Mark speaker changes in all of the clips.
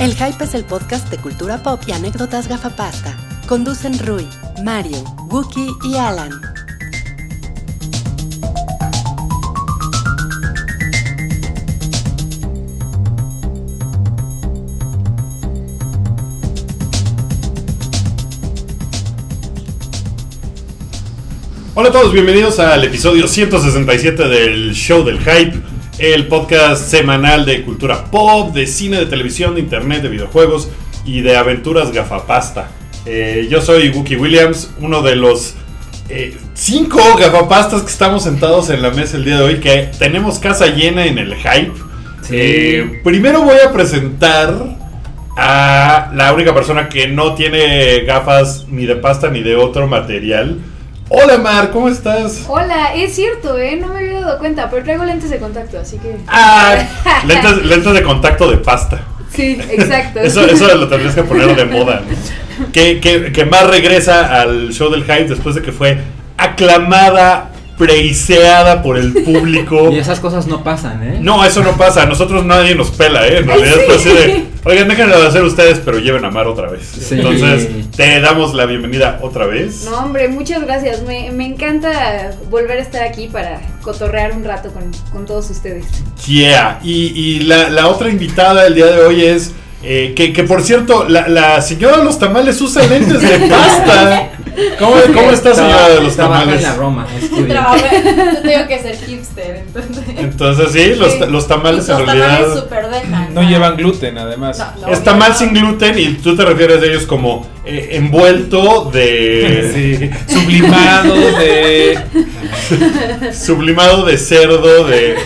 Speaker 1: El Hype es el podcast de cultura pop y anécdotas gafapasta. Conducen Rui, Mario, Wookie y Alan.
Speaker 2: Hola a todos, bienvenidos al episodio 167 del Show del Hype, el podcast semanal de cultura pop, de cine, de televisión, de internet, de videojuegos y de aventuras gafapasta. Eh, yo soy Wookie Williams, uno de los eh, cinco gafapastas que estamos sentados en la mesa el día de hoy, que tenemos casa llena en el Hype.
Speaker 3: Sí.
Speaker 2: Eh, primero voy a presentar a la única persona que no tiene gafas ni de pasta ni de otro material. Hola Mar, ¿cómo estás?
Speaker 4: Hola, es cierto, ¿eh? No me había dado cuenta, pero traigo lentes de contacto, así que...
Speaker 2: Ah, lentes, lentes de contacto de pasta.
Speaker 4: Sí, exacto.
Speaker 2: Eso, eso lo tendrías que poner de moda. ¿no? Que, que, que Mar regresa al show del hype después de que fue aclamada, preiseada por el público.
Speaker 3: Y esas cosas no pasan, ¿eh?
Speaker 2: Oh. No, eso no pasa. A nosotros nadie nos pela, ¿eh? En realidad
Speaker 4: sí.
Speaker 2: fue así de, Oigan, déjenlo de hacer ustedes, pero lleven a Mar otra vez.
Speaker 3: Sí.
Speaker 2: Entonces, te damos la bienvenida otra vez.
Speaker 4: No, hombre, muchas gracias. Me, me encanta volver a estar aquí para cotorrear un rato con, con todos ustedes.
Speaker 2: Yeah. Y, y la, la otra invitada del día de hoy es. eh, que, que, por cierto, la, la señora de los tamales usa lentes de pasta. ¿Cómo, cómo está señora de los
Speaker 3: Trabaja en
Speaker 2: tamales?
Speaker 3: la Roma, estudia.
Speaker 5: Trabajo- tengo que ser hipster, entonces.
Speaker 2: Entonces, sí, los,
Speaker 5: Sí.
Speaker 2: los tamales en
Speaker 5: Los tamales
Speaker 2: realidad.
Speaker 5: super dejan.
Speaker 6: No llevan gluten, además.
Speaker 5: No, no.
Speaker 2: Es tamal sin gluten y tú te refieres a ellos como eh, envuelto de
Speaker 6: Sí, sublimado de
Speaker 2: sublimado de cerdo, de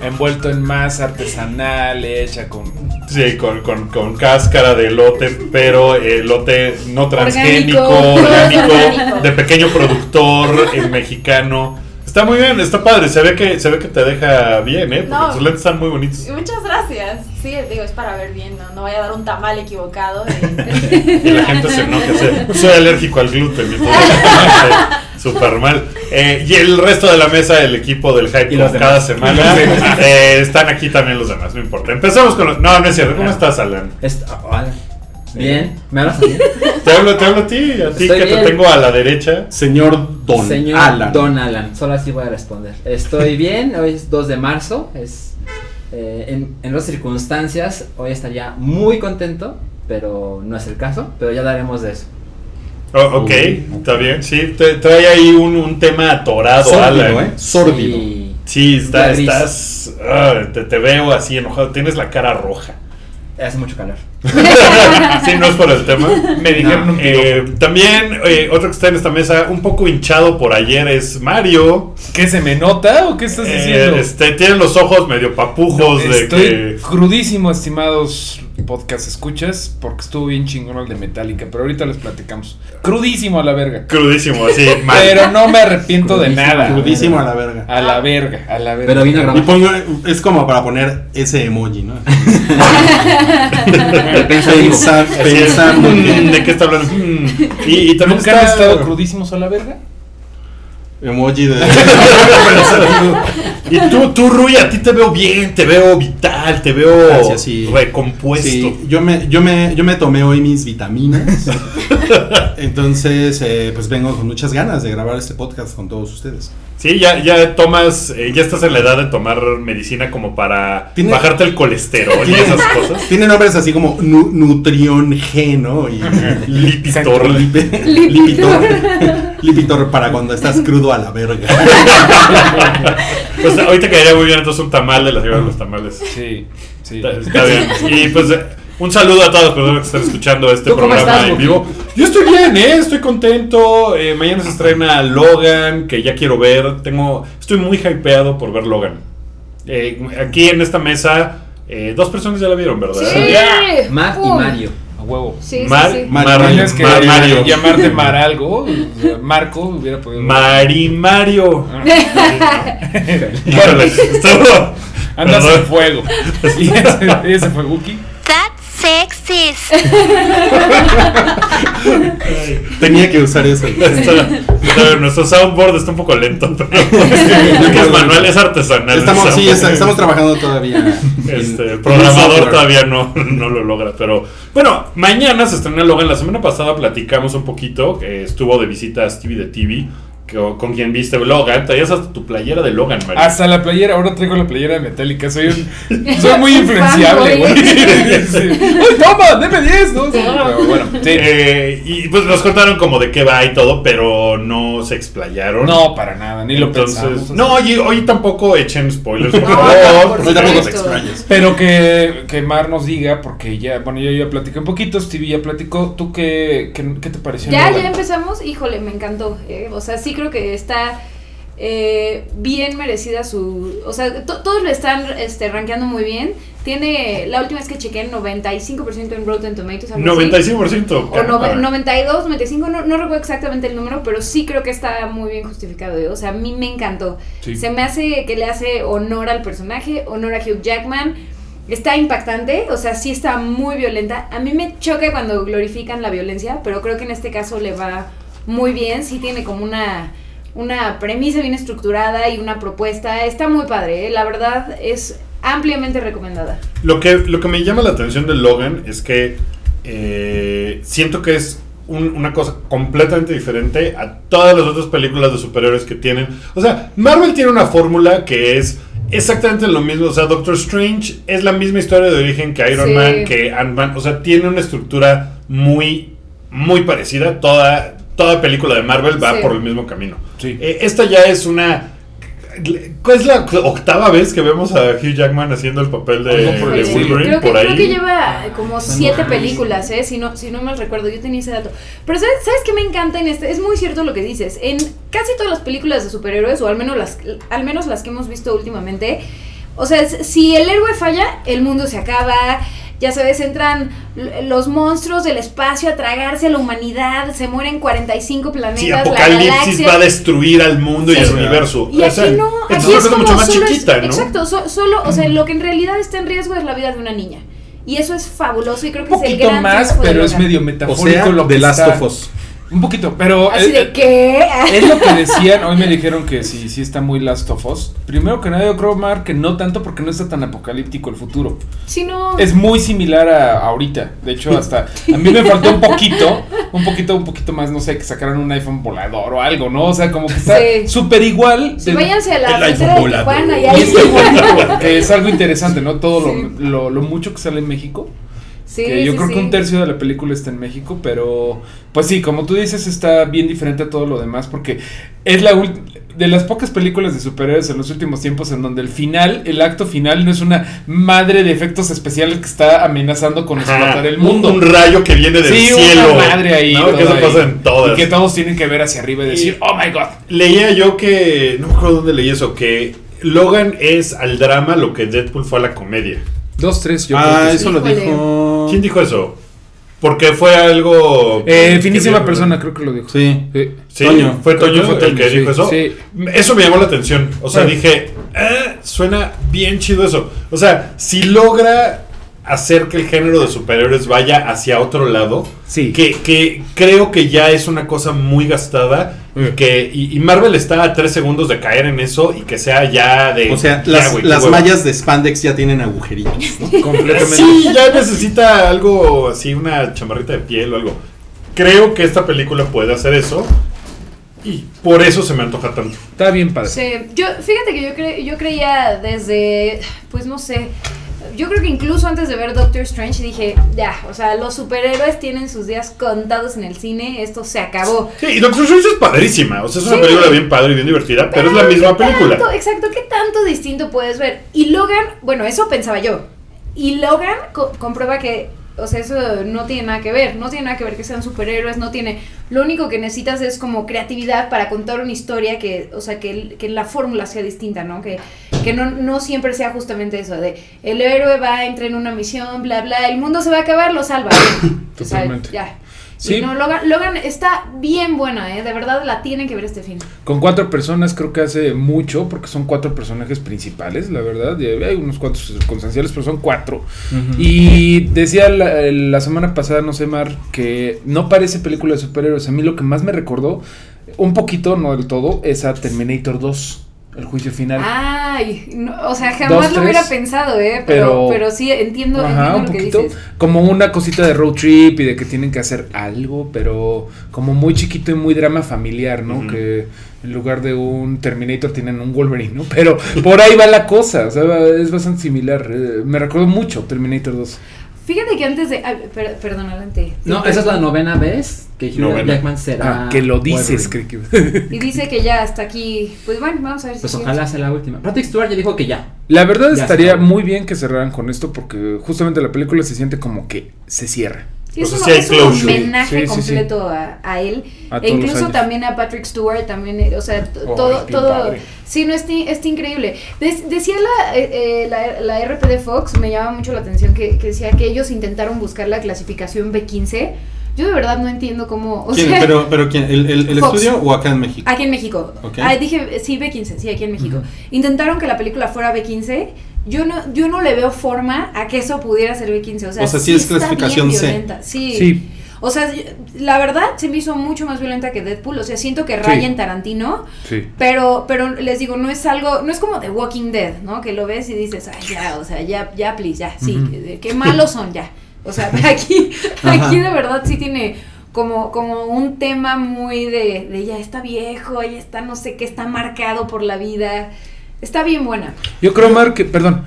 Speaker 6: envuelto en masa artesanal, hecha con
Speaker 2: sí, con, con- con cáscara de elote, pero eh, elote no transgénico,
Speaker 4: Orgánico.
Speaker 2: orgánico,
Speaker 5: Orgánico.
Speaker 2: de pequeño productor eh, mexicano. Está muy bien, está padre, se ve que, se ve que te deja bien, eh, porque
Speaker 5: No.
Speaker 2: tus lentes están muy bonitos.
Speaker 5: Muchas gracias. Sí, digo, es para ver bien, no, no voy a dar un tamal equivocado. de-
Speaker 2: Y la gente se enoja. se- soy alérgico al gluten. y todo eso. Súper mal. Eh, y el resto de la mesa, el equipo del hype,
Speaker 3: Y
Speaker 2: como
Speaker 3: los
Speaker 2: cada
Speaker 3: demás.
Speaker 2: semana, eh, están aquí también los demás, no importa. Empezamos con los. No, no es cierto. ¿Cómo estás, Alan?
Speaker 3: Es- ah, hola. Bien, ¿me hablas así?
Speaker 2: Te hablo, te hablo a ti, a ti
Speaker 3: Estoy
Speaker 2: que
Speaker 3: bien.
Speaker 2: te tengo a la derecha.
Speaker 7: Señor Don
Speaker 3: Señor
Speaker 7: Alan.
Speaker 3: Don Alan, solo así voy a responder. Estoy bien, hoy es 2 de marzo, es eh, en, en otras circunstancias hoy estaría muy contento, pero no es el caso, pero ya hablaremos de eso.
Speaker 2: Oh, ok,
Speaker 7: Uh.
Speaker 2: está bien. Sí, te- trae ahí un, un tema atorado,
Speaker 7: Sórdido,
Speaker 2: Alan.
Speaker 7: ¿eh? Sórdido.
Speaker 3: Sí.
Speaker 2: Sí, está-
Speaker 3: Ya gris.
Speaker 2: estás. ah, te, te veo así enojado. Tienes la cara roja.
Speaker 3: hace mucho calor.
Speaker 2: Sí, no es por el tema. Me
Speaker 3: dijeron un
Speaker 2: También, eh, otro que está en esta mesa, un poco hinchado por ayer, es Mario.
Speaker 6: ¿Qué se me nota o qué estás
Speaker 2: Eh,
Speaker 6: diciendo?
Speaker 2: este, tiene los ojos medio papujos de
Speaker 6: Estoy
Speaker 2: que.
Speaker 6: crudísimo, estimados podcast escuchas, porque estuvo bien chingón el de Metallica, pero ahorita les platicamos. Crudísimo a la verga.
Speaker 2: Crudísimo, así, mal.
Speaker 6: Pero no me arrepiento de
Speaker 3: Crudísimo.
Speaker 6: nada.
Speaker 7: Crudísimo a la verga.
Speaker 6: A la verga, a la verga.
Speaker 3: Pero vino a
Speaker 7: Y
Speaker 3: grabar.
Speaker 7: pongo, es como para poner ese emoji, ¿no?
Speaker 3: Pensativo.
Speaker 7: Pensa-
Speaker 2: Así es,
Speaker 7: pensando.
Speaker 2: mm,
Speaker 7: que-
Speaker 2: ¿De qué está hablando? Mm. Y, y también
Speaker 6: ¿Nunca han
Speaker 2: está-
Speaker 6: estado crudísimos a la verga?
Speaker 7: Emoji de.
Speaker 2: Y tú, tú, Rui, a ti te veo bien, te veo vital, te veo
Speaker 7: Gracias, sí.
Speaker 2: recompuesto.
Speaker 7: Sí, yo me, yo, me, yo me tomé hoy mis vitaminas. Entonces, eh, pues vengo con muchas ganas de grabar este podcast con todos ustedes.
Speaker 2: Sí, ya, ya tomas, eh, ya estás en la edad de tomar medicina como para
Speaker 7: Tiene-
Speaker 2: bajarte el colesterol y
Speaker 7: Tiene-
Speaker 2: esas cosas.
Speaker 7: Tiene nombres así como nu- Nutrión G, ¿no? Y,
Speaker 2: Lipitor.
Speaker 7: Lipe-
Speaker 4: Lipitor.
Speaker 7: Lipitor. Lipitor para cuando estás crudo a la verga.
Speaker 2: Pues ahorita quedaría muy bien entonces un tamal de
Speaker 7: Ah.
Speaker 2: la señora de los tamales.
Speaker 6: Sí, sí.
Speaker 2: Está, está bien. Y pues eh, un saludo a todas las personas que están escuchando este
Speaker 3: ¿Tú cómo
Speaker 2: programa
Speaker 3: estás,
Speaker 2: en
Speaker 3: Buki?
Speaker 2: vivo. Yo estoy bien, ¿eh? Estoy contento. Eh, mañana se estrena Logan, que ya quiero ver. Tengo, estoy muy hypeado por ver Logan. Eh, aquí en esta mesa, eh, dos personas ya la vieron, ¿verdad?
Speaker 4: Sí.
Speaker 3: Mar y
Speaker 4: Uy.
Speaker 3: Mario.
Speaker 6: A huevo.
Speaker 4: Sí, sí,
Speaker 2: Mar-
Speaker 4: sí.
Speaker 2: Mar-
Speaker 7: Mario.
Speaker 6: Tienes que
Speaker 2: Mar- Mario.
Speaker 6: llamarte Mar algo. Marco hubiera podido.
Speaker 2: Mari Mario. Híjole, estuvo-
Speaker 6: Andas
Speaker 2: Perdón.
Speaker 6: en fuego. Y ese, ese fue Wookie.
Speaker 8: That's sexy.
Speaker 9: haces?
Speaker 7: Tenía que usar eso.
Speaker 2: Está- está- nuestro soundboard está un poco lento, pero es que es manual, es artesanal. el
Speaker 7: Estamos, sí,
Speaker 2: soundboard.
Speaker 7: es- estamos trabajando todavía. en-
Speaker 2: Este, el
Speaker 7: en
Speaker 2: programador
Speaker 7: software.
Speaker 2: todavía no, no lo logra, pero bueno, mañana se estrena Logan. La semana pasada platicamos un poquito, que estuvo de visita a Stevie de TV, que- con quien viste Logan. Traías hasta tu playera de Logan, Mario.
Speaker 6: Hasta la playera, ahora traigo la playera de Metallica. Soy, un- soy muy
Speaker 5: Un
Speaker 6: influenciable, güey.
Speaker 5: fanboy.
Speaker 6: Sí. ¡Ay, toma! ¡Deme 10! ¿no? Sí, pero bueno, sí.
Speaker 2: Eh, y pues nos contaron como de qué va y todo, pero no se explayaron.
Speaker 6: No, para nada, ni lo
Speaker 2: Entonces,
Speaker 6: pensamos.
Speaker 2: No, hoy, hoy tampoco echen spoilers, por
Speaker 5: No,
Speaker 2: favor.
Speaker 5: por
Speaker 7: Hoy tampoco te
Speaker 5: supuesto.
Speaker 7: explayes.
Speaker 6: Pero que, que Mar nos diga, porque ya, bueno, yo ya platiqué un poquito, Stevie ya platicó. ¿Tú qué, qué, qué te pareció?
Speaker 5: Ya,
Speaker 6: Logan?
Speaker 5: ya empezamos, híjole, me encantó. eh. O sea, sí creo que está eh, bien merecida su... O sea, to- todos lo están este, rankeando muy bien. Tiene, la última vez que chequeé, 95% en Rotten Tomatoes. algo así.
Speaker 2: 95%.
Speaker 5: O no-
Speaker 2: caramba.
Speaker 5: 92, 95, no, no recuerdo exactamente el número, pero sí creo que está muy bien justificado. ¿eh? O sea, a mí me encantó.
Speaker 6: Sí.
Speaker 5: Se me hace que le hace honor al personaje, honor a Hugh Jackman. Está impactante, o sea, sí está muy violenta. A mí me choca cuando glorifican la violencia, pero creo que en este caso le va muy bien. Sí tiene como una, una premisa bien estructurada y una propuesta. Está muy padre, ¿eh? la verdad es ampliamente recomendada.
Speaker 2: Lo que, lo que me llama la atención de Logan es que eh, siento que es un- una cosa completamente diferente a todas las otras películas de superhéroes que tienen. O sea, Marvel tiene una fórmula que es exactamente lo mismo. O sea, Doctor Strange es la misma historia de origen que Iron
Speaker 5: Sí.
Speaker 2: Man, que Ant-Man. O sea, tiene una estructura muy, muy parecida. Toda, toda película de Marvel va
Speaker 5: Sí.
Speaker 2: por el mismo camino.
Speaker 6: Sí.
Speaker 2: Eh, esta ya es una... Es la octava vez que vemos a Hugh Jackman haciendo el papel de,
Speaker 6: Algo por
Speaker 2: de
Speaker 6: el estilo.
Speaker 2: Wolverine
Speaker 5: creo, que,
Speaker 2: por ahí.
Speaker 5: creo que lleva como
Speaker 3: Son
Speaker 5: siete
Speaker 3: horribles.
Speaker 5: películas, ¿eh? si, no, si no mal recuerdo, yo tenía ese dato. Pero ¿sabes, ¿sabes qué me encanta en este? Es muy cierto lo que dices. En casi todas las películas de superhéroes, o al menos las, al menos las que hemos visto últimamente, o sea, es- si el héroe falla, el mundo se acaba. Ya sabes, entran l- los monstruos del espacio a tragarse a la humanidad, se mueren 45 planetas,
Speaker 2: Sí,
Speaker 5: la
Speaker 2: Apocalipsis
Speaker 5: galaxia.
Speaker 2: va a destruir al mundo y
Speaker 5: Sí.
Speaker 2: al universo.
Speaker 5: Y
Speaker 2: O
Speaker 5: aquí
Speaker 2: sea,
Speaker 5: no,
Speaker 2: es
Speaker 5: aquí
Speaker 2: una
Speaker 5: es
Speaker 2: cosa
Speaker 5: como
Speaker 2: mucho más
Speaker 5: solo es-
Speaker 2: chiquita, ¿no?
Speaker 5: Exacto, so- solo, o sea, lo que en realidad está en riesgo es la vida de una niña. Y eso es fabuloso y creo
Speaker 6: Un
Speaker 5: que es el
Speaker 6: poquito
Speaker 5: gran
Speaker 6: más,
Speaker 5: triunfo de
Speaker 6: pero es
Speaker 5: Logan.
Speaker 6: medio
Speaker 7: O
Speaker 6: metafórico
Speaker 7: sea,
Speaker 6: lo que
Speaker 7: The Last
Speaker 6: está-
Speaker 7: of Us.
Speaker 6: Un poquito, pero.
Speaker 5: Así
Speaker 6: eh,
Speaker 5: de qué?
Speaker 6: Es lo que decían, hoy me dijeron que sí, sí está muy Last of Us. Primero que nada, yo creo, Mar, que no tanto porque no está tan apocalíptico el futuro.
Speaker 5: Si no,
Speaker 6: Es muy similar a ahorita. De hecho, hasta a mí me faltó un poquito, un poquito, un poquito más, no sé, que sacaran un iPhone volador o algo, ¿no? O sea, como que está
Speaker 5: Sí.
Speaker 6: súper igual.
Speaker 5: si
Speaker 6: de-
Speaker 5: váyanse a la
Speaker 7: el iPhone
Speaker 5: frontera de
Speaker 7: volador.
Speaker 5: Tijuana y
Speaker 6: y
Speaker 5: ahí
Speaker 6: es igual, que es algo interesante, ¿no? Todo lo-
Speaker 5: Sí.
Speaker 6: lo, lo mucho que sale en México.
Speaker 5: Sí,
Speaker 6: que yo
Speaker 5: sí,
Speaker 6: creo que
Speaker 5: sí.
Speaker 6: un tercio de la película está en México, pero pues sí, como tú dices, está bien diferente a todo lo demás porque es la ul- de las pocas películas de superhéroes en los últimos tiempos en donde el final, el acto final no es una madre de efectos especiales que está amenazando con
Speaker 2: Ajá,
Speaker 6: explotar el
Speaker 2: un-
Speaker 6: mundo.
Speaker 2: Un rayo que viene del
Speaker 6: sí,
Speaker 2: cielo.
Speaker 6: una madre ahí.
Speaker 2: ¿no?
Speaker 6: todo
Speaker 2: Que eso
Speaker 6: ahí.
Speaker 2: pasa en
Speaker 6: Y
Speaker 2: todas.
Speaker 6: que todos tienen que ver hacia arriba y
Speaker 2: Y-
Speaker 6: decir, oh my god.
Speaker 2: Leía yo que. No me acuerdo dónde leí eso. Que Logan es al drama lo que Deadpool fue a la comedia.
Speaker 6: Dos, tres, yo
Speaker 7: ah,
Speaker 6: creo que sí.
Speaker 7: eso lo
Speaker 5: Híjole.
Speaker 7: dijo.
Speaker 2: ¿Quién dijo eso? Porque fue algo.
Speaker 6: Eh,
Speaker 2: que-
Speaker 6: finísima
Speaker 2: que-
Speaker 6: persona, creo que lo dijo. Eh,
Speaker 7: Sí.
Speaker 6: Sí.
Speaker 2: Sí,
Speaker 7: Toño.
Speaker 2: fue Toño
Speaker 6: Toño,
Speaker 2: fue el que
Speaker 6: sí,
Speaker 2: dijo eso.
Speaker 6: sí.
Speaker 2: Eso me llamó la atención. O sea,
Speaker 6: Bueno.
Speaker 2: dije, "Ah, suena bien chido eso. O sea, si logra hacer que el género de superhéroes vaya hacia otro lado,
Speaker 6: Sí.
Speaker 2: que, que creo que ya es una cosa muy gastada. y Que, y, y Marvel está a tres segundos de caer en eso y que sea ya de.
Speaker 7: O sea,
Speaker 2: ya,
Speaker 7: las,
Speaker 2: güey, qué
Speaker 7: las
Speaker 2: hueva.
Speaker 7: mallas de Spandex ya tienen agujeritos. ¿no?
Speaker 6: Completamente.
Speaker 2: Sí, ya necesita algo así, una chamarrita de piel o algo. Creo que esta película puede hacer eso. Y por eso se me antoja tanto.
Speaker 6: Está bien padre.
Speaker 5: Sí, yo, fíjate que yo, cre- yo creía desde, pues no sé, yo creo que incluso antes de ver Doctor Strange dije, ya, o sea, los superhéroes tienen sus días contados en el cine, esto se acabó.
Speaker 2: Sí, y Doctor Strange es padrísima. O sea, es una
Speaker 5: Sí.
Speaker 2: película bien padre y bien divertida, pero, es la
Speaker 5: ¿qué
Speaker 2: misma película.
Speaker 5: tanto- exacto, ¿qué tanto distinto puedes ver? Y Logan, bueno, eso pensaba yo. Y Logan co- comprueba que, o sea, eso no tiene nada que ver, no tiene nada que ver que sean superhéroes, no tiene... Lo único que necesitas es como creatividad para contar una historia que, o sea, que, el- que la fórmula sea distinta, ¿no? Que, que no, no siempre sea justamente eso, de el héroe va, entra en una misión, bla, bla, el mundo se va a acabar, lo salva. O sea,
Speaker 6: Totalmente.
Speaker 5: ya.
Speaker 6: Sí.
Speaker 5: Y no, Logan, Logan está bien buena, ¿eh? De verdad la tienen que ver este fin.
Speaker 6: Con cuatro personas creo que hace mucho, porque son cuatro personajes principales, la verdad. y hay unos cuantos circunstanciales, pero son cuatro. Y decía la, la semana pasada, no sé, Mar, que no parece película de superhéroes. A mí lo que más me recordó, un poquito, no del todo, es a Terminator 2, el juicio final.
Speaker 5: Ay, no, o sea, jamás
Speaker 6: Dos,
Speaker 5: lo hubiera
Speaker 6: tres.
Speaker 5: pensado, ¿eh? Pero,
Speaker 6: Pero-
Speaker 5: pero, sí, entiendo, entiendo
Speaker 6: Ajá, un
Speaker 5: lo que
Speaker 6: poquito.
Speaker 5: dices.
Speaker 6: Como una cosita de road trip y de que tienen que hacer algo, pero como muy chiquito y muy drama familiar, ¿no?
Speaker 2: Ujú.
Speaker 6: Que en lugar de un Terminator tienen un Wolverine, ¿no? Pero por ahí va la cosa, o sea, va- es bastante similar. eh, me recuerdo mucho Terminator 2.
Speaker 5: Fíjate que antes de. ay, per- perdón, adelante.
Speaker 3: No, esa es la novena vez que Hugh
Speaker 2: Novena.
Speaker 3: Jackman será.
Speaker 6: Ah, que lo dices,
Speaker 3: Wolverine.
Speaker 6: creí que-
Speaker 5: Y dice que ya hasta aquí. Pues bueno, vamos a ver si.
Speaker 3: Pues
Speaker 5: sí.
Speaker 3: ojalá sea la última. Patrick Stewart ya dijo que ya.
Speaker 6: La verdad
Speaker 3: Ya
Speaker 6: estaría
Speaker 3: está.
Speaker 6: muy bien que cerraran con esto porque justamente la película se siente como que se cierra.
Speaker 5: Sí, es,
Speaker 2: O sea,
Speaker 5: un-
Speaker 2: sí hay
Speaker 5: es un
Speaker 2: closure.
Speaker 5: homenaje
Speaker 6: Sí, sí, sí.
Speaker 5: completo A, a él.
Speaker 6: A
Speaker 5: e
Speaker 6: todos los
Speaker 5: incluso
Speaker 6: años.
Speaker 5: también a Patrick Stewart, también, eh, o sea, t-
Speaker 6: Oh,
Speaker 5: todo,
Speaker 6: es bien
Speaker 5: todo.
Speaker 6: padre.
Speaker 5: Sí, no, está, está increíble. Des- decía la, eh, eh, la, la RP de Fox, me llama mucho la atención que, que decía que ellos intentaron buscar la clasificación B15. Yo de verdad no entiendo cómo. O
Speaker 7: ¿Quién?
Speaker 5: sea,
Speaker 7: ¿Pero, pero quién? ¿El, el- el
Speaker 5: Fox.
Speaker 7: estudio o acá en México?
Speaker 5: Aquí en México.
Speaker 7: Ok.
Speaker 5: Ah, dije, sí, B15, sí, aquí en México. Intentaron que la película fuera B15. Yo no, yo no le veo forma a que eso pudiera ser B15. O sea,
Speaker 7: O sea, sí es
Speaker 5: está bien
Speaker 7: clasificación C.
Speaker 5: violenta. Sí.
Speaker 6: Sí.
Speaker 5: O sea, la verdad se me hizo mucho más violenta que Deadpool. O sea, siento que raya en Tarantino,
Speaker 6: Sí.
Speaker 5: pero, pero les digo, no es algo, no es como The Walking Dead, ¿no? Que lo ves y dices, ay, ya, o sea, ya, ya, please, ya, sí, eh, qué malos son, ya. O sea, aquí, aquí de verdad sí tiene como, como un tema muy de, de ya está viejo, ya está no sé qué, está marcado por la vida. Está bien buena.
Speaker 6: Yo creo, Mar, que, perdón,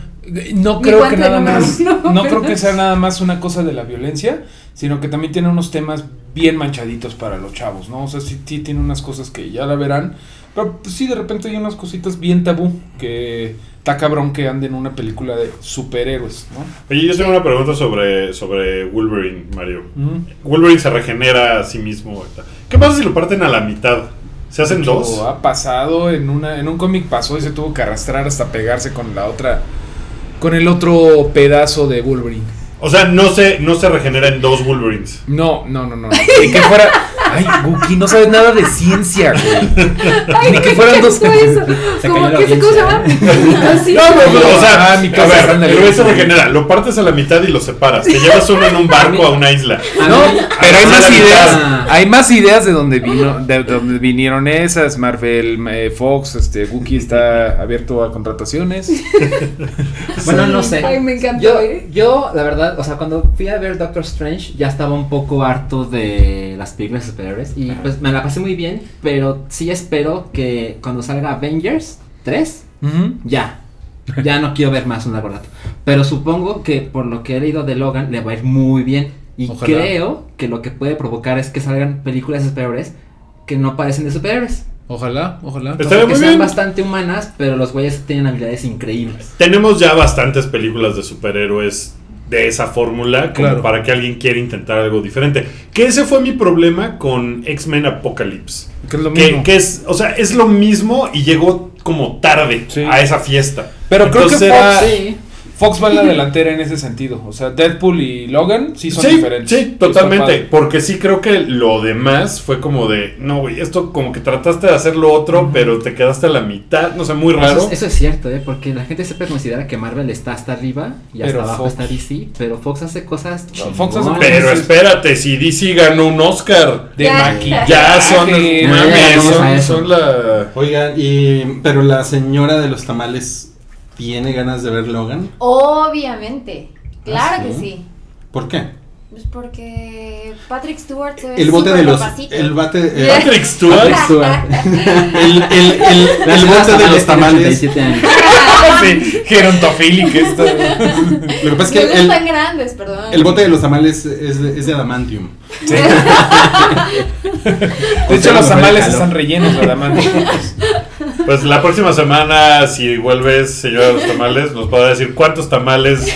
Speaker 6: no
Speaker 5: Mi
Speaker 6: creo
Speaker 5: guante
Speaker 6: que nada
Speaker 5: número
Speaker 6: más,
Speaker 5: uno,
Speaker 6: no creo
Speaker 5: perdón.
Speaker 6: que sea nada más una cosa de la violencia, sino que también tiene unos temas bien manchaditos para los chavos, ¿no? O sea, sí, sí tiene unas cosas que ya la verán, pero pues, sí de repente hay unas cositas bien tabú que está cabrón que ande en una película de superhéroes, ¿no?
Speaker 2: Oye, yo tengo
Speaker 5: Sí.
Speaker 2: una pregunta sobre, sobre Wolverine, Mario.
Speaker 6: Mm.
Speaker 2: Wolverine se regenera a sí mismo. ¿Qué pasa si lo parten a la mitad? ¿Se hacen dos?
Speaker 6: O ha pasado en una en un cómic pasó y se tuvo que arrastrar hasta pegarse con la otra con el otro pedazo de Wolverine.
Speaker 2: O sea, no se, no se regenera en dos Wolverines.
Speaker 6: No, no, no, no. no. Ni que fuera Ay, Guki, no sabes nada de ciencia, güey. Ni que fueran dos.
Speaker 5: Fue eso.
Speaker 3: Se
Speaker 5: como
Speaker 3: cayó la
Speaker 5: que se- ¿Cómo se llama?
Speaker 3: audiencia, ¿eh?
Speaker 5: Así.
Speaker 2: No, no, no, o sea,
Speaker 6: Ah, mi
Speaker 2: a
Speaker 6: casa
Speaker 2: ver,
Speaker 6: está en el-
Speaker 2: el güey se regenera, lo partes a la mitad y lo separas. Te llevas uno en un barco a una isla.
Speaker 3: A
Speaker 6: No,
Speaker 3: mí-
Speaker 6: pero hay
Speaker 2: Ah,
Speaker 6: más
Speaker 2: la
Speaker 6: ideas.
Speaker 3: mitad.
Speaker 6: Hay más ideas de dónde vino, de dónde vinieron esas. Marvel, eh, Fox, este, Guki está abierto a contrataciones.
Speaker 3: Bueno, no sé.
Speaker 5: Ay, me encantó,
Speaker 3: Yo,
Speaker 5: ¿eh?
Speaker 3: yo, la verdad, o sea, cuando fui a ver Doctor Strange, ya estaba un poco harto de las películas de superhéroes. Y pues me la pasé muy bien, pero sí espero que cuando salga Avengers 3,
Speaker 6: Ujú.
Speaker 3: ya. Ya no quiero ver más un verdad. Pero supongo que por lo que he leído de Logan, le va a ir muy bien. Y
Speaker 6: Ojalá.
Speaker 3: creo que lo que puede provocar es que salgan películas de superhéroes que no parecen de superhéroes.
Speaker 6: Ojalá, ojalá.
Speaker 3: O sea,
Speaker 2: Estaría
Speaker 3: que
Speaker 2: muy
Speaker 3: sean
Speaker 2: bien.
Speaker 3: bastante humanas, pero los güeyes tienen habilidades increíbles.
Speaker 2: Tenemos ya bastantes películas de superhéroes de esa fórmula como
Speaker 6: Claro.
Speaker 2: para que alguien quiera intentar algo diferente. Que ese fue mi problema con X-Men Apocalypse.
Speaker 6: Que es lo
Speaker 2: Que,
Speaker 6: mismo.
Speaker 2: que es, o sea, es lo mismo y llegó como tarde
Speaker 6: Sí.
Speaker 2: a esa fiesta.
Speaker 6: Pero creo que
Speaker 2: Entonces
Speaker 6: Fox
Speaker 2: era-
Speaker 3: Sí.
Speaker 6: Fox va en la delantera en ese sentido. O sea, Deadpool y Logan sí son
Speaker 2: Sí,
Speaker 6: diferentes.
Speaker 2: sí, totalmente. Porque sí creo que lo demás fue como de, no, güey, esto como que trataste de hacer lo otro, pero te quedaste a la mitad, no sé, muy raro.
Speaker 3: Eso es, eso es cierto, ¿eh? porque la gente siempre considera que Marvel está hasta arriba y hasta
Speaker 6: Pero
Speaker 3: abajo
Speaker 6: Fox-
Speaker 3: está DC, pero Fox hace cosas
Speaker 6: No, Fox hace
Speaker 3: chingonas.
Speaker 2: Pero
Speaker 6: es-
Speaker 2: espérate, si DC ganó un Oscar,
Speaker 6: De
Speaker 5: Ya.
Speaker 6: maquillaje.
Speaker 2: Ah, ya son,
Speaker 6: No,
Speaker 2: mames,
Speaker 3: ya llegamos a
Speaker 2: son,
Speaker 3: eso.
Speaker 2: son la...
Speaker 7: Oigan, y, pero la señora de los tamales tiene ganas de ver Logan.
Speaker 10: Obviamente. Claro
Speaker 7: ¿Ah,
Speaker 10: que
Speaker 7: sí?
Speaker 10: sí.
Speaker 7: ¿Por qué?
Speaker 10: Pues porque Patrick Stewart se ve
Speaker 7: El bote de
Speaker 10: súper
Speaker 7: los.
Speaker 10: papacito.
Speaker 7: El bate. eh,
Speaker 2: Patrick Stewart.
Speaker 3: Patrick Stewart.
Speaker 7: el, el, el,
Speaker 3: La
Speaker 7: el
Speaker 3: señora
Speaker 7: bote de los tamales.
Speaker 3: tiene 87 años.
Speaker 6: sí, gerontofílica esto.
Speaker 7: Lo que pasa
Speaker 10: No
Speaker 7: es que el,
Speaker 10: están grandes, perdón.
Speaker 7: el bote de los tamales es, de- es de adamantium.
Speaker 6: Sí. De hecho, los tamales están rellenos de adamante.
Speaker 2: Pues la próxima semana, si vuelves, señora de los tamales, nos podrá decir cuántos tamales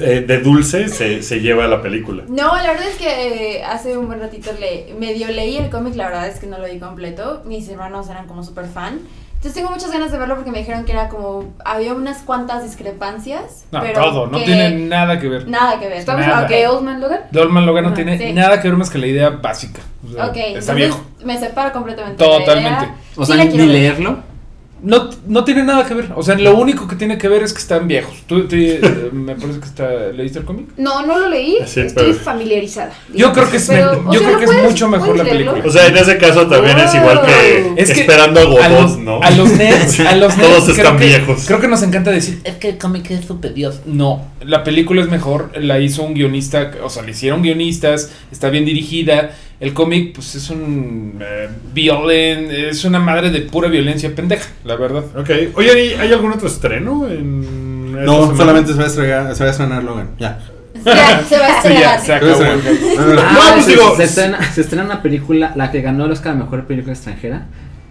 Speaker 2: eh, de dulce se, se lleva la película.
Speaker 10: No, la verdad es que eh, hace un buen ratito le, medio leí el cómic, la verdad es que no lo di completo. Mis hermanos eran como súper fan. Entonces
Speaker 5: Entonces tengo muchas ganas de verlo porque me dijeron que era como. Había unas cuantas discrepancias.
Speaker 6: No,
Speaker 5: pero
Speaker 6: todo, no
Speaker 5: que
Speaker 6: tiene nada que ver.
Speaker 5: Nada que ver.
Speaker 4: Estamos
Speaker 6: Nada.
Speaker 4: hablando de Old Man Logan.
Speaker 6: Dolman Logan no
Speaker 4: Ajá,
Speaker 6: tiene
Speaker 5: sí.
Speaker 6: nada que ver más que la idea básica. O sea,
Speaker 5: Ok,
Speaker 6: está
Speaker 5: entonces
Speaker 6: viejo.
Speaker 5: me separo completamente. de la
Speaker 6: Totalmente.
Speaker 5: idea.
Speaker 3: O
Speaker 5: Sí
Speaker 3: sea,
Speaker 5: la
Speaker 3: ni
Speaker 5: quiero ver.
Speaker 3: leerlo.
Speaker 6: No, no tiene nada que ver. O sea, lo único que tiene que ver es que están viejos. Tú, tú, eh, me parece que está, leíste el cómic.
Speaker 4: No, no lo leí.
Speaker 2: Sí,
Speaker 4: estoy
Speaker 2: pero-
Speaker 4: familiarizada.
Speaker 6: Yo
Speaker 4: digamos.
Speaker 6: creo que es
Speaker 4: Pero,
Speaker 6: men-
Speaker 4: o
Speaker 6: yo
Speaker 4: sea,
Speaker 6: creo
Speaker 4: ¿lo
Speaker 6: que es
Speaker 4: puedes-
Speaker 6: mucho mejor
Speaker 4: puedes
Speaker 6: la
Speaker 4: leerlo?
Speaker 2: O sea, en ese caso también es igual que
Speaker 6: Es que
Speaker 2: esperando a
Speaker 6: a los,
Speaker 2: Godot, ¿no?
Speaker 6: a los nerds, a los nerds
Speaker 2: Todos
Speaker 6: creo
Speaker 2: están
Speaker 6: que-
Speaker 2: viejos.
Speaker 6: Creo que nos encanta decir, es que el cómic es super Dios. No, la película es mejor, la hizo un guionista, o sea, la hicieron guionistas, está bien dirigida. El cómic, pues es un eh, violent, es una madre de pura violencia pendeja, la verdad.
Speaker 2: Ok. Oye, ¿y ¿hay algún otro estreno en.? esta
Speaker 7: No,
Speaker 2: semana?
Speaker 7: solamente se va a estrenar, se va a estrenar Logan. Ya.
Speaker 5: Ya, se va a
Speaker 6: Sí, ya,
Speaker 5: estrenar.
Speaker 6: se
Speaker 7: Se va a
Speaker 6: acabó.
Speaker 7: estrenar.
Speaker 2: Ah, pues
Speaker 3: se,
Speaker 2: digo-
Speaker 3: se estrena, se estrena una película, la que ganó el Oscar a Mejor Película Extranjera.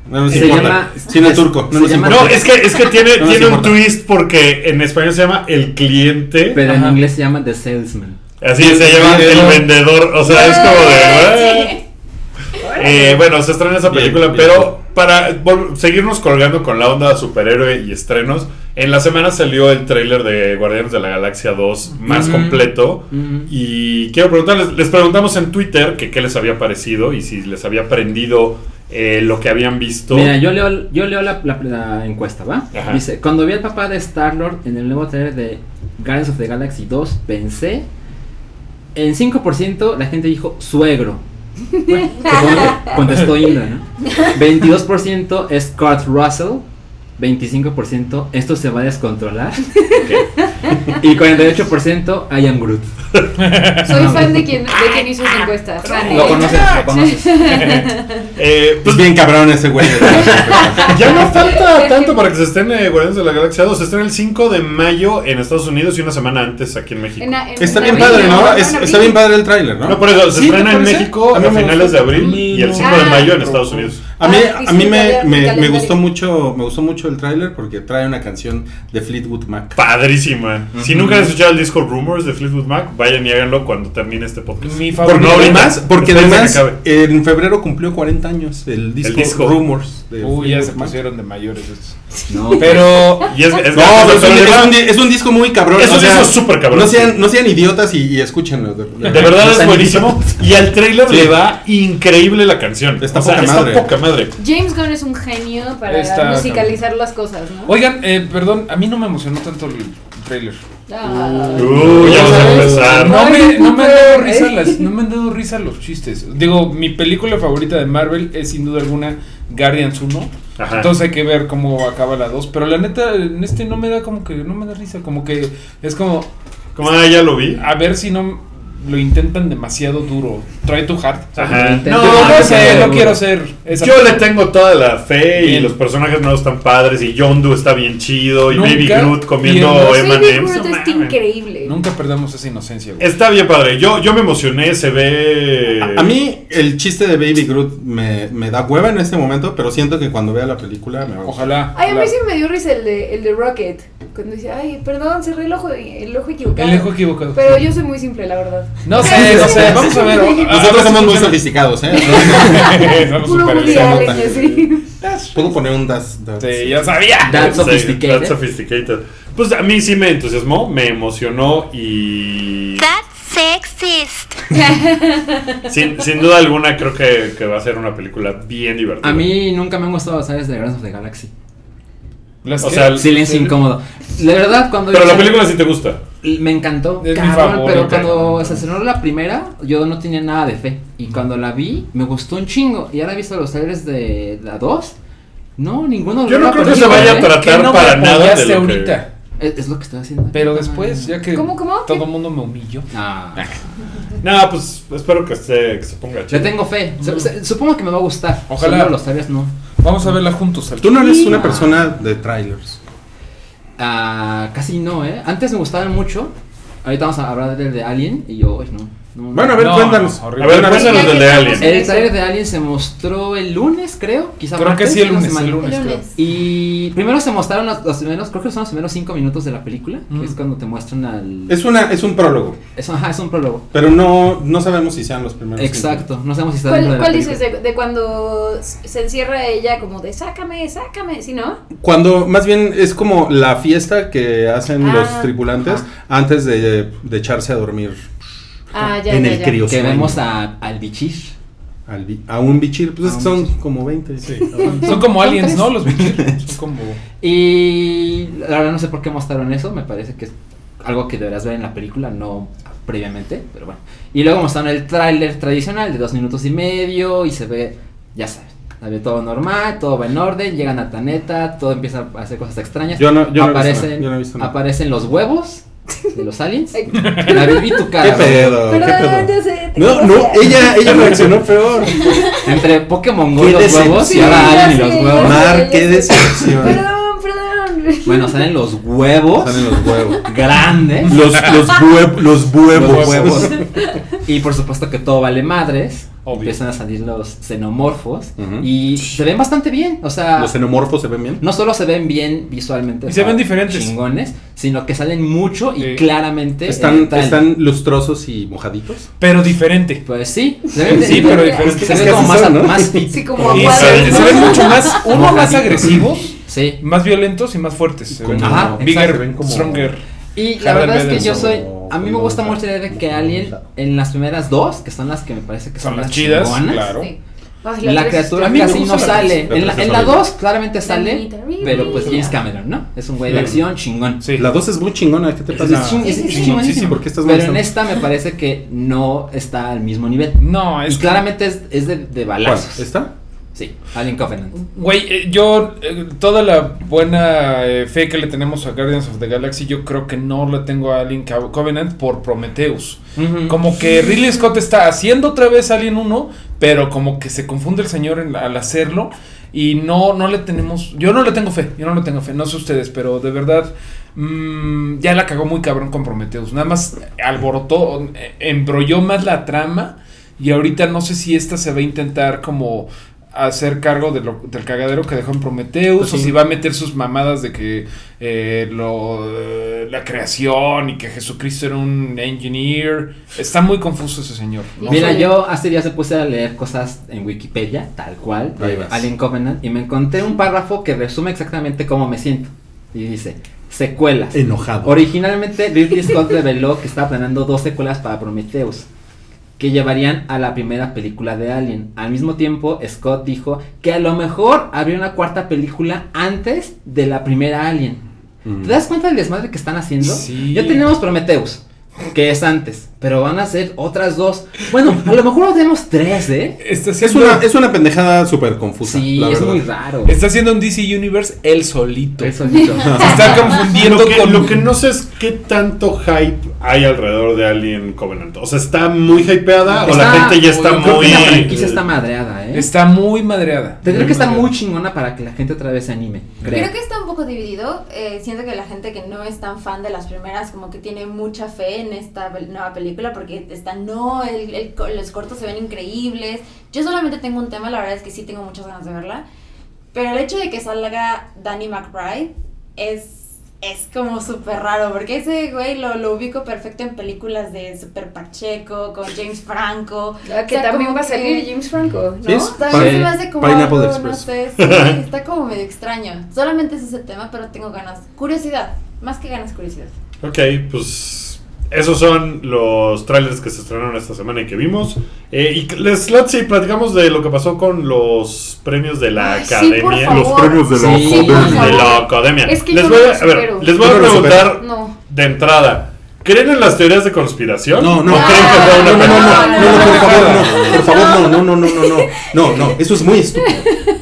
Speaker 7: No nos
Speaker 3: Se
Speaker 7: importa.
Speaker 3: llama-
Speaker 7: Cine
Speaker 3: se-
Speaker 7: turco.
Speaker 3: se
Speaker 7: No nos
Speaker 3: llama-
Speaker 7: importa.
Speaker 2: No, es que, es que tiene,
Speaker 7: No nos
Speaker 2: tiene un
Speaker 7: importa.
Speaker 2: twist porque en español se llama El Cliente.
Speaker 3: Pero
Speaker 6: Ajá.
Speaker 3: en inglés se llama The Salesman.
Speaker 2: Así se llama El
Speaker 6: Vendedor.
Speaker 2: Vendedor. O sea, es como
Speaker 4: Ah,
Speaker 2: de.
Speaker 5: Sí.
Speaker 2: Eh, bueno, se estrena esa
Speaker 7: Bien,
Speaker 2: película,
Speaker 7: bien.
Speaker 2: pero para vol- seguirnos colgando con la onda superhéroe y estrenos, en la semana salió el tráiler de Guardianes de la Galaxia 2 más
Speaker 6: Ujú.
Speaker 2: completo.
Speaker 3: Mm.
Speaker 2: Y quiero preguntarles, les preguntamos en Twitter que qué les había parecido y si les había aprendido eh, lo que habían visto.
Speaker 3: Mira, yo leo, yo leo la, la- la encuesta, ¿va?
Speaker 2: Ajá.
Speaker 3: Dice, cuando vi al papá de Star-Lord en el nuevo trailer de Guardians of the Galaxy 2, pensé, en 5% la gente dijo suegro. Que con- contestó Indra, ¿no? 22% es Kurt Russell. 25% esto se va a descontrolar. Y 48% I am Groot.
Speaker 4: Soy fan de quien, de quien hizo esa encuesta. Fan,
Speaker 3: Lo
Speaker 4: ¿eh?
Speaker 3: conoces, lo conoces.
Speaker 2: Eh,
Speaker 7: Es bien cabrón ese güey.
Speaker 2: Ya no falta tanto para que se estrene Guardianes de la Galaxia 2. Se estrena el 5 de mayo en Estados Unidos y una semana antes aquí en México.
Speaker 4: En a- en
Speaker 7: Está bien
Speaker 4: abril,
Speaker 7: padre, ¿no?
Speaker 4: en
Speaker 7: Es-
Speaker 4: abril.
Speaker 7: está bien padre el tráiler, ¿no?
Speaker 2: No, por eso, se
Speaker 6: Sí, ¿te
Speaker 2: estrena en
Speaker 6: parece?
Speaker 2: México
Speaker 6: A
Speaker 2: a
Speaker 6: mí me
Speaker 2: finales de
Speaker 6: gusta.
Speaker 2: abril y el 5 de
Speaker 4: Ah.
Speaker 2: mayo en Estados Unidos.
Speaker 7: A mí,
Speaker 5: Ah,
Speaker 7: a mí me,
Speaker 5: visita
Speaker 7: me- me
Speaker 5: calendario.
Speaker 7: gustó mucho, me gustó mucho el tráiler porque trae una canción de Fleetwood Mac.
Speaker 2: Padrísima. Si
Speaker 6: Ujú.
Speaker 2: nunca han escuchado el disco Rumors de Fleetwood Mac, vayan y háganlo cuando termine este podcast.
Speaker 6: Mi
Speaker 2: Por
Speaker 6: favorito.
Speaker 2: no ahorita.
Speaker 7: además, porque
Speaker 2: Después de que
Speaker 7: además
Speaker 2: acabe.
Speaker 7: en febrero cumplió 40 años el disco,
Speaker 2: disco.
Speaker 7: Rumors. de
Speaker 6: Uy, ya
Speaker 7: Fleetwood
Speaker 6: se
Speaker 7: Mac.
Speaker 6: pusieron de mayores estos.
Speaker 3: No,
Speaker 6: Pero
Speaker 2: Y es, es-
Speaker 7: No, pero
Speaker 2: pero
Speaker 7: es, un, es
Speaker 2: además,
Speaker 7: un di- es un disco muy cabrón.
Speaker 2: Es un
Speaker 7: o sea,
Speaker 2: disco súper cabrón.
Speaker 7: No sean, no sean idiotas y, y escúchenlo. De,
Speaker 2: De verdad
Speaker 7: no
Speaker 2: es
Speaker 7: sean
Speaker 2: buenísimo.
Speaker 7: idiotas.
Speaker 2: Y al trailer
Speaker 7: Sí.
Speaker 2: le va increíble la canción.
Speaker 7: Está
Speaker 2: O sea,
Speaker 7: poca madre.
Speaker 2: Está poca madre.
Speaker 4: James Gunn es un genio para
Speaker 6: Está-
Speaker 4: musicalizar las cosas, ¿no?
Speaker 6: Oigan, eh, perdón, a mí no me emocionó tanto el trailer.
Speaker 4: Ah.
Speaker 2: Uh, ya vamos a empezar.
Speaker 6: No me, no me han
Speaker 4: Ay,
Speaker 6: dado
Speaker 4: Cooper.
Speaker 6: risa las- no me han dado risa los chistes. Digo, mi película favorita de Marvel es sin duda alguna Guardians 1.
Speaker 2: Ajá.
Speaker 6: Entonces hay que ver cómo acaba la 2. Pero la neta, en este no me da como que, no me da risa. Como que es como,
Speaker 2: Como, ah, ya lo vi.
Speaker 6: a ver si no lo intentan demasiado duro. Try to hard.
Speaker 2: Ajá.
Speaker 3: Intento-
Speaker 6: No,
Speaker 2: No,
Speaker 6: no,
Speaker 2: no
Speaker 6: sé,
Speaker 2: sé.
Speaker 6: no quiero ser. esa
Speaker 2: Yo le
Speaker 6: persona.
Speaker 2: tengo toda la fe y
Speaker 6: Bien.
Speaker 2: los personajes nuevos están padres y Yondu está bien chido y
Speaker 6: Nunca
Speaker 2: Baby Groot comiendo
Speaker 6: pierdas-
Speaker 4: Baby
Speaker 2: M&M's.
Speaker 4: Groot
Speaker 2: No
Speaker 4: está
Speaker 2: mames.
Speaker 4: increíble.
Speaker 6: Nunca perdamos esa inocencia, güey.
Speaker 2: Está bien padre. Yo, yo me emocioné, se ve...
Speaker 7: A- A mí el chiste de Baby Groot me, me da hueva en este momento, pero siento que cuando vea la película me va a gustar.
Speaker 6: Ojalá.
Speaker 4: Ay, a mí
Speaker 6: ojalá.
Speaker 4: sí me dio risa el de, el de Rocket. Cuando dice, ay, perdón, cerré el ojo, el ojo equivocado.
Speaker 6: El ojo equivocado.
Speaker 4: Pero yo soy muy simple, la verdad.
Speaker 6: No sé, no sé. Vamos a ver.
Speaker 7: Nosotros somos muy
Speaker 6: felices
Speaker 7: sofisticados, ¿eh?
Speaker 6: Somos
Speaker 4: Puro
Speaker 6: super
Speaker 4: Woody
Speaker 7: se
Speaker 4: Allen,
Speaker 7: nota.
Speaker 4: así.
Speaker 7: Puedo poner un das. das?
Speaker 6: Sí, ya sabía.
Speaker 3: That's
Speaker 2: Sí,
Speaker 3: sophisticated.
Speaker 2: that's sophisticated. Pues a mí sí me entusiasmó, me emocionó y... Sin, sin duda alguna creo que, que va a ser una película bien divertida.
Speaker 3: a mí nunca me han gustado las áreas de Guardians of the Galaxy.
Speaker 6: Las
Speaker 2: O
Speaker 6: que-
Speaker 2: sea,
Speaker 3: Silencio incómodo. La verdad, cuando.
Speaker 2: Pero la película sí te gusta.
Speaker 3: Me encantó.
Speaker 6: Es mi
Speaker 3: cabrón,
Speaker 6: favorita.
Speaker 3: pero cuando se estrenó la primera, yo no tenía nada de fe. Y cuando la vi, me gustó un chingo. Y ahora he visto los trailers de la 2. No, ninguno
Speaker 2: Yo no
Speaker 3: la
Speaker 2: creo que se
Speaker 3: película,
Speaker 2: vaya a
Speaker 3: ¿eh?
Speaker 2: tratar-
Speaker 6: que no me
Speaker 2: para nada
Speaker 6: apoyaste
Speaker 2: de lo que-
Speaker 6: ahorita.
Speaker 3: Es, es lo que estoy haciendo.
Speaker 6: Pero después, ya que
Speaker 4: Mm. ¿Cómo, cómo?
Speaker 6: todo el mundo me humilló.
Speaker 3: Ah,
Speaker 2: No, pues espero que se, que se ponga
Speaker 3: le
Speaker 2: chido.
Speaker 3: tengo fe. Se- se- supongo que me va a gustar.
Speaker 6: Ojalá.
Speaker 3: Solo los trailers no.
Speaker 6: Vamos a verla juntos. Al...
Speaker 7: Tú no eres una persona de trailers.
Speaker 3: Ah, casi no, ¿eh? Antes me gustaban mucho. Ahorita vamos a hablar del de Alien. Y yo, uy, no.
Speaker 7: Bueno, a ver, cuéntanos.
Speaker 2: A ver,
Speaker 7: Cuéntanos.
Speaker 2: cuéntanos del de Alien.
Speaker 3: El trailer de Alien se mostró el lunes, creo. Quizá
Speaker 6: Creo que
Speaker 3: martes,
Speaker 6: sí, el
Speaker 3: una
Speaker 6: lunes.
Speaker 3: semana.
Speaker 6: El lunes,
Speaker 5: El
Speaker 6: creo.
Speaker 5: lunes.
Speaker 3: Y primero se mostraron los, los primeros, creo que son los primeros 5 minutos de la película,
Speaker 6: Mm.
Speaker 3: que es cuando te muestran al...
Speaker 7: Es, una, es un prólogo,
Speaker 3: es- ajá, es un prólogo.
Speaker 7: pero no, no sabemos si sean los primeros.
Speaker 3: Exacto, no sabemos si está dentro
Speaker 4: ¿Cuál,
Speaker 3: de la
Speaker 4: cuál
Speaker 3: película.
Speaker 4: dices? De, de cuando se encierra ella como de sácame, sácame, ¿sí no?
Speaker 7: cinco. Cuando, más bien, es como la fiesta que hacen
Speaker 4: Ah,
Speaker 7: los tripulantes antes de, de echarse a dormir
Speaker 4: Ah, ya,
Speaker 7: en
Speaker 4: ya,
Speaker 7: el
Speaker 4: ya.
Speaker 7: criosueño.
Speaker 3: Que vemos a, al bichir.
Speaker 7: Al bi- a un bichir, pues
Speaker 3: A
Speaker 7: es que
Speaker 3: un
Speaker 7: son
Speaker 6: Ah,
Speaker 3: bichir.
Speaker 7: como 20.
Speaker 6: Son como aliens, ¿no? Los Vikings. Son como.
Speaker 3: Y la verdad no sé por qué mostraron eso, me parece que es algo que deberás ver en la película, no previamente, pero bueno. Y luego mostraron el tráiler tradicional de dos minutos y medio y se ve, ya sabes, se ve todo normal, todo va en orden, llegan a Taneta, todo empieza a hacer cosas extrañas.
Speaker 7: Yo no- yo no he visto
Speaker 3: aparecen,
Speaker 7: nada, yo no he visto nada.
Speaker 3: aparecen los huevos de los aliens.
Speaker 4: Ay,
Speaker 3: David, vi tu
Speaker 7: ¿Qué
Speaker 3: cara. güey.
Speaker 7: pedo?
Speaker 4: Perdón,
Speaker 7: ¿Qué
Speaker 4: ya sé. te
Speaker 7: pedo? No, no,
Speaker 4: conocía.
Speaker 7: ella, ella reaccionó peor.
Speaker 3: Entre Pokémon Go
Speaker 7: Qué
Speaker 3: y los huevos y
Speaker 7: decepción.
Speaker 3: ahora Alien y los
Speaker 4: Sí,
Speaker 3: huevos.
Speaker 7: Mar, qué decepción.
Speaker 4: Perdón, perdón.
Speaker 3: Bueno, salen los huevos
Speaker 7: Están en los huevos.
Speaker 3: grandes.
Speaker 7: Los, los, huev- los huevos.
Speaker 6: Los huevos.
Speaker 3: Y por supuesto que todo vale madres.
Speaker 6: Obvio.
Speaker 3: Empiezan a salir los xenomorfos.
Speaker 7: Ujú.
Speaker 3: Y se ven bastante bien. O sea,
Speaker 7: ¿Los xenomorfos se ven bien?
Speaker 3: no solo se ven bien visualmente.
Speaker 6: Y
Speaker 3: o
Speaker 6: se
Speaker 3: sea,
Speaker 6: ven diferentes.
Speaker 3: Chingones. Sino que salen mucho y
Speaker 6: Sí.
Speaker 3: claramente. eh,
Speaker 7: ¿Están,
Speaker 3: entran-
Speaker 7: están lustrosos y mojaditos?
Speaker 6: Pero diferente.
Speaker 3: Pues sí. Se ven,
Speaker 6: Sí, pero diferentes.
Speaker 3: Se
Speaker 7: Es
Speaker 3: ven
Speaker 7: que
Speaker 3: como
Speaker 7: así
Speaker 3: más,
Speaker 7: son, ¿no?
Speaker 3: más fit.
Speaker 4: Sí, como
Speaker 6: Y
Speaker 4: aguado,
Speaker 6: se,
Speaker 4: ¿no?
Speaker 6: se ven mucho más. Uno más
Speaker 3: Mojaditos.
Speaker 6: agresivos,
Speaker 3: Sí.
Speaker 6: más violentos y más fuertes. se ven.
Speaker 3: Ajá,
Speaker 7: exacto.
Speaker 6: Bigger,
Speaker 7: Se ven como-
Speaker 6: stronger.
Speaker 3: Y la
Speaker 6: Harald
Speaker 3: verdad es que
Speaker 6: Benson
Speaker 3: yo soy.
Speaker 7: o
Speaker 3: A mí me
Speaker 7: como
Speaker 3: gusta
Speaker 7: Luca.
Speaker 3: mucho la idea de que
Speaker 7: Como
Speaker 3: Alien,
Speaker 7: Luca.
Speaker 3: en las primeras dos, que son las que me parece que son,
Speaker 6: Son las chidas.
Speaker 3: chingonas,
Speaker 6: Claro.
Speaker 4: Sí. Ay,
Speaker 3: La,
Speaker 4: tres
Speaker 3: criatura
Speaker 6: A mí me
Speaker 3: casi
Speaker 6: gusta
Speaker 3: no
Speaker 6: la
Speaker 3: sale.
Speaker 7: tres. La
Speaker 3: en la,
Speaker 7: tres
Speaker 3: en
Speaker 7: es
Speaker 3: la
Speaker 7: horrible.
Speaker 3: 2 claramente sale,
Speaker 4: Mamita, really.
Speaker 3: pero pues James Cameron, ¿no? Es un güey de
Speaker 6: Sí.
Speaker 3: acción chingón.
Speaker 6: Sí.
Speaker 7: La dos es muy chingona, ¿qué te
Speaker 6: Es
Speaker 7: pasa?
Speaker 3: Sí, sí,
Speaker 6: ching-
Speaker 3: sí,
Speaker 6: es
Speaker 3: buenísimo.
Speaker 6: chingoncísimo.
Speaker 7: ¿Por qué estás
Speaker 3: Pero en
Speaker 7: molestando?
Speaker 3: esta me parece que no está al mismo nivel.
Speaker 6: No, es
Speaker 3: Y claramente es, es de, de
Speaker 7: ¿Cuál?
Speaker 3: balazos.
Speaker 7: ¿Esta?
Speaker 3: Sí, Alien Covenant.
Speaker 6: Güey, eh, yo eh, toda la buena eh, fe que le tenemos a Guardians of the Galaxy, yo creo que no la tengo a Alien Co- Covenant por Prometheus.
Speaker 3: Ujú.
Speaker 6: Como que Ridley Scott está haciendo otra vez Alien 1, pero como que se confunde el señor en- al hacerlo y no no le tenemos, yo no le tengo fe, yo no le tengo fe, no sé ustedes, pero de verdad mm, ya la cagó muy cabrón con Prometheus. Nada más alborotó, eh, embrolló más la trama y ahorita no sé si esta se va a intentar como hacer cargo de lo- del cagadero que dejó en Prometheus
Speaker 7: Pues
Speaker 6: o
Speaker 7: sí.
Speaker 6: si va a meter sus mamadas de que eh, lo, eh, la creación y que Jesucristo era un engineer. Está muy confuso ese señor. ¿no?
Speaker 3: Mira,
Speaker 4: Ojalá.
Speaker 3: yo hace días se puse a leer cosas en Wikipedia, tal cual,
Speaker 7: Ahí
Speaker 3: de
Speaker 7: vas.
Speaker 3: Alien Covenant, y me encontré un párrafo que resume exactamente cómo me siento. Y dice, secuelas.
Speaker 7: Enojado.
Speaker 3: Originalmente, Ridley Scott reveló que estaba planeando dos secuelas para Prometheus, que llevarían a la primera película de Alien. Al mismo tiempo, Scott dijo que a lo mejor habría una cuarta película antes de la primera Alien.
Speaker 7: Mm.
Speaker 3: ¿Te das cuenta del desmadre que están haciendo?
Speaker 6: Sí.
Speaker 3: Ya tenemos Prometheus, que es antes, pero van a ser otras dos. Bueno, a lo mejor tenemos tres, ¿eh?
Speaker 6: Está
Speaker 7: Es
Speaker 6: haciendo,
Speaker 7: una, es una pendejada súper confusa.
Speaker 3: Sí,
Speaker 7: la
Speaker 3: es
Speaker 7: verdad.
Speaker 3: muy raro.
Speaker 6: está haciendo un DC Universe él solito.
Speaker 3: Estoy solito.
Speaker 6: Se está confundiendo
Speaker 2: Lo que,
Speaker 6: con
Speaker 2: lo que no sé es qué tanto hype hay alrededor de Alien Covenant. O sea, ¿está muy hypeada o la
Speaker 3: Está-
Speaker 2: gente ya está
Speaker 6: yo creo
Speaker 3: Creo
Speaker 2: muy...
Speaker 3: que la franquicia está madreada, ¿eh?
Speaker 6: Está muy madreada.
Speaker 3: Tendría
Speaker 6: Muy
Speaker 3: que estar
Speaker 6: madreada.
Speaker 3: muy chingona para que la gente otra vez se anime. Creo.
Speaker 5: Creo que está un poco dividido. eh, siento que la gente que no es tan fan de las primeras, como que tiene mucha fe en esta pel- nueva película, porque está, no, el- el co- los cortos se ven increíbles. Yo solamente tengo un tema, la verdad es que sí tengo muchas ganas de verla. Pero el hecho de que salga Danny McBride es. Es como súper raro, porque ese güey lo, lo ubico perfecto en películas de Super Pacheco, con James Franco.
Speaker 4: Ah, que
Speaker 5: O sea,
Speaker 4: también
Speaker 5: como
Speaker 4: va a salir
Speaker 5: que-
Speaker 4: James Franco, ¿no?
Speaker 7: Sí, es-
Speaker 5: También
Speaker 3: Sí.
Speaker 5: se me hace como
Speaker 7: Pineapple
Speaker 5: algo,
Speaker 7: Express.
Speaker 5: no sé, sí, está como medio extraño. Solamente es ese tema, pero tengo ganas. Curiosidad, más que ganas, curiosidad.
Speaker 2: Ok, pues esos son los trailers que se estrenaron esta semana y que vimos. Eh, y que- les let's see, platicamos de lo que pasó con los premios de la
Speaker 5: Ay, sí, por
Speaker 2: academia.
Speaker 5: favor. Los premios
Speaker 3: de la Sí, academia. por
Speaker 2: de la
Speaker 4: favor.
Speaker 2: academia.
Speaker 4: Es que
Speaker 2: les
Speaker 4: yo
Speaker 2: voy
Speaker 4: no
Speaker 2: a,
Speaker 4: lo
Speaker 2: a ver,
Speaker 4: supero.
Speaker 2: les voy a
Speaker 7: Yo no lo
Speaker 2: preguntar
Speaker 4: No.
Speaker 2: de entrada. ¿Creen en las teorías de conspiración?
Speaker 7: No, no,
Speaker 2: ¿O
Speaker 7: no,
Speaker 2: creen que fue una
Speaker 7: no, no, no,
Speaker 2: pendejada?
Speaker 7: no, no, por favor, no, por favor, no, no, no, no, no, no, no, eso es muy estúpido.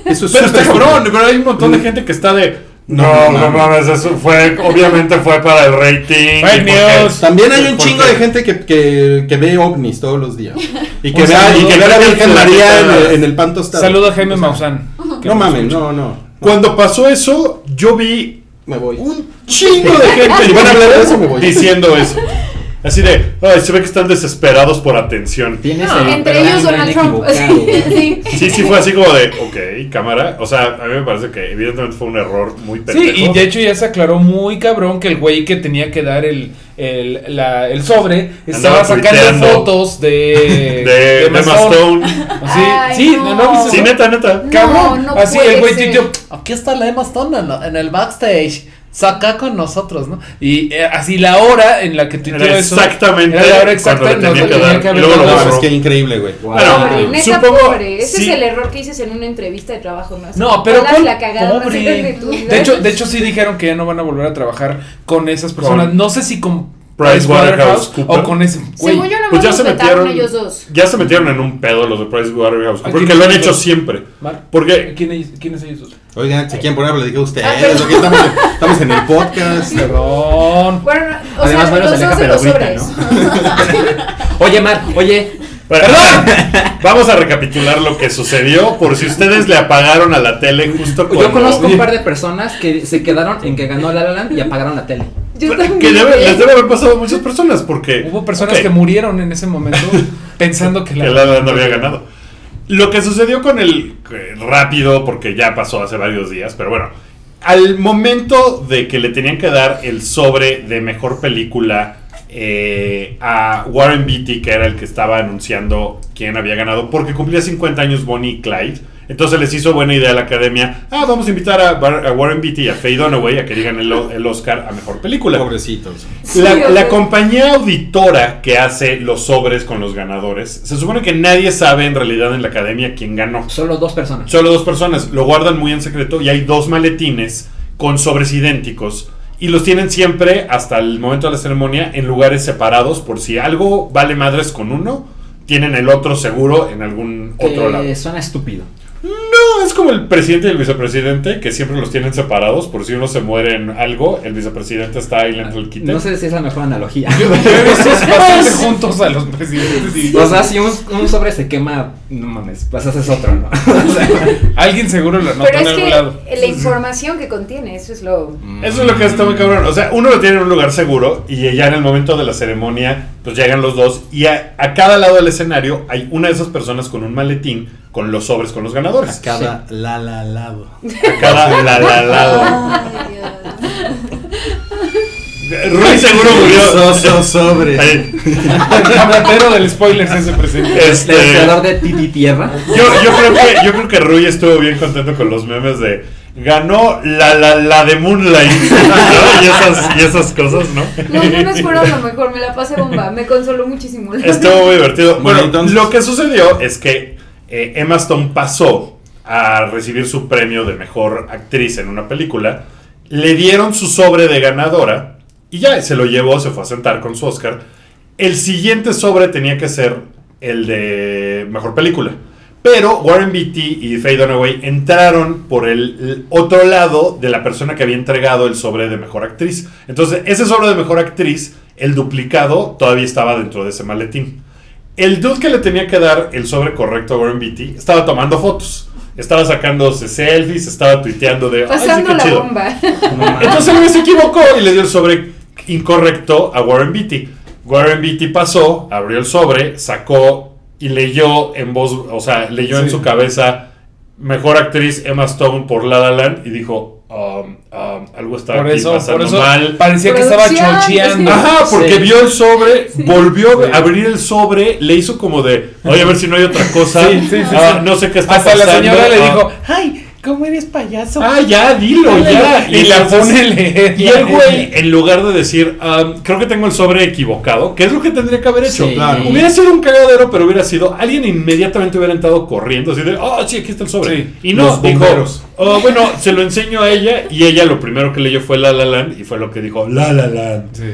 Speaker 7: Eso es
Speaker 2: Pero está
Speaker 7: súper
Speaker 2: cabrón,
Speaker 7: estúpido.
Speaker 2: pero hay un montón de gente que está de.
Speaker 7: No,
Speaker 2: No,
Speaker 7: no
Speaker 2: no mames, eso fue. Obviamente fue para el rating.
Speaker 6: Fake
Speaker 2: y porque-
Speaker 6: news.
Speaker 7: También hay un
Speaker 2: Eh, ¿Por
Speaker 7: chingo
Speaker 2: qué?
Speaker 7: de gente que, que, que ve ovnis todos los días. Y que
Speaker 6: Un
Speaker 7: ve, a- y
Speaker 6: saludo.
Speaker 7: que ve a la Virgen María en el, en el pan tostado.
Speaker 6: Saludo a Jaime Maussan. que nos
Speaker 7: No mames,
Speaker 6: escucha.
Speaker 7: no, no.
Speaker 2: Cuando pasó eso, yo vi
Speaker 7: Me voy.
Speaker 2: un chingo de gente
Speaker 7: Si van a hablar de eso, me voy.
Speaker 2: diciendo eso. Así de, ay, se ve que están desesperados por atención.
Speaker 3: Tienes
Speaker 4: No,
Speaker 3: el
Speaker 4: entre ellos
Speaker 3: plan
Speaker 4: Donald Trump.
Speaker 3: equivocado.
Speaker 4: Sí.
Speaker 2: Sí, sí, fue así como de, ok, cámara. O sea, a mí me parece que evidentemente fue un error muy
Speaker 6: Sí,
Speaker 2: pendejo.
Speaker 6: y de hecho ya se aclaró muy cabrón que el güey que tenía que dar el, el, la- el sobre estaba sacando
Speaker 2: tuiteando.
Speaker 6: fotos de,
Speaker 2: de,
Speaker 6: eh,
Speaker 2: de Emma Stone.
Speaker 6: Sí,
Speaker 4: Ay,
Speaker 6: sí, no,
Speaker 4: no.
Speaker 6: no,
Speaker 2: Sí,
Speaker 6: viste eso?
Speaker 2: neta, neta.
Speaker 6: Cabrón,
Speaker 4: No, no
Speaker 6: así el
Speaker 4: puede
Speaker 6: güey
Speaker 4: ser.
Speaker 6: tuiteó, aquí está la Emma Stone en, en el backstage, saca con nosotros, ¿no? Y eh, así la hora en la que tuiteó
Speaker 2: Era
Speaker 6: eso.
Speaker 2: exactamente
Speaker 6: era la hora exacta
Speaker 2: cuando le
Speaker 6: en la
Speaker 2: tenía que dar.
Speaker 6: haber
Speaker 2: Y luego lo
Speaker 6: dado.
Speaker 7: No,
Speaker 2: borró.
Speaker 7: es que increíble, güey.
Speaker 3: Wow.
Speaker 2: Bueno,
Speaker 4: Pobre, neta,
Speaker 2: Ah, supongo-
Speaker 4: pobre. Ese
Speaker 2: sí.
Speaker 4: es el error que dices en una entrevista de trabajo. No,
Speaker 6: No, pero
Speaker 4: Todas
Speaker 6: pon-
Speaker 4: la cagada más
Speaker 6: pobre.
Speaker 4: grande de tu vida.
Speaker 6: De hecho, de hecho sí dijeron que ya no van a volver a trabajar con esas personas.
Speaker 2: Con
Speaker 6: no sé si con
Speaker 2: PricewaterhouseCoopers.
Speaker 6: o con ese güey.
Speaker 4: Según yo, no
Speaker 2: Pues ya se metieron.
Speaker 4: ellos dos.
Speaker 2: Ya se metieron en un pedo los de Pricewaterhouse.
Speaker 6: Aquí
Speaker 2: Porque lo han hecho
Speaker 6: los-
Speaker 2: siempre.
Speaker 6: Mar,
Speaker 2: Porque
Speaker 6: ¿Quién es, quién es ellos?
Speaker 7: Oigan, si quieren poner, le dije a ustedes. ok, estamos, estamos en el podcast.
Speaker 6: Perdón.
Speaker 4: Bueno, o
Speaker 3: Además,
Speaker 4: sea,
Speaker 3: bueno,
Speaker 4: los
Speaker 3: se
Speaker 4: dos
Speaker 3: aleja,
Speaker 4: de
Speaker 3: pero
Speaker 4: los
Speaker 3: grita,
Speaker 4: sobres.
Speaker 3: ¿no? oye, Mar, oye.
Speaker 2: Bueno, Vamos a recapitular lo que sucedió por si ustedes le apagaron a la tele justo cuando...
Speaker 3: Yo conozco un par de personas que se quedaron en que ganó La La Land y apagaron la tele.
Speaker 4: Yo
Speaker 2: Que
Speaker 4: también.
Speaker 2: debe- les debe haber pasado a muchas personas porque...
Speaker 6: Hubo personas
Speaker 2: Ok,
Speaker 6: que murieron en ese momento pensando que
Speaker 2: que la
Speaker 6: la...
Speaker 2: Land había ganado. Lo que sucedió con el... eh, Rápido, porque ya pasó hace varios días, pero bueno. Al momento de que le tenían que dar el sobre de mejor película eh, a Warren Beatty, que era el que estaba anunciando quién había ganado, porque cumplía 50 años Bonnie y Clyde. Entonces les hizo buena idea a la academia. Ah, vamos a invitar a, Bar- a Warren Beatty y a Faye Dunaway a que digan el, o- el Oscar a mejor película.
Speaker 7: Pobrecitos.
Speaker 2: La,
Speaker 4: Sí, o
Speaker 2: la
Speaker 4: sea-
Speaker 2: compañía auditora que hace los sobres con los ganadores, se supone que nadie sabe en realidad en la academia quién ganó.
Speaker 3: Solo dos personas.
Speaker 2: Solo dos personas, lo guardan muy en secreto y hay dos maletines con sobres idénticos y los tienen siempre hasta el momento de la ceremonia en lugares separados por si algo vale madres con uno, tienen el otro seguro en algún
Speaker 3: Que
Speaker 2: otro lado.
Speaker 3: Eh, Suena estúpido.
Speaker 2: No, es como el presidente y el vicepresidente que siempre los tienen separados por si uno se muere en algo, el vicepresidente está ahí lento
Speaker 4: Ah,
Speaker 2: el quite.
Speaker 3: No sé si es la mejor analogía.
Speaker 6: Yo yo he visto bastante juntos a los presidentes y-
Speaker 3: O sea, si un, un sobre se quema, no mames, pues haces otro, ¿no? O sea,
Speaker 6: alguien seguro lo notó
Speaker 4: Pero
Speaker 6: en
Speaker 4: es
Speaker 6: algún
Speaker 4: que
Speaker 6: lado.
Speaker 4: la información que contiene, eso es lo.
Speaker 2: Eso es lo que está muy cabrón. O sea, uno lo tiene en un lugar seguro y ya en el momento de la ceremonia, pues llegan los dos y a, a cada lado del escenario hay una de esas personas con un maletín con los sobres con los ganadores.
Speaker 7: Cada la la lado.
Speaker 2: A cada la- la- lado.
Speaker 5: Ay, Dios.
Speaker 2: Rui seguro murió.
Speaker 7: So, so, sobre.
Speaker 2: Ay,
Speaker 6: Hablatero del spoiler ese presidente.
Speaker 3: El
Speaker 2: Este,
Speaker 3: creador de Titi Tierra.
Speaker 2: yo, yo creo que, yo creo que Rui estuvo bien contento con los memes de ganó la, la, la de Moonlight ¿no? y, esas, y esas cosas, ¿no?
Speaker 4: Los memes fueron lo mejor, me la pasé bomba, me consoló muchísimo.
Speaker 2: Estuvo muy divertido.
Speaker 7: Bueno,
Speaker 2: Bueno,
Speaker 7: entonces-
Speaker 2: lo que sucedió es que eh, Emma Stone pasó a recibir su premio de mejor actriz en una película. Le dieron su sobre de ganadora y ya se lo llevó, se fue a sentar con su Oscar. El siguiente sobre tenía que ser el de mejor película. Pero Warren Beatty y Faye Dunaway entraron por el, el otro lado de la persona que había entregado el sobre de mejor actriz. Entonces, ese sobre de mejor actriz, el duplicado, todavía estaba dentro de ese maletín. El dude que le tenía que dar el sobre correcto a Warren Beatty estaba tomando fotos. Estaba sacándose selfies, estaba tuiteando de... "Ay, sí, qué
Speaker 4: Pasando la
Speaker 2: chido".
Speaker 4: bomba.
Speaker 2: Entonces el güey se equivocó y le dio el sobre incorrecto a Warren Beatty. Warren Beatty pasó, abrió el sobre, sacó y leyó en voz, o sea, leyó en
Speaker 6: Sí.
Speaker 2: su cabeza mejor actriz Emma Stone por La La Land y dijo, um, um, algo está
Speaker 6: Por
Speaker 2: aquí
Speaker 6: eso, por
Speaker 2: pasando
Speaker 6: eso
Speaker 2: mal.
Speaker 6: parecía que estaba
Speaker 4: Producción,
Speaker 6: chocheando.
Speaker 2: Ajá, porque
Speaker 6: Sí.
Speaker 2: vio el sobre, volvió
Speaker 6: Sí.
Speaker 2: a abrir el sobre, le hizo como de, oye, a ver si no hay otra cosa.
Speaker 6: Sí, sí, sí,
Speaker 2: Ah,
Speaker 6: sí.
Speaker 2: No sé qué está
Speaker 6: Hasta
Speaker 2: pasando.
Speaker 6: la señora le
Speaker 2: Ah,
Speaker 6: dijo, ay, ¿cómo eres payaso?
Speaker 2: Ah, ya, dilo, ya.
Speaker 6: Y, la
Speaker 2: entonces-
Speaker 6: pone a leer.
Speaker 2: y el güey, en lugar de decir, "Ah, creo que tengo el sobre equivocado, que es lo que tendría que haber hecho.
Speaker 3: Sí.
Speaker 7: claro.
Speaker 2: Hubiera sido un cagadero, pero hubiera sido alguien inmediatamente hubiera entrado corriendo, así de, oh, sí, aquí está el sobre.
Speaker 6: Sí,
Speaker 2: Y no,
Speaker 7: los
Speaker 2: dijo,
Speaker 7: bomberos.
Speaker 2: "Oh, bueno, se lo enseño a ella, y ella lo primero que leyó fue La La Land, y fue lo que dijo, La La Land.
Speaker 6: Sí.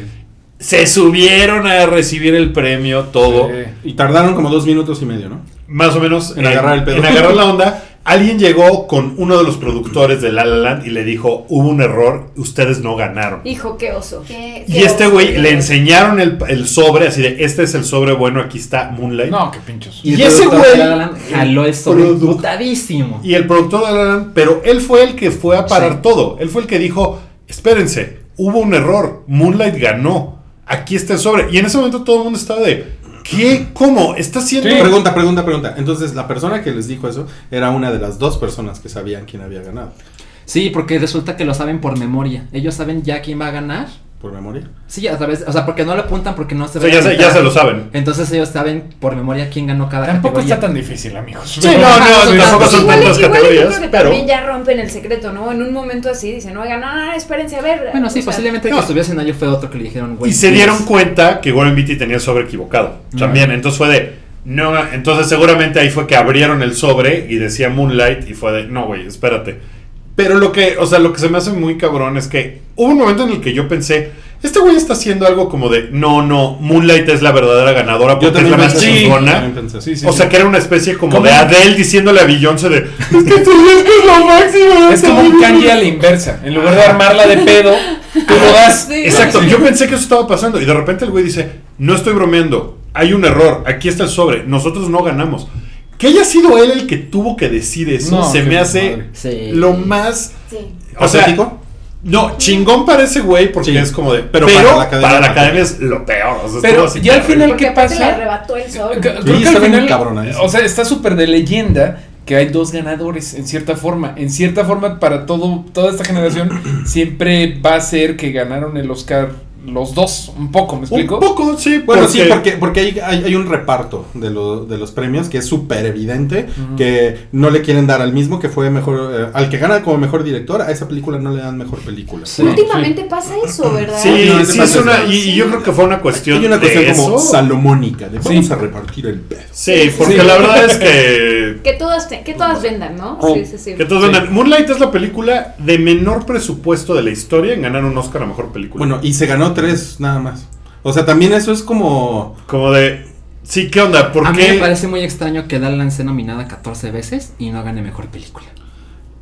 Speaker 2: Se subieron a recibir el premio, todo.
Speaker 7: Y tardaron como dos minutos y medio, ¿no?
Speaker 2: Más o menos.
Speaker 7: En agarrar el pedo.
Speaker 2: en agarrar la onda. Alguien llegó con uno de los productores de La La Land y le dijo, hubo un error, ustedes no ganaron.
Speaker 4: Hijo, qué oso.
Speaker 5: Qué-
Speaker 2: Y
Speaker 5: qué
Speaker 2: este güey le
Speaker 5: oso.
Speaker 2: enseñaron el, el sobre, así de, este es el sobre bueno, aquí está Moonlight.
Speaker 6: No, qué pinchos.
Speaker 2: Y ese
Speaker 3: productor
Speaker 2: güey-
Speaker 3: de La La Land jaló el sobre
Speaker 2: Produ-
Speaker 3: putadísimo.
Speaker 2: Y el productor de La La Land, pero él fue el que fue a parar
Speaker 3: Sí.
Speaker 2: todo. Él fue el que dijo, espérense, hubo un error, Moonlight ganó. aquí está el sobre. Y en ese momento todo el mundo estaba de, ¿qué? ¿Cómo? ¿Está haciendo?
Speaker 6: Sí.
Speaker 7: Pregunta, pregunta, pregunta. Entonces, la persona que les dijo eso era una de las dos personas que sabían quién había ganado.
Speaker 3: Sí, porque resulta que lo saben por memoria. Ellos saben ya quién va a ganar.
Speaker 7: Por memoria.
Speaker 3: Sí, a través, o sea, porque no lo apuntan porque no se
Speaker 2: O sea, ya, se, ya se lo saben.
Speaker 3: Entonces ellos saben por memoria quién ganó cada
Speaker 6: Tampoco
Speaker 3: categoría.
Speaker 6: está tan difícil, amigos.
Speaker 2: Sí, no, no, tampoco son
Speaker 4: Igual,
Speaker 2: tantas
Speaker 4: igual yo
Speaker 2: categorías,
Speaker 4: creo que
Speaker 2: pero...
Speaker 4: también ya rompen el secreto, ¿no? En un momento así dicen, oigan, ah, espérense, a ver.
Speaker 3: Bueno, sí,
Speaker 4: o sea,
Speaker 3: posiblemente
Speaker 2: no.
Speaker 3: que subió escenario fue otro que le dijeron, güey.
Speaker 2: Y se
Speaker 3: ¿quién
Speaker 2: dieron
Speaker 3: es?
Speaker 2: cuenta que Warren Beatty tenía el sobre equivocado. También, entonces fue de. No, entonces seguramente ahí fue que abrieron el sobre y decía Moonlight y fue de, no, güey, espérate. Pero lo que, o sea, lo que se me hace muy cabrón es que hubo un momento en el que yo pensé, este güey está haciendo algo como de, no, no, Moonlight es la verdadera ganadora porque es la más
Speaker 7: pensé eso,
Speaker 2: chingona.
Speaker 7: también pensé eso.
Speaker 6: Sí, sí,
Speaker 2: o
Speaker 6: sí.
Speaker 2: sea, que era una especie como
Speaker 6: Como-
Speaker 2: de Adele diciéndole a Beyoncé de, es que tú eres que es lo máximo.
Speaker 6: Es como un kanji a la inversa. En lugar de armarla de pedo, tú lo das.
Speaker 4: Sí.
Speaker 2: Exacto, yo pensé que eso estaba pasando y de repente el güey dice, no estoy bromeando, hay un error, aquí está el sobre, nosotros no ganamos. Que haya sido él el que tuvo que decir eso,
Speaker 6: No,
Speaker 2: se
Speaker 6: qué
Speaker 2: me hace
Speaker 6: madre.
Speaker 3: Sí.
Speaker 2: lo más...
Speaker 5: Sí.
Speaker 2: O sea,
Speaker 7: ¿Patético?
Speaker 2: no, chingón para ese güey porque
Speaker 7: Sí.
Speaker 2: es como de... Pero,
Speaker 7: Pero
Speaker 2: para la
Speaker 7: academia-
Speaker 2: academia, es lo peor. o sea,
Speaker 6: Pero
Speaker 2: estuvo así
Speaker 6: ya al
Speaker 2: terrible.
Speaker 6: final-
Speaker 4: Porque
Speaker 6: ¿qué
Speaker 4: aparte
Speaker 6: pasa?
Speaker 4: le arrebató el sol.
Speaker 6: Creo
Speaker 7: Sí,
Speaker 6: que
Speaker 7: está
Speaker 6: al
Speaker 7: bien
Speaker 6: final,
Speaker 7: cabrona esa.
Speaker 6: o sea, está súper de leyenda que hay dos ganadores, en cierta forma. En cierta forma, para todo, toda esta generación, siempre va a ser que ganaron el Oscar los dos, un poco, ¿me
Speaker 2: Un
Speaker 6: explico?
Speaker 2: poco, sí.
Speaker 7: Bueno, sí, porque, porque hay, hay, hay un reparto de, lo- de los premios que es súper evidente, que no le quieren dar al mismo que fue mejor, eh, al que gana como mejor director, a esa película no le dan mejor película.
Speaker 3: Sí.
Speaker 4: Últimamente pasa eso, ¿verdad?
Speaker 2: Sí,
Speaker 7: No,
Speaker 2: sí,
Speaker 7: te
Speaker 2: es
Speaker 7: pases,
Speaker 2: una...
Speaker 7: ¿no?
Speaker 2: Y, y yo creo que fue una cuestión...
Speaker 7: Hay una
Speaker 2: de
Speaker 7: cuestión como
Speaker 2: eso.
Speaker 7: salomónica, de
Speaker 6: Sí.
Speaker 7: vamos a repartir el pedo.
Speaker 2: Sí, porque
Speaker 6: Sí.
Speaker 2: la verdad es que...
Speaker 4: Que todas, te- que todas vendan, ¿no? Sí, sí, sí.
Speaker 2: Oh, Que todos vendan. Moonlight es la película de menor presupuesto de la historia en ganar un Oscar a mejor película.
Speaker 7: Bueno, y se ganó tres nada más. O sea, también eso es como...
Speaker 2: Como de. Sí, ¿qué onda? ¿Por
Speaker 3: a mí
Speaker 2: qué?
Speaker 3: me parece muy extraño que Darlan esté nominada 14 veces y no gane mejor película.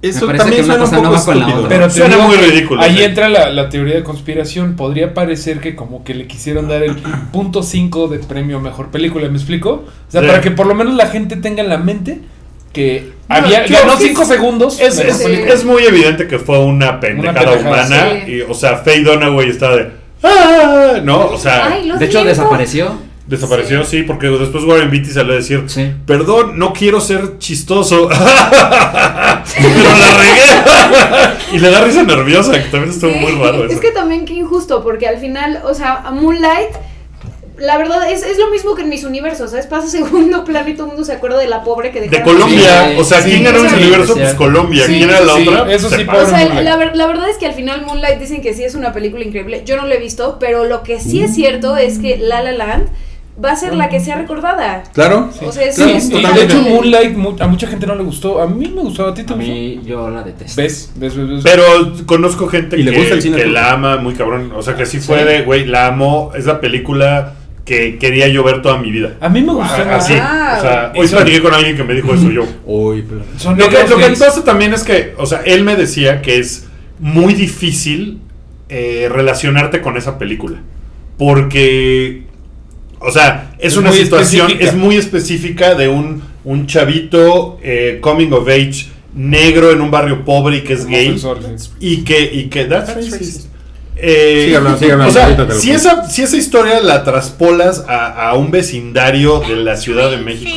Speaker 7: Eso
Speaker 3: parece
Speaker 7: también
Speaker 3: que una cosa no
Speaker 7: suena un poco
Speaker 3: va con la
Speaker 7: estúpido.
Speaker 3: otra.
Speaker 6: Pero te
Speaker 2: Suena
Speaker 6: digo
Speaker 2: muy
Speaker 6: que
Speaker 2: ridículo,
Speaker 6: Ahí
Speaker 2: sí.
Speaker 6: entra la, la teoría de conspiración. Podría parecer que como que le quisieron dar el punto 5 de premio a mejor película, ¿me explico? O sea,
Speaker 2: Sí.
Speaker 6: para que por lo menos la gente tenga en la mente que
Speaker 2: No,
Speaker 6: había
Speaker 2: claro,
Speaker 6: ganó
Speaker 2: sí,
Speaker 6: 5
Speaker 2: sí.
Speaker 6: segundos.
Speaker 2: Es,
Speaker 6: mejor
Speaker 2: es-
Speaker 6: película.
Speaker 2: es muy evidente que fue una pendejada,
Speaker 6: pendejada,
Speaker 2: humana.
Speaker 4: sí.
Speaker 2: Y, o sea, Faye Dunaway está de. "Ah", No, o sea,
Speaker 4: Ay, lo
Speaker 3: de hecho,
Speaker 4: siento.
Speaker 3: desapareció.
Speaker 2: desapareció, sí. porque después Warren Beatty salió a decir:
Speaker 3: Sí.
Speaker 2: Perdón, no quiero ser chistoso. Pero la regué. y le da risa nerviosa, que también estuvo
Speaker 4: Sí,
Speaker 2: muy raro.
Speaker 4: Es
Speaker 2: eso.
Speaker 4: que también qué injusto, porque al final, o sea, a Moonlight, la verdad es, es lo mismo que en mis universos, ¿sabes? Pasa a segundo plano y todo el mundo se acuerda de la pobre que
Speaker 2: De
Speaker 4: dejaron.
Speaker 2: Colombia,
Speaker 3: Sí,
Speaker 2: o sea,
Speaker 6: sí,
Speaker 2: ¿quién ganó
Speaker 4: sí,
Speaker 2: ese
Speaker 4: sí,
Speaker 2: universo?
Speaker 3: sí.
Speaker 2: Pues Colombia.
Speaker 6: Sí,
Speaker 2: ¿Quién era la
Speaker 6: sí,
Speaker 2: otra?
Speaker 6: eso sí,
Speaker 2: Sepa.
Speaker 6: pobre.
Speaker 4: O sea,
Speaker 6: Moonlight.
Speaker 4: la, ver- la verdad es que al final Moonlight dicen que sí es una película increíble. Yo no la he visto, pero lo que sí
Speaker 2: Mm.
Speaker 4: es cierto es que La La Land va a ser la que sea recordada.
Speaker 7: Claro.
Speaker 4: O sea, sí,
Speaker 6: Sí,
Speaker 4: es
Speaker 6: y de
Speaker 4: totalmente-
Speaker 6: hecho, Moonlight mu- a mucha gente no le gustó. A mí me gustó, a ti te
Speaker 3: A
Speaker 6: gustó.
Speaker 3: mí yo la detesto.
Speaker 6: ¿Ves? ¿Ves? ¿Ves? ¿Ves?
Speaker 2: Pero conozco gente
Speaker 7: Y le
Speaker 2: que,
Speaker 7: gusta el cine
Speaker 2: que
Speaker 7: turco.
Speaker 2: la ama muy cabrón. O sea, que sí fue
Speaker 3: Sí.
Speaker 2: de, güey, la amo. Es la película que quería yo ver toda mi vida.
Speaker 6: a mí me gustó.
Speaker 2: Ah, Así. O sea, hoy
Speaker 6: Eso-
Speaker 2: platiqué con alguien que me dijo eso yo.
Speaker 7: Hoy, pero-
Speaker 6: Son
Speaker 2: Lo que,
Speaker 6: ideas
Speaker 2: lo que
Speaker 6: gays.
Speaker 2: pasa también es que, o sea, él me decía que es muy difícil eh, relacionarte con esa película. Porque, o sea, es,
Speaker 6: Es
Speaker 2: una
Speaker 6: muy
Speaker 2: situación,
Speaker 6: específica.
Speaker 2: es muy específica de un, un chavito eh, coming of age negro en un barrio pobre y que es gay.
Speaker 6: Homosexual, sí.
Speaker 2: Y que, y que that's racist. Eh,
Speaker 7: Sigue hablando, sigue hablando,
Speaker 2: o sea,
Speaker 7: ahorita te lo
Speaker 2: si
Speaker 7: cuento.
Speaker 2: esa, si esa historia la traspolas a, a un vecindario de la Ciudad de México,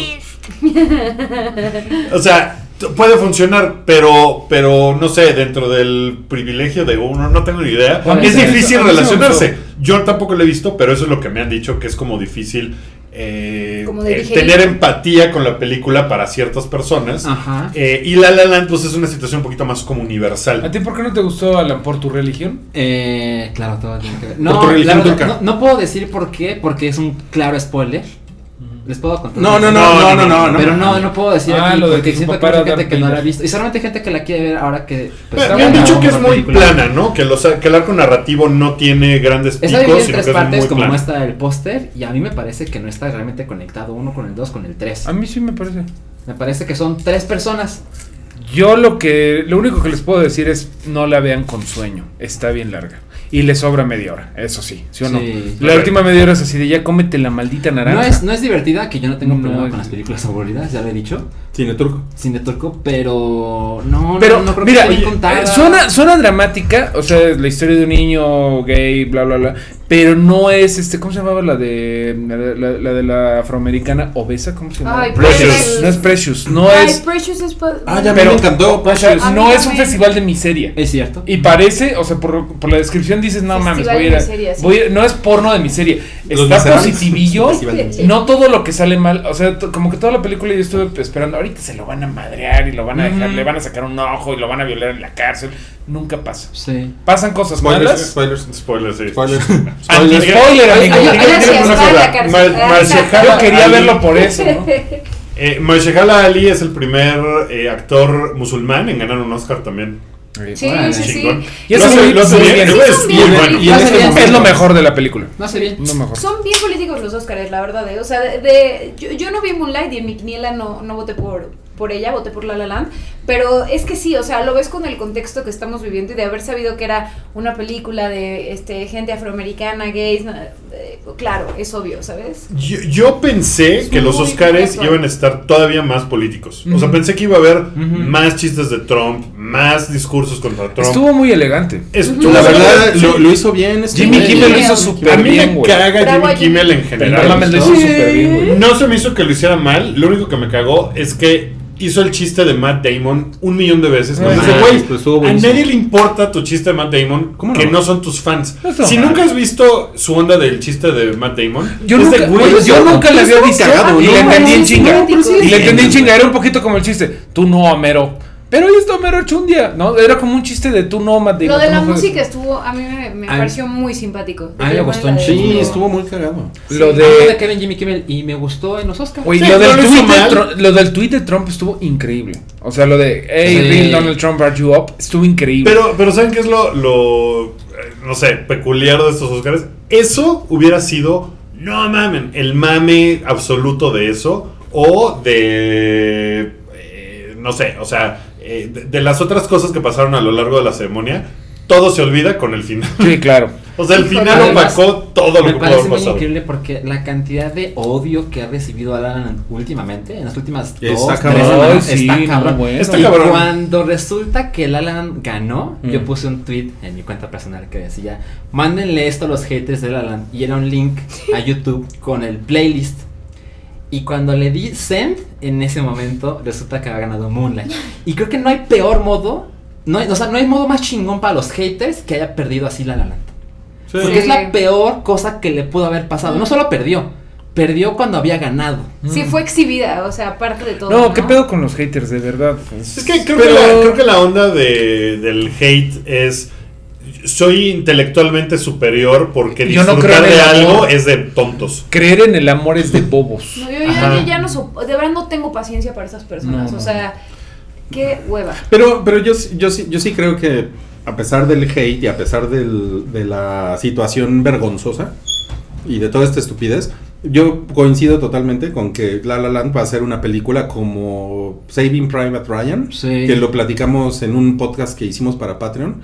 Speaker 2: o sea, t- puede funcionar, pero, pero no sé, dentro del privilegio de uno, no tengo ni idea.
Speaker 3: Bueno,
Speaker 2: es
Speaker 3: sí,
Speaker 2: difícil
Speaker 6: a mí sí me
Speaker 2: relacionarse. Yo tampoco lo he visto, pero eso es lo que me han dicho, que es como difícil eh,
Speaker 4: Como de
Speaker 2: eh,
Speaker 4: digerir.
Speaker 2: tener empatía con la película para ciertas personas.
Speaker 3: Ajá.
Speaker 2: Eh, y La La Land, pues es una situación un poquito más como universal.
Speaker 6: ¿A ti por qué no te gustó, Alan, por tu religión?
Speaker 3: Eh, claro, todo tiene que ver. No,
Speaker 7: Por tu religión
Speaker 3: la verdad,
Speaker 7: turca.
Speaker 3: no, no puedo decir por qué, porque es un claro spoiler. Les puedo contar.
Speaker 7: No, no, no,
Speaker 2: No,
Speaker 7: no,
Speaker 2: no,
Speaker 7: no, no.
Speaker 3: Pero no, no puedo decir
Speaker 6: Ah,
Speaker 3: aquí
Speaker 6: lo de
Speaker 3: porque
Speaker 6: que su
Speaker 3: siento que
Speaker 6: papá
Speaker 3: hay
Speaker 6: era
Speaker 3: gente que no
Speaker 6: Darth
Speaker 3: la ha visto. Y solamente gente que la quiere ver ahora que.
Speaker 2: Pero
Speaker 3: pues, está
Speaker 2: me han
Speaker 3: buena,
Speaker 2: dicho que es
Speaker 3: mejor
Speaker 2: muy
Speaker 3: película.
Speaker 2: plana, ¿no? Que, los, que el arco narrativo no tiene grandes picos,
Speaker 3: Está dividido en
Speaker 2: sino
Speaker 3: tres
Speaker 2: que es muy
Speaker 3: partes, como
Speaker 2: plano.
Speaker 3: muestra el póster, y a mí me parece que no está realmente conectado uno con el dos, con el tres.
Speaker 6: A mí sí me parece.
Speaker 3: Me parece que son tres personas.
Speaker 6: Yo lo que, lo único que les puedo decir es no la vean con sueño. Está bien larga. y le sobra media hora, eso sí, ¿sí o no?
Speaker 3: Sí.
Speaker 6: La última media hora es así de ya cómete la maldita naranja.
Speaker 3: No es, no es divertida, que yo no tengo
Speaker 6: No,
Speaker 3: problema
Speaker 6: es-
Speaker 3: con las películas aburridas, ya lo he dicho.
Speaker 7: Cine turco.
Speaker 3: Sin de turco, pero no,
Speaker 6: Pero,
Speaker 3: no, no creo
Speaker 6: mira,
Speaker 3: que esté bien
Speaker 6: oye,
Speaker 3: contada.
Speaker 6: eh, suena, suena dramática, o sea, es la historia de un niño gay, bla, bla, bla, pero no es, este, ¿cómo se llamaba la de la, la- la de la afroamericana obesa? ¿Cómo se llamaba?
Speaker 4: Ay,
Speaker 2: Precious.
Speaker 6: No es Precious, no
Speaker 4: Ay,
Speaker 6: es,
Speaker 4: Precious es pa-
Speaker 7: Ah, ya
Speaker 6: me- Pero-
Speaker 7: me encantó.
Speaker 6: o sea,
Speaker 4: A mí
Speaker 6: no es un
Speaker 4: también.
Speaker 6: festival de miseria.
Speaker 3: Es cierto.
Speaker 6: Y parece, o sea, por, por la descripción dices, no
Speaker 4: Festival
Speaker 6: mames, voy a
Speaker 4: de
Speaker 6: ir a-
Speaker 4: miseria, sí.
Speaker 6: voy a ir- no es porno de miseria,
Speaker 7: Los
Speaker 6: está
Speaker 7: Miserables.
Speaker 6: positivillo,
Speaker 7: Festival de
Speaker 4: Sí.
Speaker 6: no todo lo que sale mal, o sea, to- como que toda la película yo estuve esperando, ahorita se lo van a madrear y lo van a dejar,
Speaker 3: Ujú.
Speaker 6: le van a sacar un ojo y lo van a violar en la cárcel, nunca pasa.
Speaker 3: Sí.
Speaker 6: Pasan cosas
Speaker 7: Spoilers,
Speaker 6: malas.
Speaker 7: spoilers,
Speaker 2: Spoilers, sí. Ah,
Speaker 7: spoilers.
Speaker 6: Anti-
Speaker 7: spoilers.
Speaker 6: spoiler,
Speaker 4: Ay,
Speaker 6: amigo.
Speaker 4: ay,
Speaker 2: Díganme
Speaker 4: gracias,
Speaker 2: una
Speaker 4: va a
Speaker 2: cosa,
Speaker 4: la cárcel.
Speaker 2: Mar-
Speaker 4: Ah,
Speaker 2: Marcial-
Speaker 6: Yo quería
Speaker 2: Ali-
Speaker 6: verlo por eso, ¿no?
Speaker 2: Eh, Mahershala Ali es el primer eh, actor musulmán en ganar un Oscar también.
Speaker 4: Sí,
Speaker 3: Órale.
Speaker 4: sí,
Speaker 2: Chingón.
Speaker 4: sí.
Speaker 6: Y eso
Speaker 2: Lo hace-
Speaker 6: muy-
Speaker 2: lo hace
Speaker 6: muy
Speaker 2: bien.
Speaker 6: bien. Sí,
Speaker 2: Es
Speaker 4: son
Speaker 2: muy
Speaker 4: bien
Speaker 2: bueno.
Speaker 7: Y en
Speaker 3: Pasa
Speaker 7: este
Speaker 3: bien.
Speaker 7: momento-
Speaker 6: Es lo mejor de la película.
Speaker 3: No sé bien.
Speaker 6: Lo mejor.
Speaker 4: Son bien políticos los Óscares, la verdad, eh. O sea, de, de- yo, yo no vi Moonlight y en McNiela no, no voté por, por ella, voté por La La Land. Pero es que sí, o sea, lo ves con el contexto que estamos viviendo y de haber sabido que era una película de este, gente afroamericana, gays. na- eh, claro, es obvio, ¿sabes?
Speaker 2: Yo, yo pensé
Speaker 4: Es
Speaker 2: que los
Speaker 4: muy
Speaker 2: Oscars
Speaker 4: curioso.
Speaker 2: iban a estar todavía más políticos. O sea,
Speaker 6: Ujú.
Speaker 2: pensé que iba a haber más chistes de Trump, más discursos contra Trump.
Speaker 6: Estuvo muy elegante.
Speaker 2: Estuvo-
Speaker 7: La verdad,
Speaker 2: sí.
Speaker 7: lo, lo hizo bien. este
Speaker 6: Jimmy
Speaker 7: güey.
Speaker 6: Kimmel lo hizo
Speaker 2: a
Speaker 6: súper
Speaker 2: mí
Speaker 6: bien,
Speaker 2: me
Speaker 6: güey.
Speaker 2: caga
Speaker 4: Bravo,
Speaker 2: Jimmy
Speaker 4: Jimmy.
Speaker 2: Kimmel en
Speaker 6: El
Speaker 2: general.
Speaker 6: programa lo hizo
Speaker 2: ¿no?
Speaker 6: súper bien, güey.
Speaker 2: No se me hizo que lo hiciera mal, lo único que me cagó es que hizo el chiste de Matt Damon un millón de veces.
Speaker 6: Ah,
Speaker 2: Nos dice,
Speaker 7: mames,
Speaker 2: güey,
Speaker 7: pues estuvo
Speaker 2: a
Speaker 7: buenísimo".
Speaker 2: nadie le importa tu chiste de Matt Damon,
Speaker 7: ¿Cómo no?
Speaker 2: que no son tus fans.
Speaker 6: No está
Speaker 2: si
Speaker 6: mal.
Speaker 2: nunca has visto su onda del chiste de Matt Damon,
Speaker 6: Yo
Speaker 2: es de,
Speaker 6: nunca,
Speaker 2: güey,
Speaker 6: oye, yo
Speaker 2: no,
Speaker 6: nunca la había
Speaker 7: estuvo
Speaker 6: visto
Speaker 7: cagado,
Speaker 6: y
Speaker 7: ¿no?
Speaker 6: le entendí en
Speaker 4: Sí,
Speaker 6: chinga.
Speaker 4: sí, sí,
Speaker 6: Y le entendí en
Speaker 7: sí.
Speaker 6: chinga. Era un poquito como el chiste. Tú no, Homero. Pero ahí está Homero Chundia. No, era como un chiste de tú no, Mateo.
Speaker 4: lo de la música estuvo, a mí me, me
Speaker 3: Ay.
Speaker 4: pareció muy simpático.
Speaker 3: A mí me gustó un
Speaker 4: La de-
Speaker 3: chingo.
Speaker 7: Sí, estuvo muy cagado.
Speaker 6: Lo
Speaker 3: Hablando Ah, de
Speaker 6: de.
Speaker 3: Kevin Jimmy Kimmel y me gustó en los Oscars.
Speaker 6: Güey,
Speaker 2: Sí,
Speaker 6: lo,
Speaker 2: no
Speaker 6: del
Speaker 2: lo hizo
Speaker 6: tweet de
Speaker 2: mal.
Speaker 6: Tru- lo del tweet de Trump estuvo increíble. O sea, lo de Hey,
Speaker 3: Sí.
Speaker 6: real Donald Trump, are you up? Estuvo increíble.
Speaker 2: Pero, pero ¿saben qué es lo, lo, eh, no sé, peculiar de estos Oscars? Eso hubiera sido, no mamen, el mame absoluto de eso o de, eh, no sé, o sea, eh, de, de las otras cosas que pasaron a lo largo de la ceremonia, todo se olvida con el final.
Speaker 6: sí, claro.
Speaker 2: O sea, el
Speaker 4: Híjole,
Speaker 2: final
Speaker 3: además,
Speaker 2: opacó todo lo
Speaker 3: Me
Speaker 2: que pudo
Speaker 3: parece
Speaker 2: haber
Speaker 3: muy
Speaker 2: pasado.
Speaker 3: increíble porque la cantidad de odio que ha recibido Alan últimamente, en las últimas
Speaker 7: Está
Speaker 3: dos, tres
Speaker 7: cabrón.
Speaker 3: semanas,
Speaker 6: Ay, sí, no,
Speaker 3: está cabrón.
Speaker 6: bueno.
Speaker 2: Está
Speaker 3: y
Speaker 2: cabrón. Mm.
Speaker 3: cuando resulta que el Alan ganó, yo puse un tweet en mi cuenta personal que decía, mándenle esto a los haters del Alan. Y era un link a YouTube con el playlist. Y cuando le di send, en ese momento resulta que había ganado Moonlight. Y creo que no hay peor modo, no hay- o sea, no hay modo más chingón para los haters que haya perdido así la Alan. Porque es la peor cosa que le pudo haber pasado. No solo perdió, perdió cuando había ganado.
Speaker 4: Sí, fue exhibida, o sea, aparte de todo.
Speaker 6: No, qué pedo con los haters, de verdad.
Speaker 2: Es que creo,
Speaker 6: Pero-
Speaker 2: que, la, creo que la onda de, del hate es... Soy intelectualmente superior porque
Speaker 6: Yo no
Speaker 2: disfrutar
Speaker 6: creo en
Speaker 2: de
Speaker 6: el
Speaker 2: algo
Speaker 6: amor.
Speaker 2: es de tontos.
Speaker 6: Creer en el amor es de bobos.
Speaker 4: No, yo, yo-
Speaker 2: Ajá.
Speaker 4: yo ya no sopo- de verdad no tengo paciencia para esas personas,
Speaker 6: No,
Speaker 4: o
Speaker 6: no.
Speaker 4: sea, qué hueva.
Speaker 7: Pero, pero yo, sí- yo, sí- yo sí creo que a pesar del hate y a pesar del- de la situación vergonzosa y de toda esta estupidez, yo coincido totalmente con que La La Land va a ser una película como Saving Private Ryan,
Speaker 3: Sí.
Speaker 7: que lo platicamos en un podcast que hicimos para Patreon.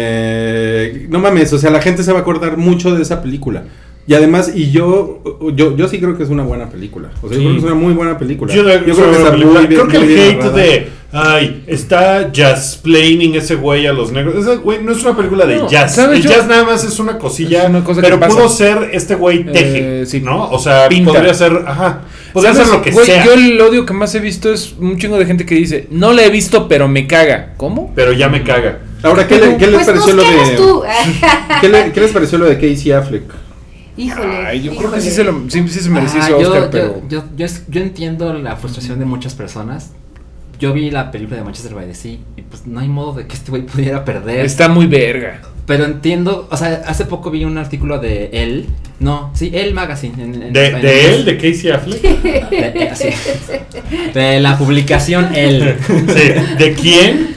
Speaker 7: Eh, no mames, o sea, la gente se va a acordar mucho de esa película. Y además, y yo, yo, yo sí creo que es una buena película. O sea, yo creo que es una muy buena película.
Speaker 2: Yo, creo que,
Speaker 7: está muy bien-
Speaker 2: creo que
Speaker 7: muy
Speaker 2: el
Speaker 7: bien
Speaker 2: hate
Speaker 7: narrada.
Speaker 2: de. Ay, está jazzplaining ese güey a los negros. Ese güey no es una película de
Speaker 6: No,
Speaker 2: jazz.
Speaker 6: ¿sabes?
Speaker 2: El
Speaker 6: Yo-
Speaker 2: jazz nada más es una cosilla.
Speaker 6: Es una cosa
Speaker 2: pero
Speaker 6: que pasa.
Speaker 2: pudo ser este güey teje.
Speaker 6: Eh, sí.
Speaker 2: ¿No? O sea,
Speaker 6: Pinta.
Speaker 2: podría ser. Ajá. Podría ser
Speaker 6: ¿Sabes?
Speaker 2: lo que
Speaker 6: Güey,
Speaker 2: sea.
Speaker 6: Yo el odio que más he visto es un chingo de gente que dice, no la he visto, pero me caga. ¿Cómo?
Speaker 2: Pero ya me caga.
Speaker 7: Ahora, ¿qué, le- qué les
Speaker 4: pues
Speaker 7: pareció
Speaker 4: nos
Speaker 7: lo
Speaker 4: quedas
Speaker 7: de.?
Speaker 4: tú.
Speaker 7: ¿Qué, le- qué les pareció lo de Casey Affleck?
Speaker 4: híjole.
Speaker 6: Ay, yo creo
Speaker 4: híjole.
Speaker 6: que sí se, lo, sí, sí se merecía
Speaker 3: Ah,
Speaker 6: ese
Speaker 3: yo,
Speaker 6: Oscar,
Speaker 3: yo-
Speaker 6: pero...
Speaker 3: yo, yo es- yo entiendo la frustración de muchas personas. Yo vi la película de Manchester by the Sea y pues no hay modo de que este güey pudiera perder.
Speaker 6: Está muy verga.
Speaker 3: Pero entiendo, o sea, hace poco vi un artículo de él. No, sí, él magazine. en- en-
Speaker 2: De,
Speaker 3: en-
Speaker 2: de él, de Casey Affleck.
Speaker 3: de- eh, sí. De la publicación él.
Speaker 2: Sí. ¿De quién?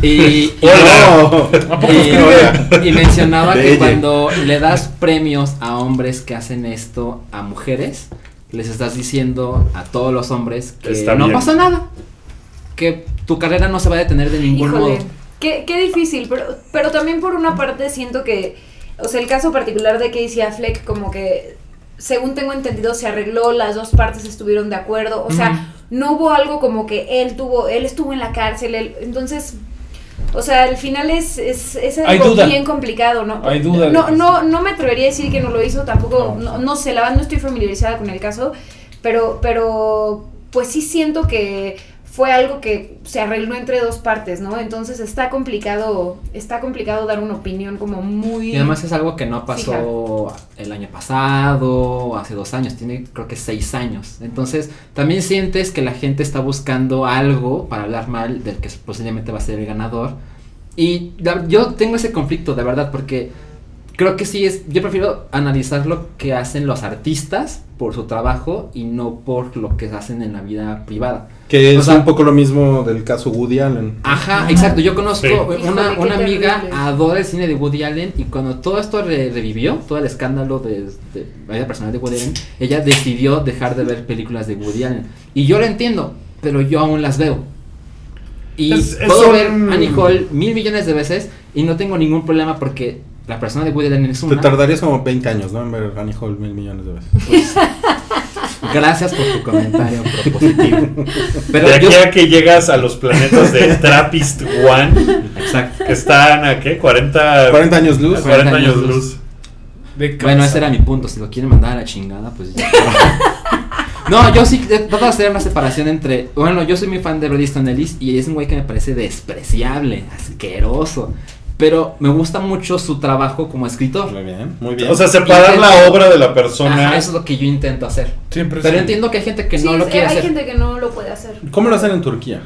Speaker 3: Y, y-
Speaker 2: Hola.
Speaker 3: Y, y mencionaba
Speaker 7: De
Speaker 3: que
Speaker 7: ella.
Speaker 3: cuando le das premios a hombres que hacen esto a mujeres, les estás diciendo a todos los hombres que
Speaker 2: Está
Speaker 3: no
Speaker 2: bien.
Speaker 3: pasa nada. Que tu carrera no se va a detener de ningún
Speaker 4: Híjole.
Speaker 3: modo.
Speaker 4: Qué, qué difícil, pero, pero también por una parte siento que, o sea, el caso particular de Casey Affleck, como que, según tengo entendido, se arregló, las dos partes estuvieron de acuerdo, o sea, no hubo algo como que él tuvo, él estuvo en la cárcel, él- entonces, o sea, al final es, es, es
Speaker 6: Hay
Speaker 4: algo
Speaker 6: duda.
Speaker 4: bien complicado, ¿no?
Speaker 6: Hay duda de
Speaker 4: No,
Speaker 6: que sí.
Speaker 4: no, no me atrevería a decir que no lo hizo, tampoco,
Speaker 6: No.
Speaker 4: no, no sé, la verdad no estoy familiarizada con el caso, pero, pero pues sí siento que fue algo que se arregló entre dos partes, ¿no? Entonces está complicado, está complicado dar una opinión como muy...
Speaker 3: Y además es algo que no pasó el año pasado, o hace dos años, tiene creo que seis años. Entonces, también sientes que la gente está buscando algo para hablar mal del que posiblemente va a ser el ganador. Y la- yo tengo ese conflicto, de verdad, porque creo que sí es. Yo prefiero analizar lo que hacen los artistas por su trabajo y no por lo que hacen en la vida privada.
Speaker 7: Que
Speaker 3: O
Speaker 7: es
Speaker 3: sea-
Speaker 7: un poco lo mismo del caso Woody Allen.
Speaker 3: Ajá, exacto. Yo conozco
Speaker 2: Sí.
Speaker 3: una,
Speaker 4: Híjole,
Speaker 3: una
Speaker 4: qué
Speaker 3: amiga,
Speaker 4: terrible.
Speaker 3: adora el cine de Woody Allen y cuando todo esto re- revivió, todo el escándalo de, de la vida personal de Woody Allen, ella decidió dejar de ver películas de Woody Allen. Y yo lo entiendo, pero yo aún las veo. Y
Speaker 2: Es- es
Speaker 3: puedo
Speaker 2: un-
Speaker 3: ver Annie Hall mil millones de veces y no tengo ningún problema porque la persona de Woody Allen es
Speaker 7: Te
Speaker 3: una.
Speaker 7: tardarías como 20 años, ¿no? En ver Annie Hall mil millones de veces.
Speaker 3: Gracias por tu comentario propositivo. Pero
Speaker 2: de aquí
Speaker 3: yo.
Speaker 2: a que llegas a los planetas de Trappist One,
Speaker 3: Exacto.
Speaker 2: que están a qué, 40,
Speaker 7: 40 años luz.
Speaker 2: a 40 años
Speaker 3: luz.
Speaker 2: luz.
Speaker 6: De
Speaker 3: Bueno,
Speaker 6: casa.
Speaker 3: ese era mi punto. Si lo quieren mandar a la chingada, pues ya. No, yo sí eh, trato de hacer una separación entre. Bueno, yo soy muy fan de Brody Easton Ellis y es un güey que me parece despreciable, asqueroso. Pero me gusta mucho su trabajo como escritor.
Speaker 7: Muy bien, muy bien.
Speaker 2: O sea, separar la obra de la persona.
Speaker 3: Ajá, eso es lo que yo intento hacer.
Speaker 6: Siempre
Speaker 3: Pero
Speaker 6: sí.
Speaker 3: entiendo que hay gente que
Speaker 4: Sí,
Speaker 3: no lo
Speaker 4: es-
Speaker 3: quiere
Speaker 4: hay
Speaker 3: hacer.
Speaker 4: gente que no lo puede hacer.
Speaker 7: ¿Cómo lo hacen en Turquía?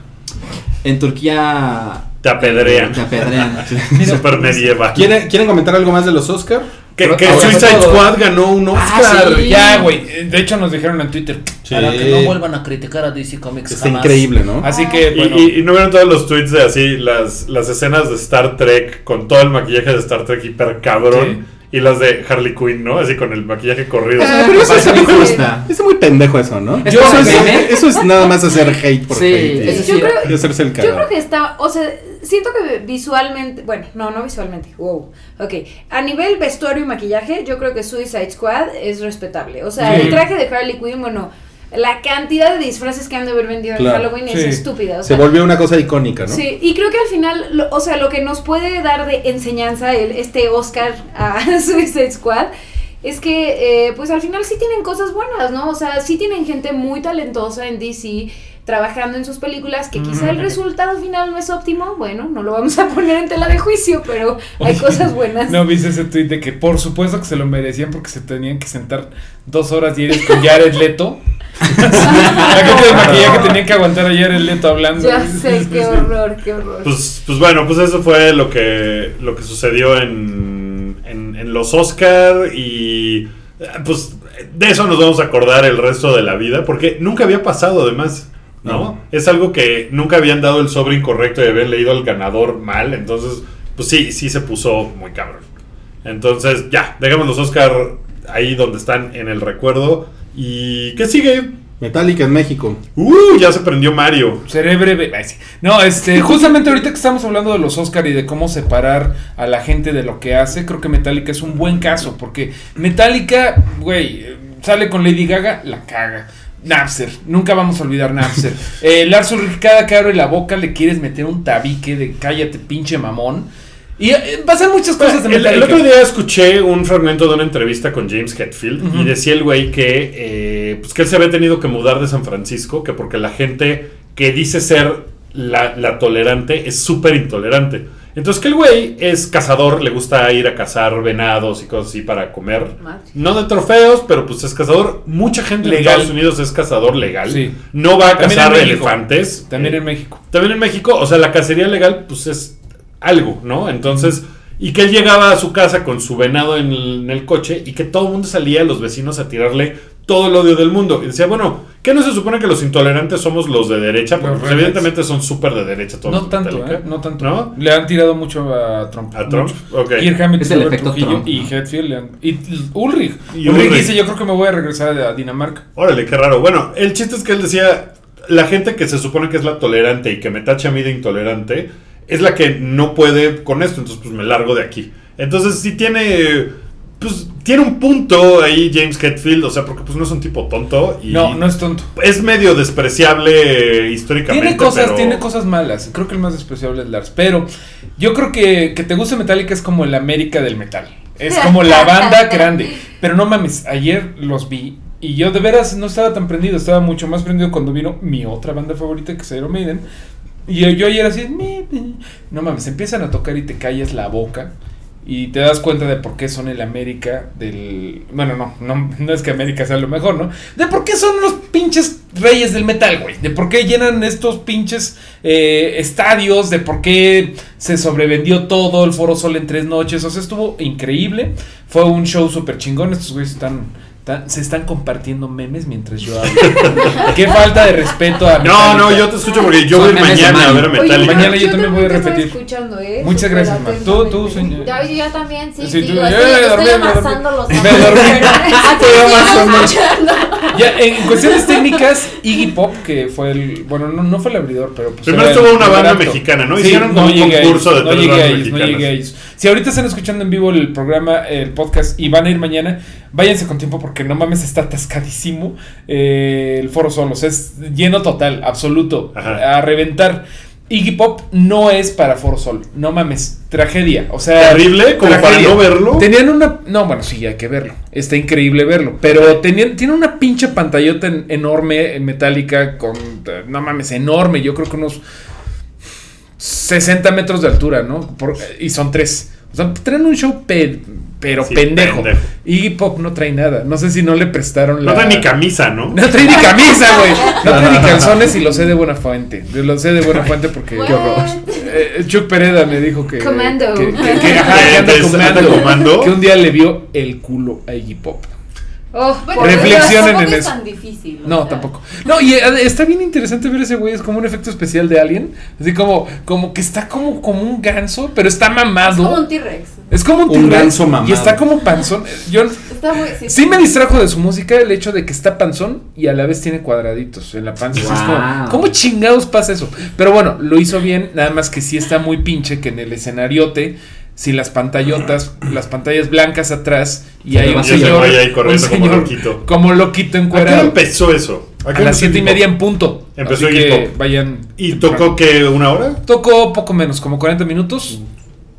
Speaker 3: En Turquía.
Speaker 2: Te apedrean.
Speaker 3: Te apedrean.
Speaker 2: Super medieval.
Speaker 7: ¿Quieren, ¿Quieren comentar algo más de los Oscar?
Speaker 2: Que, que
Speaker 3: Ahora
Speaker 2: Suicide
Speaker 3: todo.
Speaker 2: Squad ganó un
Speaker 3: Ah,
Speaker 2: Oscar.
Speaker 3: sí.
Speaker 6: Ya, güey. eh, De hecho, nos dijeron en Twitter.
Speaker 8: Para que no vuelvan a criticar a DC Comics
Speaker 7: Está
Speaker 8: jamás.
Speaker 7: increíble, ¿no?
Speaker 6: Así que,
Speaker 2: Y,
Speaker 6: bueno.
Speaker 2: y- y no vieron todos los tweets de así, las, las escenas de Star Trek con todo el maquillaje de Star Trek hiper cabrón. Y las de Harley Quinn, ¿no? Así con el maquillaje corrido.
Speaker 7: Ah, pero eso
Speaker 3: Me
Speaker 7: es,
Speaker 3: parece muy
Speaker 7: eso es-
Speaker 3: justa.
Speaker 7: es muy pendejo eso, ¿no?
Speaker 3: Es
Speaker 7: Yo-
Speaker 3: como
Speaker 7: eso,
Speaker 3: el
Speaker 7: es,
Speaker 3: meme.
Speaker 7: eso es nada más hacer hate por
Speaker 3: Sí,
Speaker 7: hate. y-
Speaker 3: eso sí.
Speaker 4: Yo creo-
Speaker 7: y hacerse el
Speaker 4: Yo creo
Speaker 7: cagado.
Speaker 4: que está, o sea, siento que visualmente, bueno, no, no visualmente, wow, ok. A nivel vestuario y maquillaje, yo creo que Suicide Squad es respetable. O sea,
Speaker 6: Sí.
Speaker 4: el traje de Harley Quinn, bueno, la cantidad de disfraces que han de haber vendido
Speaker 7: Claro,
Speaker 4: en Halloween
Speaker 6: sí.
Speaker 4: es estúpida. O
Speaker 7: Se
Speaker 4: sea,
Speaker 7: volvió una cosa icónica, ¿no?
Speaker 4: Sí, y creo que al final, lo- o sea, lo que nos puede dar de enseñanza el, este Oscar a Suicide Squad es que, eh, pues al final sí tienen cosas buenas, ¿no? O sea, sí tienen gente muy talentosa en DC trabajando en sus películas, que quizá el resultado final no es óptimo, bueno, no lo vamos a poner en tela de juicio, pero hay
Speaker 6: Oye,
Speaker 4: cosas buenas.
Speaker 6: No viste ese tweet de que por supuesto que se lo merecían porque se tenían que sentar dos horas diarias con Jared Leto. la gente de maquillaje que tenían que aguantar a Jared Leto hablando.
Speaker 4: Ya sé, qué horror, qué horror.
Speaker 2: Pues, pues bueno, pues eso fue lo que, lo que sucedió en, en, en los Oscar y eh, pues de eso nos vamos a acordar el resto de la vida porque nunca había pasado además, ¿no?
Speaker 7: No.
Speaker 2: Es algo que nunca habían dado el sobre incorrecto y habían leído al ganador mal, entonces pues sí, sí se puso muy cabrón. Entonces ya, dejemos los Oscar ahí donde están en el recuerdo y ¿qué sigue?
Speaker 7: Metallica en México.
Speaker 2: ¡Uh! Ya se prendió Mario.
Speaker 6: Seré breve. Ay, sí. No, este, justamente ahorita que estamos hablando de los Oscar y de cómo separar a la gente de lo que hace, creo que Metallica es un buen caso, porque Metallica, güey, eh, sale con Lady Gaga, la caga. Napster, nunca vamos a olvidar Napster. eh, Lars Ulrich, cada que abre la boca le quieres meter un tabique de cállate, pinche mamón. Y eh, pasan muchas cosas de
Speaker 2: El, el
Speaker 6: Metallica.
Speaker 2: otro día escuché un fragmento de una entrevista con James Hetfield
Speaker 6: Ujú.
Speaker 2: y decía el güey que, eh, pues que él se había tenido que mudar de San Francisco, que porque la gente que dice ser la, la tolerante es súper intolerante. Entonces que el güey es cazador, le gusta ir a cazar venados y cosas así para comer.
Speaker 4: Madre.
Speaker 2: No de trofeos, pero pues es cazador. Mucha gente en
Speaker 6: Legal.
Speaker 2: Estados Unidos es cazador legal.
Speaker 6: Sí.
Speaker 2: No va a
Speaker 6: También en
Speaker 2: cazar
Speaker 6: México.
Speaker 2: elefantes.
Speaker 6: También
Speaker 2: Eh,
Speaker 6: en México.
Speaker 2: también en México, o sea, la cacería legal, pues es algo, ¿no? Entonces, y que él llegaba a su casa con su venado en el, en el coche y que todo el mundo salía, los vecinos, a tirarle todo el odio del mundo. Y decía, bueno, ¿qué no se supone que los intolerantes somos los de derecha? Porque
Speaker 6: Los
Speaker 2: pues,
Speaker 6: rebeldes.
Speaker 2: evidentemente son súper de derecha todos.
Speaker 6: No
Speaker 2: los
Speaker 6: tanto,
Speaker 2: Metallica.
Speaker 6: ¿eh? No tanto.
Speaker 2: ¿No?
Speaker 6: Le han tirado mucho a Trump.
Speaker 2: ¿A Trump?
Speaker 6: Mucho.
Speaker 2: Ok.
Speaker 6: Kirk Hammett,
Speaker 3: Es el
Speaker 6: Robert
Speaker 3: efecto
Speaker 6: Trujillo
Speaker 3: Trump,
Speaker 6: y
Speaker 3: ¿no?
Speaker 6: Hetfield le han- y l- Ulrich.
Speaker 2: Y
Speaker 6: Ulrich
Speaker 2: Ulrich.
Speaker 6: dice, yo creo que me voy a regresar a Dinamarca.
Speaker 2: Órale, qué raro. Bueno, el chiste es que él decía, la gente que se supone que es la tolerante y que me tacha a mí de intolerante, es la que no puede con esto, entonces pues me largo de aquí. Entonces sí tiene, pues tiene un punto ahí James Hetfield, o sea, porque pues no es un tipo tonto y
Speaker 6: No, no es tonto.
Speaker 2: es medio despreciable eh, históricamente.
Speaker 6: Tiene cosas,
Speaker 2: pero-
Speaker 6: tiene cosas malas. Creo que el más despreciable es Lars. Pero yo creo que que te guste Metallica es como el América del metal. Es como la banda grande. Pero no mames, ayer los vi y yo de veras no estaba tan prendido. Estaba mucho más prendido cuando vino mi otra banda favorita que es Iron Maiden. Y yo, yo ayer así, "Me, me". no mames, empiezan a tocar y te callas la boca. Y te das cuenta de por qué son el América del... Bueno, no, no, no es que América sea lo mejor, ¿no? De por qué son los pinches reyes del metal, güey. De por qué llenan estos pinches eh, estadios. De por qué se sobrevendió todo el Foro Sol en tres noches. O sea, estuvo increíble. Fue un show súper chingón. Estos güeyes están... tan- se están compartiendo memes mientras yo hablo. Qué falta de respeto a
Speaker 2: No, no,
Speaker 6: Metallica.
Speaker 2: yo te escucho porque yo
Speaker 6: Son
Speaker 2: voy
Speaker 6: memes de
Speaker 2: mañana a
Speaker 6: Mario.
Speaker 2: ver a
Speaker 6: Oye,
Speaker 2: Metallica.
Speaker 6: mañana yo también voy a
Speaker 4: te estoy
Speaker 6: repetir.
Speaker 4: escuchando, ¿eh?
Speaker 6: Muchas
Speaker 4: Súper
Speaker 6: gracias, Mar. Tú- tú,
Speaker 4: atentamente.
Speaker 6: señor.
Speaker 5: Ya, Yo, también, sí,
Speaker 6: Sí,
Speaker 5: digo,
Speaker 6: tú-
Speaker 5: estoy,
Speaker 6: eh, dormí,
Speaker 5: estoy
Speaker 6: me dormí.
Speaker 5: amasando los
Speaker 6: Me
Speaker 5: ángeles,
Speaker 6: dormí.
Speaker 5: pero aquí
Speaker 6: Estoy
Speaker 5: sigo
Speaker 6: amasando.
Speaker 5: escuchando.
Speaker 6: Ya, en cuestiones técnicas, Iggy Pop, que fue el. Bueno, no, no fue el abridor, pero. Pues
Speaker 2: Primero
Speaker 6: era el
Speaker 2: estuvo una
Speaker 6: primer
Speaker 2: banda
Speaker 6: acto.
Speaker 2: mexicana, ¿no? Hicieron como un
Speaker 6: llegué a
Speaker 2: concurso
Speaker 6: ellos,
Speaker 2: de tres
Speaker 6: No llegué a
Speaker 2: bandas
Speaker 6: ellos, no
Speaker 2: mexicanas.
Speaker 6: llegué a ellos. Si ahorita están escuchando en vivo el programa, el podcast, y van a ir mañana, váyanse con tiempo porque no mames, está atascadísimo eh, el Foro Solos. Es lleno total, absoluto,
Speaker 2: Ajá.
Speaker 6: a reventar. Iggy Pop no es para Foro Sol, no mames, tragedia, o sea...
Speaker 2: Terrible, como para no verlo.
Speaker 6: Tenían una. No, bueno, sí, hay que verlo. Está increíble verlo. Pero tenían, tiene una pinche pantallota en- enorme, en metálica, con. eh, No mames, enorme. Yo creo que unos 60 metros de altura, ¿no? Por- y son tres. O sea, traen un show, pe- pero
Speaker 2: Sí,
Speaker 6: pendejo.
Speaker 2: pendejo.
Speaker 6: Iggy Pop no trae nada. No sé si no le prestaron la.
Speaker 2: No trae ni camisa, ¿no?
Speaker 6: No trae ni camisa, güey. No trae ni calzones y lo sé de buena fuente. Lo sé de buena fuente porque.
Speaker 5: Qué horror.
Speaker 6: Eh, Chuck Pereda me dijo que.
Speaker 4: Comando.
Speaker 6: Que, que- que- ajá, que anda
Speaker 2: Que te- anda
Speaker 6: comando.
Speaker 2: comando.
Speaker 6: Que un día le vio el culo a Iggy Pop.
Speaker 4: Oh,
Speaker 5: Bueno,
Speaker 4: por-
Speaker 5: pero
Speaker 6: Reflexionen
Speaker 5: tampoco
Speaker 6: en
Speaker 5: es
Speaker 6: eso.
Speaker 5: tan difícil. o
Speaker 6: No,
Speaker 5: sea.
Speaker 6: tampoco. No, y eh, está bien interesante ver ese güey. Es como un efecto especial de Alien. Así como, como que está como, como un ganso, pero está
Speaker 5: Es como un
Speaker 6: mamado.
Speaker 5: T-Rex.
Speaker 6: Es como un,
Speaker 7: Un
Speaker 6: tigre
Speaker 7: ganso mamado.
Speaker 6: Y está como panzón. Yo
Speaker 5: Está muy.
Speaker 6: sí me distrajo de su música el hecho de que está panzón y a la vez tiene cuadraditos en la panza. Así es como,
Speaker 3: Wow.
Speaker 6: ¿cómo chingados pasa eso? Pero bueno, lo hizo bien. Nada más que sí está muy pinche que en el escenariote. Si las pantallotas, las pantallas blancas atrás y
Speaker 3: Se
Speaker 6: hay
Speaker 3: le va a
Speaker 6: un
Speaker 3: salir.
Speaker 6: señor,
Speaker 2: Y ahí
Speaker 6: un
Speaker 2: corriendo como
Speaker 6: señor
Speaker 2: loquito.
Speaker 6: como loquito
Speaker 2: ¿A qué hora
Speaker 6: encuadrado.
Speaker 2: empezó eso?
Speaker 6: A
Speaker 2: qué hora
Speaker 6: las siete y
Speaker 2: empezó?
Speaker 6: media en punto.
Speaker 2: Empezó
Speaker 6: Así
Speaker 2: el
Speaker 6: que
Speaker 2: hip hop.
Speaker 6: vayan.
Speaker 2: ¿Y
Speaker 6: temprano.
Speaker 2: tocó que una hora?
Speaker 6: Tocó poco menos, como 40 minutos.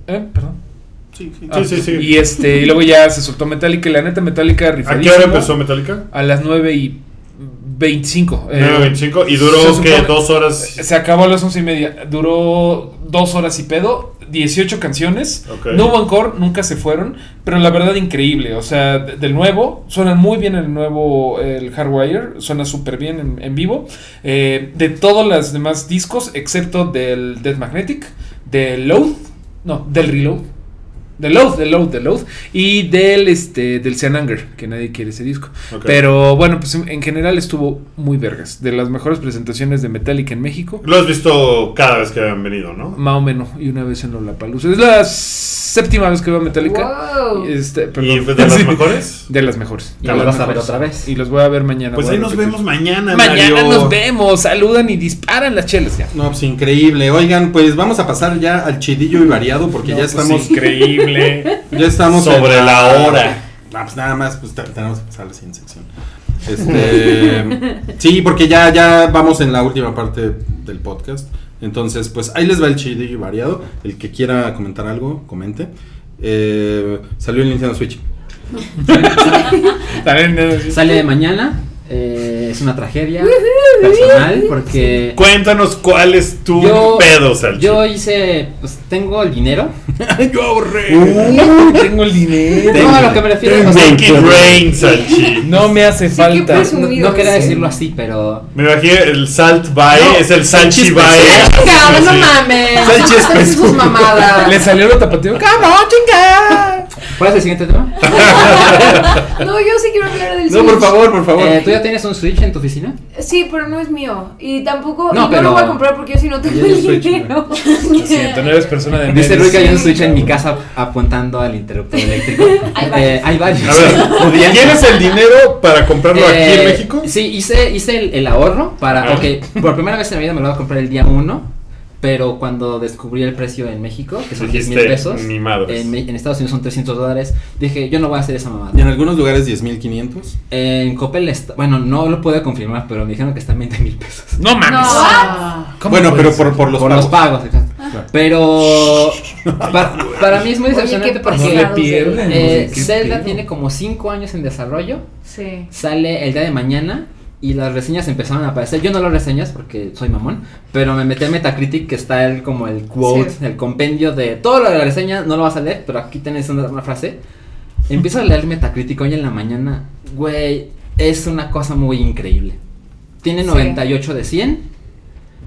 Speaker 6: ¿Eh? Perdón. Ah,
Speaker 2: sí, sí, sí.
Speaker 6: Y este, y luego ya se soltó Metallica. y La neta, Metallica
Speaker 2: ¿A
Speaker 6: rifadísimo.
Speaker 2: qué hora empezó Metallica?
Speaker 6: A las 9 y 25. eh,
Speaker 2: 9.25 y
Speaker 6: se
Speaker 2: duró
Speaker 6: supone- Eh,
Speaker 2: que dos horas.
Speaker 6: Se acabó a las 11 y media. Duró dos horas y pedo. 18 canciones.
Speaker 2: Ok.
Speaker 6: No hubo encore, nunca se fueron. Pero la verdad, increíble. O sea, de- del nuevo, suenan muy bien el nuevo, el Hardwire. Suena súper bien en, en vivo. Eh, de todos los demás discos, excepto del Dead Magnetic, del Load, no, del Reload. Del Load, del Load, del Load. Y del este. Del Sean Anger, que nadie quiere ese disco.
Speaker 2: Ok.
Speaker 6: Pero bueno, pues en en general estuvo muy vergas. De las mejores presentaciones de Metallica en México.
Speaker 2: Lo has visto cada vez que han venido, ¿no?
Speaker 6: Más o menos. Y una vez en Lollapalooza. Es la séptima vez que veo a Metallica.
Speaker 4: Wow.
Speaker 6: Este,
Speaker 2: ¿Y
Speaker 6: perdón.
Speaker 2: de las
Speaker 6: Sí.
Speaker 2: mejores?
Speaker 6: De las mejores.
Speaker 3: Y
Speaker 6: De
Speaker 3: los
Speaker 6: las
Speaker 3: vas a ver
Speaker 6: mejores.
Speaker 3: otra vez.
Speaker 6: Y los voy a ver mañana.
Speaker 2: Pues
Speaker 6: voy a
Speaker 2: ahí nos
Speaker 6: repetir.
Speaker 2: vemos mañana,
Speaker 6: Mañana
Speaker 2: Mario.
Speaker 6: nos vemos. Saludan y disparan las chelas ya.
Speaker 7: No, pues increíble. Oigan, pues vamos a pasar ya al chidillo y variado porque
Speaker 2: Pues
Speaker 7: ya estamos
Speaker 6: increíble.
Speaker 7: ya estamos
Speaker 2: Sobre
Speaker 7: en
Speaker 2: la hora.
Speaker 7: Ah, pues nada más, pues te- tenemos que pasar a la siguiente sección. Este, sí, porque ya, ya vamos en la última parte del podcast. Entonces, pues ahí les va el chidillo y variado. El que quiera comentar algo, comente. Eh, salió el Nintendo Switch.
Speaker 6: También, eh,
Speaker 3: Sale mañana. eh, es una tragedia personal porque
Speaker 2: Cuéntanos cuál es tu
Speaker 3: yo,
Speaker 2: pedo, Salchi.
Speaker 3: yo hice, pues tengo el dinero.
Speaker 2: Yo ahorré.
Speaker 6: Uy, tengo el dinero.
Speaker 3: No, a lo que me refiero es, o sea,
Speaker 2: Make it rain, Salchi.
Speaker 6: No me hace
Speaker 4: Sí, qué
Speaker 6: falta.
Speaker 4: presumido.
Speaker 3: no, no quería
Speaker 4: Sí.
Speaker 3: decirlo así, pero
Speaker 2: Me imaginé el Salt Bay, es el Salchi Bay.
Speaker 5: Cabrón, no mames.
Speaker 7: Sánchez
Speaker 5: Están haciendo sus
Speaker 7: Pesco.
Speaker 5: mamadas.
Speaker 6: Le salió lo tapateo. ¡Cabrón, chinga!
Speaker 3: ¿cuál es el siguiente tema?
Speaker 4: No, yo sí quiero hablar
Speaker 7: No,
Speaker 4: del Switch.
Speaker 7: por favor, por favor.
Speaker 3: Eh, ¿Tú ya tienes un Switch en tu oficina?
Speaker 4: Sí, pero no es mío. Y tampoco.
Speaker 3: No,
Speaker 4: y no
Speaker 3: pero-
Speaker 4: lo voy a comprar porque yo sí no tengo
Speaker 7: Hay un
Speaker 4: el
Speaker 7: Switch,
Speaker 4: dinero.
Speaker 6: Lo siento, no eres persona de
Speaker 3: Dice
Speaker 6: medios.
Speaker 3: Rui que hay un Switch en mi casa apuntando al interruptor eléctrico.
Speaker 5: Hay
Speaker 3: Eh,
Speaker 5: varios.
Speaker 3: hay varios.
Speaker 2: A ver, ¿tienes el dinero para comprarlo aquí en
Speaker 3: Eh,
Speaker 2: México?
Speaker 3: Sí, hice, hice el, el ahorro para.
Speaker 2: Ah.
Speaker 3: Ok, por primera vez en la vida me lo voy a comprar el día 1. Pero cuando descubrí el precio en México, que son 10 mil
Speaker 2: Dijiste,
Speaker 3: pesos,
Speaker 2: "Ni madres".
Speaker 3: en, Me- en Estados Unidos son 300 dólares, dije, yo no voy a hacer esa mamada.
Speaker 7: Y en algunos lugares 10.500.
Speaker 3: En Coppel, está- bueno, no lo puedo confirmar, pero me dijeron que está en 20 mil pesos.
Speaker 6: No mames.
Speaker 8: ¿Cómo
Speaker 7: Bueno,
Speaker 8: puede
Speaker 7: pero
Speaker 8: ser?
Speaker 7: por, por los
Speaker 3: Por
Speaker 7: pagos.
Speaker 3: los pagos, exacto.
Speaker 7: Claro.
Speaker 3: Pero pa- para mí es muy
Speaker 4: Oye,
Speaker 3: decepcionante
Speaker 4: qué
Speaker 3: porque
Speaker 4: pasados de
Speaker 8: pierden.
Speaker 3: eh,
Speaker 8: Oye, qué
Speaker 3: Zelda
Speaker 8: pedo.
Speaker 3: tiene como 5 años en desarrollo,
Speaker 4: Sí.
Speaker 3: sale el día de mañana y las reseñas empezaron a aparecer. Yo no lo reseñas porque soy mamón, pero me metí a Metacritic que está el, como el quote,
Speaker 4: Sí.
Speaker 3: el compendio de todo lo de la reseña, no lo vas a leer, pero aquí tenés una, una frase. Empiezo a leer Metacritic hoy en la mañana, güey, es una cosa muy increíble. Tiene
Speaker 4: Sí.
Speaker 3: 98 de 100,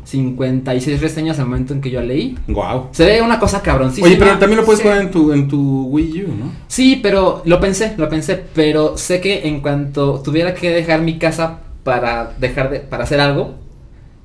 Speaker 3: 56 reseñas al momento en que yo leí.
Speaker 7: Guau.
Speaker 3: Se ve una cosa cabroncísima.
Speaker 7: Oye, pero también lo puedes
Speaker 4: Sí.
Speaker 7: jugar en tu, en tu Wii U, ¿no?
Speaker 3: Sí, pero lo pensé, lo pensé, pero sé que en cuanto tuviera que dejar mi casa para dejar de, para hacer algo,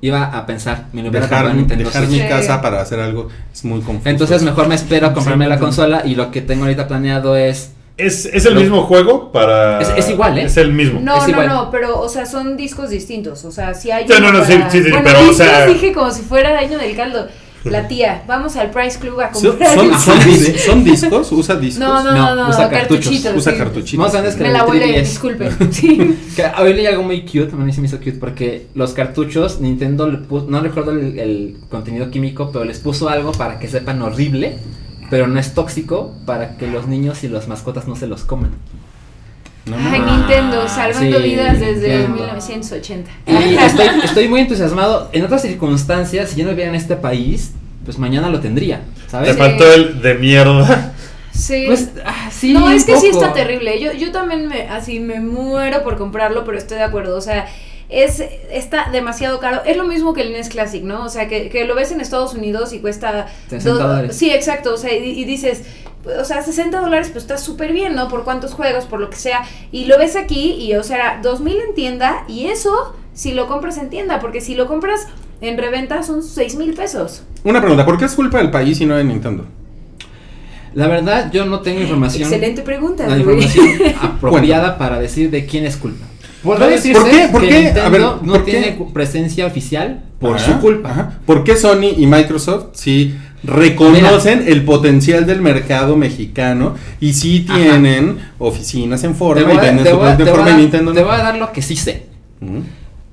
Speaker 3: iba a pensar, me lo hubiera comprado
Speaker 7: Dejar,
Speaker 3: en Nintendo
Speaker 7: dejar mi
Speaker 3: Switch.
Speaker 4: Sí.
Speaker 7: casa para hacer algo es muy confuso.
Speaker 3: Entonces mejor me espero a comprarme la
Speaker 6: Exacto.
Speaker 3: consola y lo que tengo ahorita planeado es
Speaker 2: ¿Es, es el
Speaker 3: Lo-
Speaker 2: mismo juego para.
Speaker 3: Es- es igual, ¿eh?
Speaker 2: Es el mismo.
Speaker 4: No,
Speaker 3: Es
Speaker 4: no,
Speaker 3: igual.
Speaker 4: no, pero, o sea, son discos distintos. O sea, si hay.
Speaker 2: Sí,
Speaker 4: uno
Speaker 2: no, no, sí, sí, sí,
Speaker 4: bueno,
Speaker 2: pero, o
Speaker 4: discos
Speaker 2: sea-
Speaker 4: dije como si fuera año del caldo. La tía, vamos al Price Club a
Speaker 7: ¿Son,
Speaker 4: comprar.
Speaker 7: son,
Speaker 3: Ajá.
Speaker 7: son dis- son discos? ¿Usa discos?
Speaker 4: no, no,
Speaker 3: No,
Speaker 4: no, no,
Speaker 3: usa cartuchos,
Speaker 4: cartuchitos.
Speaker 7: Usa
Speaker 4: sí.
Speaker 7: cartuchitos.
Speaker 3: Más grandes que
Speaker 4: Me la
Speaker 3: El
Speaker 4: volé,
Speaker 3: 3DS.
Speaker 4: disculpe. Sí.
Speaker 3: que hoy leí algo muy cute, a mí se me hizo cute porque los cartuchos Nintendo le pu- no recuerdo el, el contenido químico, pero les puso algo para que sepan horrible, pero no es tóxico para que los niños y las mascotas no se los coman.
Speaker 7: No, no.
Speaker 4: Ay, Nintendo, salvando
Speaker 3: sí,
Speaker 4: vidas desde
Speaker 3: Nintendo.
Speaker 4: 1980.
Speaker 3: Y estoy, estoy muy entusiasmado. En otras circunstancias, si yo no viviera en este país, pues mañana lo tendría,
Speaker 2: Te
Speaker 3: ¿sabes?
Speaker 4: Sí.
Speaker 2: faltó el de mierda.
Speaker 4: Sí.
Speaker 3: Pues, ah, sí,
Speaker 4: no, es
Speaker 3: un
Speaker 4: que sí
Speaker 3: poco.
Speaker 4: está terrible. Yo, yo también me, así me muero por comprarlo, pero estoy de acuerdo. O sea, es, está demasiado caro. Es lo mismo que el NES Classic, ¿no? O sea, que, que lo ves en Estados Unidos y cuesta...
Speaker 3: 60
Speaker 4: do-
Speaker 3: dólares.
Speaker 4: Sí, exacto. O sea, y, y dices, o sea, 60 dólares pues está súper bien, ¿no? Por cuántos juegos, por lo que sea. Y lo ves aquí y, o sea, 2000 en tienda y eso si lo compras en tienda, porque si lo compras en reventa son 6 mil pesos.
Speaker 7: Una pregunta, ¿por qué es culpa del país y no de Nintendo?
Speaker 3: La verdad, yo no tengo información.
Speaker 4: Excelente pregunta.
Speaker 3: La
Speaker 4: Rui.
Speaker 3: información apropiada para decir de quién es culpa.
Speaker 2: Pues,
Speaker 3: Podrá
Speaker 7: ¿Por
Speaker 3: decirse
Speaker 7: qué? ¿Por
Speaker 3: que
Speaker 7: qué? A
Speaker 3: Nintendo
Speaker 7: ver,
Speaker 3: no
Speaker 7: ¿por qué?
Speaker 3: tiene cu- presencia oficial por
Speaker 7: Ajá,
Speaker 3: su culpa.
Speaker 7: ajá. ¿Por qué Sony y Microsoft sí reconocen el potencial del mercado mexicano y sí
Speaker 3: Ajá.
Speaker 7: tienen oficinas en
Speaker 3: Te
Speaker 7: forma
Speaker 3: voy
Speaker 7: y
Speaker 3: a-
Speaker 7: venden
Speaker 3: te
Speaker 7: su
Speaker 3: voy a-
Speaker 7: producto
Speaker 3: te
Speaker 7: en
Speaker 3: voy
Speaker 7: forma y
Speaker 3: a-
Speaker 7: Nintendo no?
Speaker 3: te voy a dar lo que sí sé.
Speaker 7: Mm.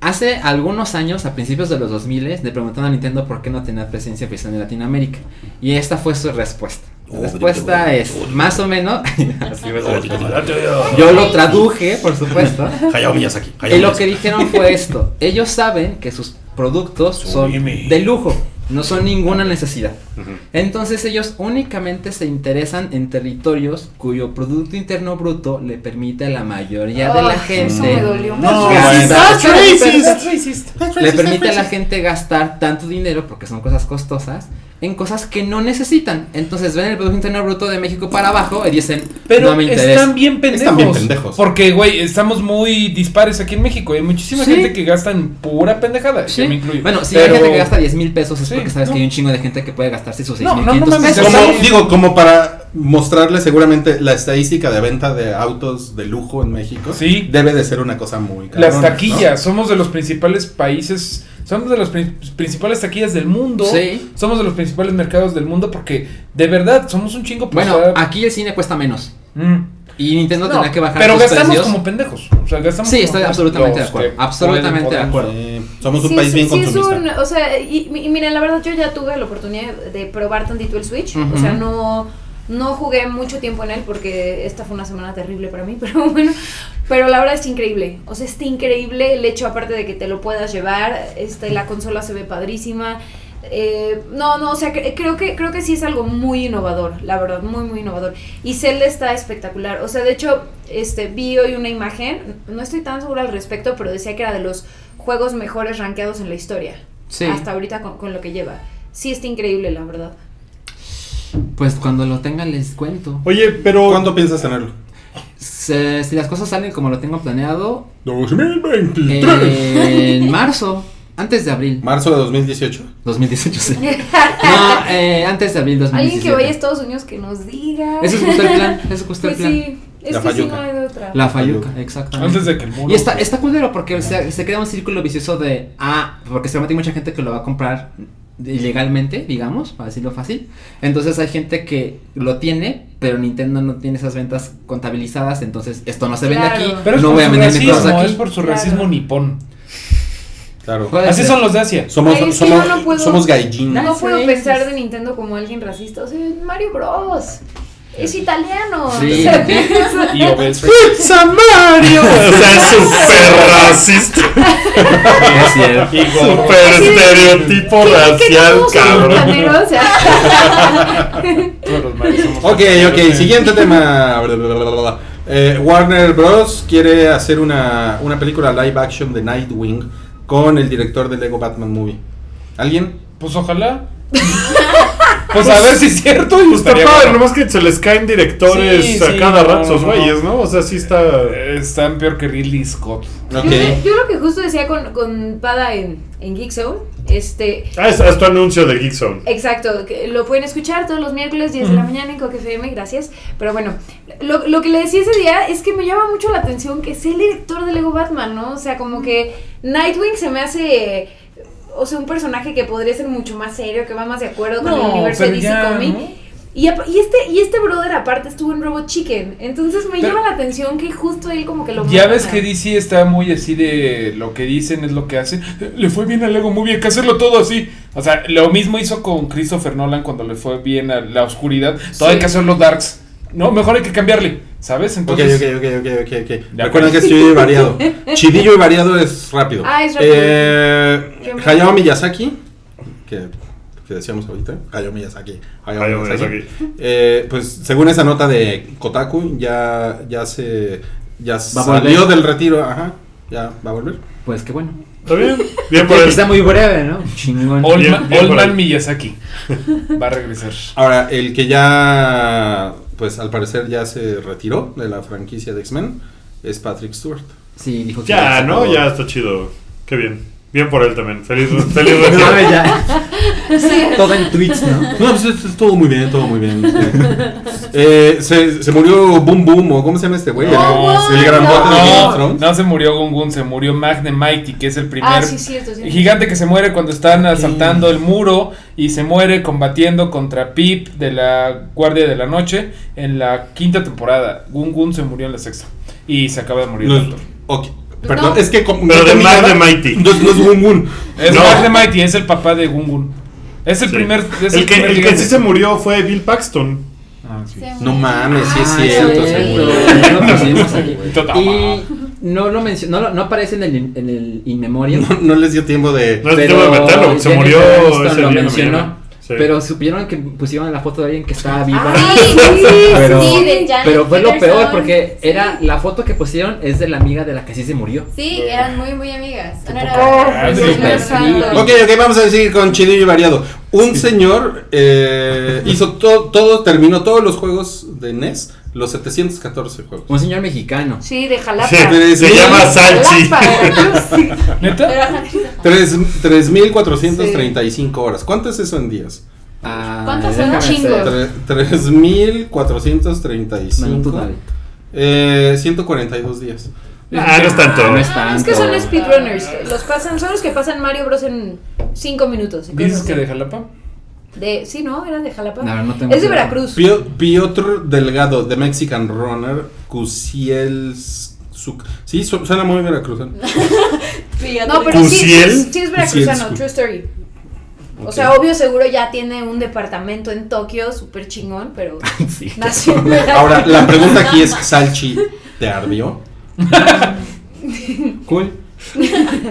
Speaker 3: Hace algunos años, a principios de los 2000, le preguntaron a Nintendo por qué no tenía presencia oficial en Latinoamérica. Y esta fue su respuesta. La
Speaker 7: Odio,
Speaker 3: respuesta
Speaker 7: odio,
Speaker 3: es más o menos. así me salió.
Speaker 2: Hayao
Speaker 3: Yo lo traduje, por supuesto.
Speaker 2: Miyazaki.
Speaker 3: Y lo que dijeron fue esto. Ellos saben que sus productos son
Speaker 8: Subime.
Speaker 3: de lujo, no son ninguna necesidad. Entonces ellos únicamente se interesan en territorios cuyo Producto Interno Bruto le permite a la mayoría de la
Speaker 4: Ay, Eso
Speaker 3: gente
Speaker 4: me dolió
Speaker 7: No,
Speaker 4: mucho.
Speaker 7: bueno.
Speaker 2: That's racist.
Speaker 3: le permite a la gente gastar tanto dinero, porque son cosas costosas, en cosas que no necesitan. Entonces ven el Producto Interno Bruto de México para abajo y dicen,
Speaker 6: Pero
Speaker 3: no me interesa.
Speaker 6: están bien pendejos.
Speaker 7: Están bien pendejos.
Speaker 6: Porque, güey, estamos muy dispares aquí en México. Hay muchísima
Speaker 3: Sí.
Speaker 6: gente que gasta en pura pendejada.
Speaker 3: Sí.
Speaker 6: Yo me incluyo.
Speaker 3: Bueno, si
Speaker 6: Pero-
Speaker 3: hay gente que gasta 10 mil pesos, es
Speaker 6: Sí,
Speaker 3: porque sabes
Speaker 6: no.
Speaker 3: que hay un chingo de gente que puede gastarse sus 6
Speaker 6: No,
Speaker 3: mil
Speaker 6: no, no mames,
Speaker 3: pesos.
Speaker 7: Como,
Speaker 6: Sí.
Speaker 7: digo, como para mostrarle seguramente la estadística de venta de autos de lujo en México.
Speaker 6: Sí.
Speaker 7: Debe de ser una cosa muy
Speaker 6: Las
Speaker 7: cabrona,
Speaker 6: taquillas, somos de los principales países, somos de las prin- principales taquillas del mundo.
Speaker 3: Sí.
Speaker 6: Somos de los principales mercados del mundo porque de verdad somos un chingo pues,
Speaker 3: Bueno,
Speaker 6: o sea,
Speaker 3: aquí el cine cuesta menos.
Speaker 6: mm.
Speaker 3: Y Nintendo
Speaker 6: No,
Speaker 3: tendrá que bajar
Speaker 6: Pero
Speaker 3: sus
Speaker 6: gastamos
Speaker 3: precios.
Speaker 6: como pendejos. O sea, gastamos
Speaker 3: Sí, estoy
Speaker 6: como pendejos.
Speaker 3: absolutamente de
Speaker 6: Los
Speaker 3: acuerdo,
Speaker 6: que
Speaker 3: absolutamente
Speaker 6: pueden,
Speaker 3: de
Speaker 6: podemos.
Speaker 3: acuerdo.
Speaker 7: ¿no? Eh, somos un
Speaker 4: Sí,
Speaker 7: país
Speaker 4: es-
Speaker 7: bien
Speaker 4: sí es
Speaker 7: consumista.
Speaker 4: un- o sea, y, y mira, la verdad yo ya tuve la oportunidad de probar tantito el Switch.
Speaker 3: Ujú.
Speaker 4: O sea, no, no jugué mucho tiempo en él porque esta fue una semana terrible para mí, pero bueno. Pero la verdad es increíble. O sea, está increíble el hecho, aparte de que te lo puedas llevar, este, la consola se ve padrísima. Eh, no, no, o sea, cre- creo que creo que sí es algo muy innovador, la verdad, muy muy innovador. Y Zelda está espectacular. O sea, de hecho, este vi hoy una imagen, no estoy tan segura al respecto, pero decía que era de los juegos mejores rankeados en la historia.
Speaker 3: Sí.
Speaker 4: Hasta ahorita con, con lo que lleva. Sí está increíble, la verdad.
Speaker 3: Pues cuando lo tengan les cuento.
Speaker 2: Oye, pero.
Speaker 7: ¿Cuándo piensas tenerlo?
Speaker 3: Se- si las cosas salen como lo tengo planeado,
Speaker 6: Mm.
Speaker 3: eh,
Speaker 7: 2023.
Speaker 3: en marzo, antes de abril.
Speaker 7: Marzo de 2018.
Speaker 3: 2018, sí. No, eh, antes de abril
Speaker 4: Alguien
Speaker 3: 2017.
Speaker 4: que vaya a Estados Unidos que nos diga.
Speaker 3: Ese es justo el plan, ese es justo el
Speaker 4: Pues
Speaker 3: plan.
Speaker 4: sí, es
Speaker 7: La
Speaker 4: que sí
Speaker 7: falluca.
Speaker 4: no hay de otra.
Speaker 3: La Fayuca, exactamente.
Speaker 6: Antes de que el muro.
Speaker 3: Y está, está culero porque se, se crea un círculo vicioso de, ah, porque seguramente hay mucha gente que lo va a comprar ilegalmente, digamos, para decirlo fácil. Entonces hay gente que lo tiene, pero Nintendo no tiene esas ventas contabilizadas, entonces esto no se vende
Speaker 4: Claro.
Speaker 3: aquí,
Speaker 6: Pero es
Speaker 3: no
Speaker 6: por
Speaker 3: voy a
Speaker 6: su
Speaker 3: vender mis
Speaker 6: racismo,
Speaker 3: cosas
Speaker 6: es
Speaker 3: aquí.
Speaker 6: por su
Speaker 4: Claro.
Speaker 6: racismo nipón.
Speaker 7: Claro.
Speaker 3: Puede
Speaker 6: Así
Speaker 3: ser.
Speaker 6: son los de Asia.
Speaker 7: Somos,
Speaker 4: Ay, es que
Speaker 7: somos,
Speaker 4: yo no puedo-
Speaker 7: somos gaijin.
Speaker 4: No puedo
Speaker 5: Sí,
Speaker 4: pensar
Speaker 5: sí.
Speaker 4: de Nintendo como alguien racista. O sea, es Mario Bros. Es italiano.
Speaker 3: Sí.
Speaker 4: O sea,
Speaker 6: Y obeso.
Speaker 2: ¡Pizza Mario! O sea, es súper racista.
Speaker 3: es cierto.
Speaker 2: Súper
Speaker 4: Así de-
Speaker 2: estereotipo
Speaker 4: ¿Qué, qué
Speaker 2: racial,
Speaker 4: somos
Speaker 2: cabrón.
Speaker 4: planeros? O sea,
Speaker 6: Todos los mares somos
Speaker 7: Ok, ok, siguiente tema. Eh, Warner Bros. quiere hacer una, una película live action de Nightwing con el director del Lego Batman Movie. ¿Alguien?
Speaker 6: Pues ojalá. pues a ver si es cierto. y
Speaker 2: Pues Está
Speaker 6: estaría
Speaker 2: padre,
Speaker 6: bueno.
Speaker 2: nomás que se les caen directores
Speaker 6: Sí,
Speaker 2: a
Speaker 6: sí,
Speaker 2: cada
Speaker 6: no,
Speaker 2: rato esos
Speaker 6: no.
Speaker 2: güeyes, ¿no? O sea, sí está.
Speaker 6: Eh, Están peor que Ridley Scott.
Speaker 4: yo, yo lo que justo decía con, con Pada en, en Geek Zone, este,
Speaker 2: Ah, es, es tu anuncio de Geek Zone.
Speaker 4: Exacto, que lo pueden escuchar todos los miércoles 10 de la mañana en Coque FM, gracias. Pero bueno, lo, lo que le decía ese día es que me llama mucho la atención que sea el director de Lego Batman, ¿no? O sea, como que Nightwing se me hace, o sea, un personaje que podría ser mucho más serio, que va más de acuerdo con el universo de DC Comics.
Speaker 6: ¿no?
Speaker 4: Y, ap- y este, y este brother aparte estuvo en Robot Chicken, entonces me
Speaker 6: Pero-
Speaker 4: llama la atención que justo él como que lo...
Speaker 6: Ya
Speaker 4: manda.
Speaker 6: ves que DC está muy así de lo que dicen es lo que hacen. Le fue bien a Lego Movie, hay que hacerlo todo así. O sea, lo mismo hizo con Christopher Nolan cuando le fue bien a la oscuridad. Todo hay que hacerlo darks. No, mejor hay que cambiarle, ¿sabes?
Speaker 7: Ok,
Speaker 6: Entonces,
Speaker 7: ok, ok, ok, ok, ok.
Speaker 6: Ya.
Speaker 7: Recuerden que es chidillo y variado. Chidillo y variado es rápido.
Speaker 4: Ah, es rápido.
Speaker 7: Eh,
Speaker 4: Qué bueno.
Speaker 7: Hayao Miyazaki, que, que decíamos ahorita. Hayao Miyazaki. Hayao
Speaker 2: Hayao
Speaker 7: Miyazaki.
Speaker 2: Miyazaki.
Speaker 7: Eh, pues según esa nota de Kotaku, ya, ya se ya
Speaker 3: a
Speaker 7: salió
Speaker 3: volver.
Speaker 7: del retiro. Ajá, ya va a volver.
Speaker 3: Pues qué bueno.
Speaker 2: ¿Está bien? Bien por
Speaker 6: Pues,
Speaker 3: Que
Speaker 2: él.
Speaker 3: Está muy breve, ¿no? Chingón.
Speaker 6: Old,
Speaker 2: Bien,
Speaker 6: Ma-
Speaker 2: bien
Speaker 6: Old
Speaker 2: por ahí.
Speaker 6: Man Miyazaki va a regresar.
Speaker 7: Ahora, el que ya, pues al parecer ya se retiró de la franquicia de X-Men es Patrick Stewart.
Speaker 3: Sí, dijo que
Speaker 2: Ya,
Speaker 3: se
Speaker 2: ¿no?
Speaker 3: acabó.
Speaker 2: Ya está chido. Qué bien. Bien por él también. Feliz, feliz
Speaker 3: No,
Speaker 2: retiro.
Speaker 3: ya. Todo en tweets, ¿no?
Speaker 7: No, pues es, es todo muy bien, todo muy bien. sí. Eh, se, se murió Boom Boom, o ¿cómo se llama este güey?
Speaker 6: No,
Speaker 7: el, el gran bote de Game of
Speaker 6: No,
Speaker 7: Thrones.
Speaker 6: no se murió Gungun, se murió Magne Mighty, que es el primer
Speaker 4: Ah, sí, cierto, cierto.
Speaker 6: gigante que se muere cuando están asaltando el muro y se muere combatiendo contra Pip de la Guardia de la Noche en la quinta temporada. Gungun se murió en la sexta y se acaba de morir
Speaker 7: No,
Speaker 6: el actor.
Speaker 7: ok, Perdón,
Speaker 4: No.
Speaker 7: es que. como-
Speaker 2: Pero
Speaker 7: no
Speaker 2: de
Speaker 7: terminaba.
Speaker 2: Mac de Mighty.
Speaker 7: No, no es Boom Boom.
Speaker 6: Es
Speaker 2: No.
Speaker 6: Magne Mighty, es el papá de Gungun. Es el
Speaker 2: Sí.
Speaker 6: primer. Es
Speaker 2: el, que,
Speaker 6: primer
Speaker 2: el que
Speaker 6: gigante.
Speaker 2: sí se murió fue Bill Paxton.
Speaker 6: Ah, sí.
Speaker 7: No mames, sí es
Speaker 3: Ah,
Speaker 7: cierto.
Speaker 3: cierto.
Speaker 7: se murió.
Speaker 3: Ya lo pusimos aquí.
Speaker 6: Totama.
Speaker 3: Y no lo mencionó, no, lo- no aparece en el, in- en el In Memoriam.
Speaker 7: No, no les dio tiempo de.
Speaker 2: No es tema de meterlo. Se
Speaker 3: Jennifer
Speaker 2: murió
Speaker 3: Aniston
Speaker 2: ese
Speaker 3: lo
Speaker 2: día en la
Speaker 3: mencionó,
Speaker 2: mañana. Sí.
Speaker 3: Pero supieron que pusieron la foto de alguien que estaba viva.
Speaker 5: Ah, Sí,
Speaker 3: Pero-
Speaker 5: sí, de Janet
Speaker 3: Pero fue lo
Speaker 5: Peterson.
Speaker 3: peor porque
Speaker 5: Sí.
Speaker 3: era la foto que pusieron es de la amiga de la que sí se murió.
Speaker 5: Sí, eran muy, muy amigas. No, era-
Speaker 6: madre,
Speaker 5: Dios
Speaker 3: súper
Speaker 5: mío, santo.
Speaker 3: creepy.
Speaker 7: Ok, ok, vamos a seguir con chidillo y variado. Un señor eh, hizo todo, todo, terminó todos los juegos de NES, los 714 juegos.
Speaker 3: Un señor mexicano.
Speaker 4: Sí, de Jalapa.
Speaker 2: Se, se
Speaker 7: Sí.
Speaker 2: llama Salchi.
Speaker 4: Jalapa, sí.
Speaker 6: ¿Neta?
Speaker 7: Tres- 3.435 horas. ¿Cuánto es eso en días?
Speaker 3: Ah,
Speaker 5: ¿Cuántas son?
Speaker 3: déjame
Speaker 4: Chingo.
Speaker 3: hacer-
Speaker 7: Tre-
Speaker 3: Manu, tú dale.
Speaker 7: 3.435. Eh, 142 días.
Speaker 2: Ah, no es tanto.
Speaker 3: No es
Speaker 4: Ah,
Speaker 3: tanto.
Speaker 4: es que son speedrunners. Los pasan, son los que pasan Mario Bros en 5 minutos. y
Speaker 6: ¿Dices
Speaker 4: cosas
Speaker 6: que
Speaker 4: así.
Speaker 6: de Jalapa?
Speaker 4: de Sí, ¿no? Eran de Jalapa.
Speaker 3: No, no tengo
Speaker 4: es de
Speaker 3: idea.
Speaker 4: Veracruz.
Speaker 7: Pio- Piotr Delgado, de Mexican Runner, Cusiel. Suc- Sí, su- suena muy veracruzano.
Speaker 4: No, pero sí, sí,
Speaker 2: ¿Cusiel?
Speaker 4: es- sí es veracruzano,
Speaker 7: Cusiel.
Speaker 4: true story. O
Speaker 7: Ok.
Speaker 4: sea, obvio, seguro ya tiene un departamento en Tokio súper chingón, pero
Speaker 3: Sí.
Speaker 4: nació en Veracruz.
Speaker 7: Ahora, la pregunta aquí es: ¿Salchi te ardió?
Speaker 3: Cool.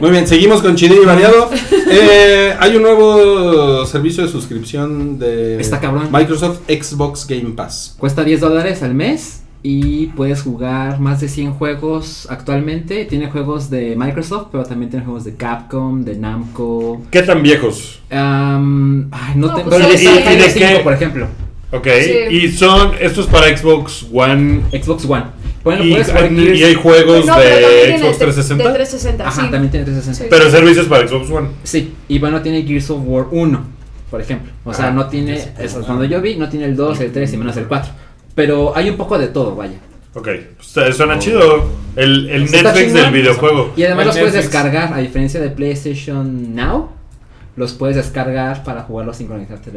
Speaker 7: Muy bien, seguimos con Chidillo y Variado. Eh, hay un nuevo servicio de suscripción de
Speaker 3: Está cabrón.
Speaker 7: Microsoft Xbox Game Pass.
Speaker 3: Cuesta 10 dólares al mes y puedes jugar más de 100 juegos actualmente. Tiene juegos de Microsoft, pero también tiene juegos de Capcom, de Namco.
Speaker 2: ¿Qué tan viejos?
Speaker 3: Am, ay, no,
Speaker 4: No,
Speaker 3: te-
Speaker 4: pues
Speaker 3: pero
Speaker 4: sí,
Speaker 3: está
Speaker 4: ¿y-
Speaker 3: el
Speaker 4: y de
Speaker 3: PS5,
Speaker 2: qué?
Speaker 3: por ejemplo.
Speaker 2: Ok.
Speaker 4: Sí.
Speaker 2: Y son. Esto es para Xbox One.
Speaker 3: Xbox One. Bueno,
Speaker 2: y,
Speaker 3: pues, puedes jugar
Speaker 2: y- y
Speaker 3: Gears-
Speaker 2: hay juegos
Speaker 4: No, pero también
Speaker 2: de
Speaker 4: tiene
Speaker 2: Xbox
Speaker 4: de- De
Speaker 2: 360.
Speaker 4: 360,
Speaker 3: Ajá,
Speaker 4: sí.
Speaker 3: también tiene 360.
Speaker 4: Sí.
Speaker 2: pero servicios para Xbox One.
Speaker 3: Sí, y bueno, tiene Gears of War 1, por ejemplo. O sea,
Speaker 2: Ah,
Speaker 3: no tiene,
Speaker 2: Gears of
Speaker 3: eso,
Speaker 2: War.
Speaker 3: cuando yo vi, no tiene el 2, el 3 y menos el 4. Pero hay un poco de todo, vaya.
Speaker 2: Ok. Pues,
Speaker 6: Oh.
Speaker 2: suena chido. El, el
Speaker 3: Está
Speaker 2: Netflix
Speaker 3: chingón.
Speaker 2: del videojuego.
Speaker 3: Y además
Speaker 6: El
Speaker 3: los puedes
Speaker 6: Netflix.
Speaker 3: descargar, a diferencia de PlayStation Now, los puedes descargar para jugarlos sin conectarte a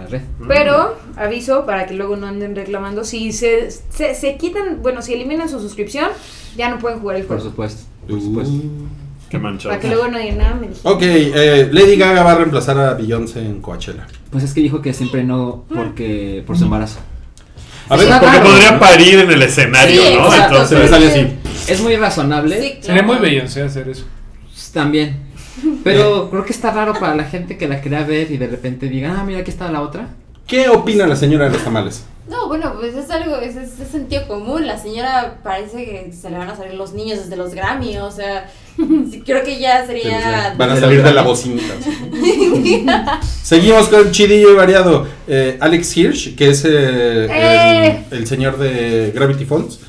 Speaker 3: la red.
Speaker 4: Pero aviso para que luego no anden reclamando. Si se, se, se quitan, bueno, si eliminan su suscripción, ya no pueden jugar el
Speaker 3: Por
Speaker 4: juego.
Speaker 3: supuesto,
Speaker 2: Uh.
Speaker 3: por supuesto.
Speaker 2: Qué manchado.
Speaker 4: Para que luego no digan nada, me dijeron.
Speaker 7: Ok, eh, Lady Gaga va a reemplazar a Beyoncé en Coachella.
Speaker 3: Pues es que dijo que siempre no porque por su embarazo.
Speaker 2: A ver,
Speaker 3: Está
Speaker 2: porque
Speaker 3: raro.
Speaker 2: podría parir en el escenario,
Speaker 5: Sí,
Speaker 2: ¿no?
Speaker 5: exacto,
Speaker 7: Se me
Speaker 2: Entonces,
Speaker 7: sale así.
Speaker 3: Es muy razonable
Speaker 5: Sí,
Speaker 6: Sería muy
Speaker 5: claro.
Speaker 6: Beyoncé hacer eso.
Speaker 3: pues, también. Pero creo que está raro para la gente que la quería ver y de repente diga, ah, mira, aquí está la otra.
Speaker 7: ¿Qué opina la señora de los tamales?
Speaker 5: No, bueno, pues es algo, es, es, es sentido común. La señora parece que se le van a salir los niños desde los Grammy, o sea, sí, creo que ya
Speaker 7: Que los
Speaker 5: sería...
Speaker 7: de- Van a salir de la bocinita. así. Seguimos con chidillo y variado. Eh, Alex Hirsch, que es eh,
Speaker 4: ¡Eh!
Speaker 7: el, el señor de Gravity Falls.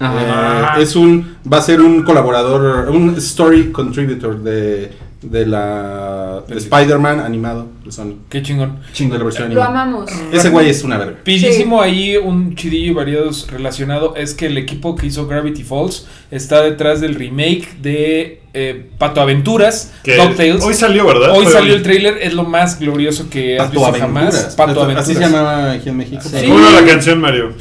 Speaker 3: Ah,
Speaker 7: Eh, es un va a ser un colaborador, un story contributor de, de la de Spider-Man animado de Sony,
Speaker 6: Qué chingón.
Speaker 7: de la versión
Speaker 4: Lo
Speaker 7: animada.
Speaker 4: amamos.
Speaker 7: Ese güey es una verga.
Speaker 6: Pidísimo ahí un chidillo y variados relacionado es que el equipo que hizo Gravity Falls está detrás del remake de eh, Pato Aventuras,
Speaker 2: que
Speaker 6: DuckTales.
Speaker 2: hoy salió, ¿verdad?
Speaker 6: Hoy
Speaker 2: Fue
Speaker 6: salió el tráiler, es lo más glorioso que has visto jamás. Pato Aventuras.
Speaker 7: Así se llamaba aquí en México.
Speaker 6: Sí.
Speaker 2: ¿Cómo era la canción, Mario?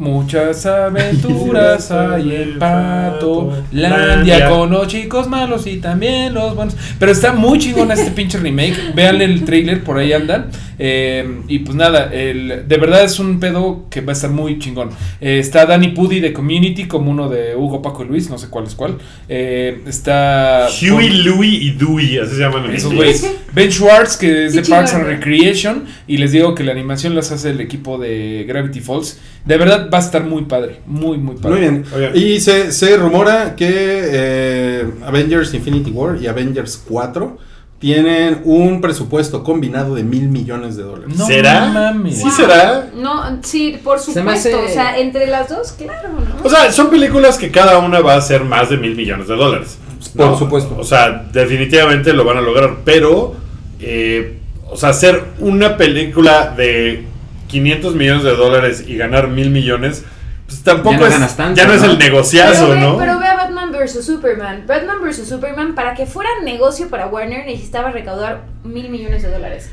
Speaker 6: Muchas aventuras hay en Pato Landia con los chicos malos y también los buenos. Pero está muy chingón este pinche remake. Vean el trailer, por ahí andan. Eh, y pues nada, el, de verdad es un pedo que va a estar muy chingón. Eh, está Danny Pudi de Community, como uno de Hugo, Paco y Luis, no sé cuál es cuál. Eh, está.
Speaker 2: Huey, Louie y Dewey, así se llaman en
Speaker 6: Esos
Speaker 2: inglés.
Speaker 6: güeyes. Ben Schwartz, que es
Speaker 4: Qué
Speaker 6: de Parks and
Speaker 4: chingón.
Speaker 6: Recreation. Y les digo que la animación las hace el equipo de Gravity Falls. De verdad va a estar muy padre. Muy, muy padre.
Speaker 7: Muy bien.
Speaker 2: Oigan.
Speaker 7: Y se, se rumora que eh, Avengers Infinity War y Avengers 4 tienen un presupuesto combinado de mil millones de dólares.
Speaker 6: No
Speaker 2: ¿Será?
Speaker 6: mames.
Speaker 2: ¿Sí será?
Speaker 4: No, sí, por
Speaker 3: Se me
Speaker 4: supuesto.
Speaker 3: hace-
Speaker 4: O sea, entre las dos, claro, ¿no?
Speaker 2: O sea, son películas que cada una va a ser más de mil millones de dólares.
Speaker 7: Por supuesto.
Speaker 2: O sea, definitivamente lo van a lograr, pero, eh, o sea, hacer una película de 500 millones de dólares y ganar mil millones, pues tampoco
Speaker 3: Ya no
Speaker 2: es,
Speaker 3: ganas tanto,
Speaker 2: ya no, es
Speaker 3: ¿no?
Speaker 2: el negociazo,
Speaker 4: Pero ve,
Speaker 2: ¿no?
Speaker 4: pero ve a Batman vs Superman. Batman vs Superman, para que fuera negocio para Warner, necesitaba recaudar mil millones de dólares.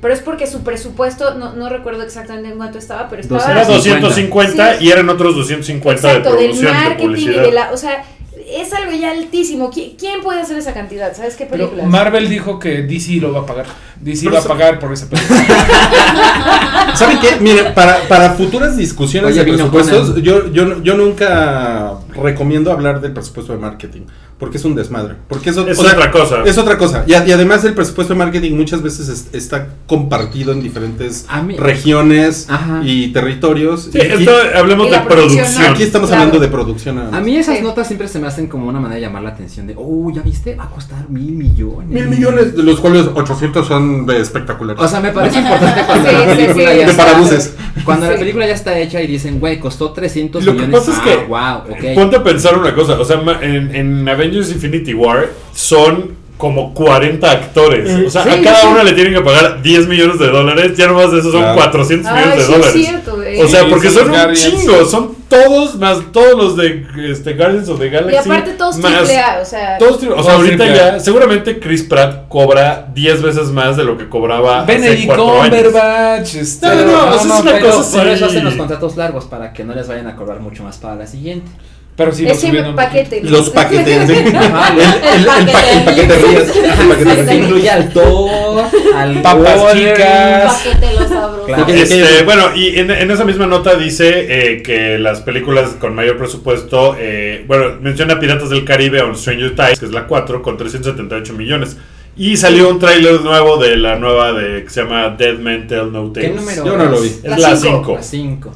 Speaker 4: Pero es porque su presupuesto, no, no recuerdo exactamente en cuánto estaba, pero estaba.
Speaker 2: Era
Speaker 3: 250.
Speaker 2: 250
Speaker 4: Sí.
Speaker 2: y eran otros 250
Speaker 4: Exacto,
Speaker 2: de
Speaker 4: del
Speaker 2: producción, de
Speaker 4: marketing y
Speaker 2: publicidad.
Speaker 4: de la. O sea, es algo ya altísimo. ¿Qui- ¿Quién puede hacer esa cantidad? ¿Sabes qué
Speaker 6: Pero
Speaker 4: películas?
Speaker 6: Marvel dijo que DC lo va a pagar. DC
Speaker 7: Pero
Speaker 6: va a
Speaker 7: se-
Speaker 6: pagar por esa película.
Speaker 7: ¿Saben qué? Miren, para, para futuras discusiones
Speaker 3: Oye,
Speaker 7: de
Speaker 3: vino
Speaker 7: presupuestos,
Speaker 3: Conan.
Speaker 7: yo, yo, no- yo nunca recomiendo hablar del presupuesto de marketing, porque es un desmadre. Porque eso,
Speaker 2: Es otra cosa.
Speaker 7: Es otra cosa. Y, a- y además el presupuesto de marketing muchas veces es- está compartido en diferentes
Speaker 3: A mí-
Speaker 7: regiones
Speaker 3: Ajá.
Speaker 7: y territorios.
Speaker 2: Sí,
Speaker 7: Y-
Speaker 2: esto, hablemos
Speaker 4: y
Speaker 2: de
Speaker 4: la producción,
Speaker 2: producción.
Speaker 4: ¿no?
Speaker 7: Aquí estamos
Speaker 4: Claro.
Speaker 7: hablando de producción. nada más.
Speaker 3: A mí esas
Speaker 4: Sí.
Speaker 3: notas siempre se me hacen como una manera de llamar la atención de, oh, ya viste, va a costar mil millones.
Speaker 7: Mil millones, de los cuales 800 son de espectaculares.
Speaker 3: O sea, me parece importante cuando
Speaker 4: Sí,
Speaker 3: la
Speaker 4: sí,
Speaker 3: película
Speaker 4: sí.
Speaker 3: ya
Speaker 7: de
Speaker 3: está-
Speaker 7: parabuses.
Speaker 3: Cuando la
Speaker 4: Sí.
Speaker 3: película ya está hecha y dicen, güey, costó 300
Speaker 2: Lo que
Speaker 3: millones.
Speaker 2: pasa es
Speaker 3: ah,
Speaker 2: que-
Speaker 3: wow, ok.
Speaker 2: Ponte a pensar una cosa, o sea, ma- en, en Avengers Infinity War son como 40 actores.
Speaker 4: Mm.
Speaker 2: O sea, a
Speaker 3: sí,
Speaker 2: cada
Speaker 3: sí.
Speaker 2: uno le tienen que pagar 10 millones de dólares, ya nomás de eso son
Speaker 7: Claro.
Speaker 2: 400
Speaker 4: Ay,
Speaker 2: millones de
Speaker 4: sí, es
Speaker 2: dólares.
Speaker 4: cierto, güey.
Speaker 2: O sea,
Speaker 6: Sí,
Speaker 2: porque
Speaker 6: son
Speaker 2: son
Speaker 6: los
Speaker 2: un
Speaker 6: Guardians.
Speaker 2: chingo, son todos más todos los de este, Guardians of the
Speaker 4: y
Speaker 2: Galaxy.
Speaker 4: aparte, todos
Speaker 2: más
Speaker 4: triple A, o sea.
Speaker 2: todos tri- o sea,
Speaker 6: Todos
Speaker 2: ahorita
Speaker 6: triple A.
Speaker 2: ya, seguramente Chris Pratt cobra 10 veces más de lo que cobraba hace
Speaker 6: Benedict
Speaker 2: 4 años.
Speaker 6: Cumberbatch. este-
Speaker 2: No, no, no, o sea, es una
Speaker 3: pero
Speaker 2: cosa
Speaker 3: por
Speaker 2: así.
Speaker 3: eso hacen los contratos largos para que no les vayan a cobrar mucho más para la siguiente.
Speaker 6: Pero sí, lo
Speaker 4: es siempre
Speaker 6: subieron.
Speaker 4: paquete. ¿no?
Speaker 7: Los paquetes. ¿sí? el,
Speaker 3: Ajá, güey.
Speaker 7: el- el pa- el paquete de ríos, el paquete de
Speaker 3: Se
Speaker 7: ríos.
Speaker 3: incluye al todo, al
Speaker 6: Papas
Speaker 3: Warner,
Speaker 6: chicas.
Speaker 5: Paquete lo sabroso.
Speaker 3: Claro.
Speaker 2: Este, bueno, y en, en esa misma nota dice eh, que las películas con mayor presupuesto, eh, bueno, menciona Piratas del Caribe on Stranger Tides, que es la 4, con 378 millones. Y salió un tráiler nuevo de la nueva de que se llama Dead Men Tell No Tales.
Speaker 3: ¿Qué número?
Speaker 7: Yo no lo vi.
Speaker 2: Es
Speaker 4: La
Speaker 2: la
Speaker 4: cinco.
Speaker 2: 5.
Speaker 3: A cinco.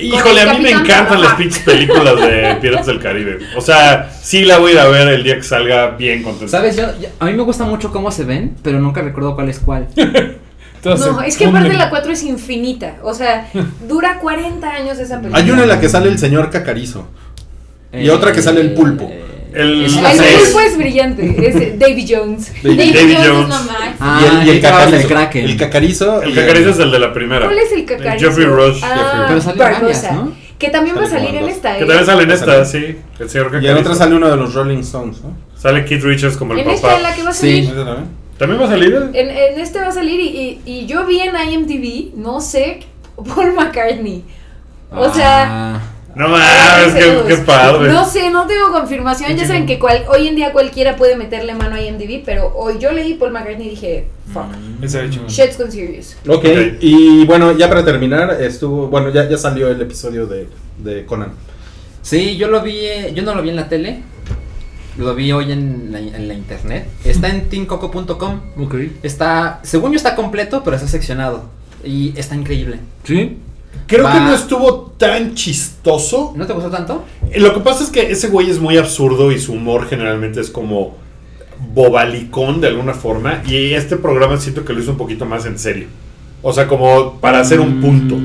Speaker 2: Híjole, a mí me
Speaker 4: Capitán
Speaker 2: encantan las
Speaker 4: Barba.
Speaker 2: pinches películas de Piratas del Caribe. O sea, sí la voy a ir a ver el día que salga bien contento.
Speaker 3: ¿Sabes? Yo, yo- a mí me gusta mucho cómo se ven, pero nunca recuerdo cuál es cuál.
Speaker 6: Entonces,
Speaker 4: No, es que
Speaker 6: un-
Speaker 4: aparte la 4 es infinita. O sea, dura 40 años esa película.
Speaker 7: Hay una en la que sale el señor Cacarizo. Y otra que sale el pulpo.
Speaker 2: El-
Speaker 3: Eh, es la
Speaker 4: Ay, no,
Speaker 2: Sí.
Speaker 3: seis.
Speaker 4: el juez brillante. Es David Jones.
Speaker 7: Y
Speaker 2: David
Speaker 5: David Jones es
Speaker 2: Jones.
Speaker 5: lo máximo.
Speaker 3: Ah,
Speaker 7: el, y el
Speaker 3: cacarizo.
Speaker 7: cacarizo. El cacarizo.
Speaker 2: El
Speaker 7: y
Speaker 2: cacarizo es el de la primera.
Speaker 4: ¿Cuál es el cacarizo?
Speaker 2: Eh, Jeffrey Rush.
Speaker 4: Ah,
Speaker 3: Pero sale
Speaker 4: Barbosa.
Speaker 3: varias, ¿no?
Speaker 4: Que también va a
Speaker 7: Sale
Speaker 4: salir
Speaker 7: como
Speaker 4: en
Speaker 7: dos.
Speaker 4: esta,
Speaker 2: Que
Speaker 4: ¿eh?
Speaker 2: también sale en esta,
Speaker 7: Sale.
Speaker 2: sí. El señor
Speaker 7: Y en
Speaker 2: Cacarizo.
Speaker 7: otra sale uno de los Rolling Stones, ¿no?
Speaker 2: Sale Keith Richards como el
Speaker 4: En
Speaker 2: papá.
Speaker 4: esta en la que va a salir.
Speaker 3: Sí.
Speaker 7: ¿Esa también?
Speaker 2: ¿También va a salir?
Speaker 4: En, en este va a salir y, y- y yo vi en IMDb, no sé, Paul McCartney. O sea,
Speaker 3: Ah.
Speaker 2: No mames, Ah, qué, qué padre.
Speaker 4: No sé, no tengo confirmación. Ya saben que cual- hoy en día cualquiera puede meterle mano a IMDb, pero hoy yo leí Paul McCartney y dije, fuck,
Speaker 2: Mm.
Speaker 6: Ese hecho.
Speaker 4: shit's gone serious.
Speaker 7: Ok,
Speaker 2: Ok.
Speaker 7: y bueno, ya para terminar, estuvo. Bueno, ya, ya salió el episodio de, de Conan.
Speaker 3: Sí, yo lo vi, eh, yo no lo vi en la tele, lo vi hoy en la, en la internet. Está en tincoco.com.
Speaker 6: Ok.
Speaker 3: Está, según yo está completo, pero está seccionado. Y está increíble.
Speaker 6: ¿Sí?
Speaker 2: Creo
Speaker 3: Va.
Speaker 2: que no estuvo tan chistoso.
Speaker 3: ¿No te gustó tanto?
Speaker 2: Eh, Lo que pasa es que ese güey es muy absurdo y su humor generalmente es como bobalicón de alguna forma. Y este programa siento que lo hizo un poquito más en serio. O sea, como para hacer
Speaker 3: Mm.
Speaker 2: un punto.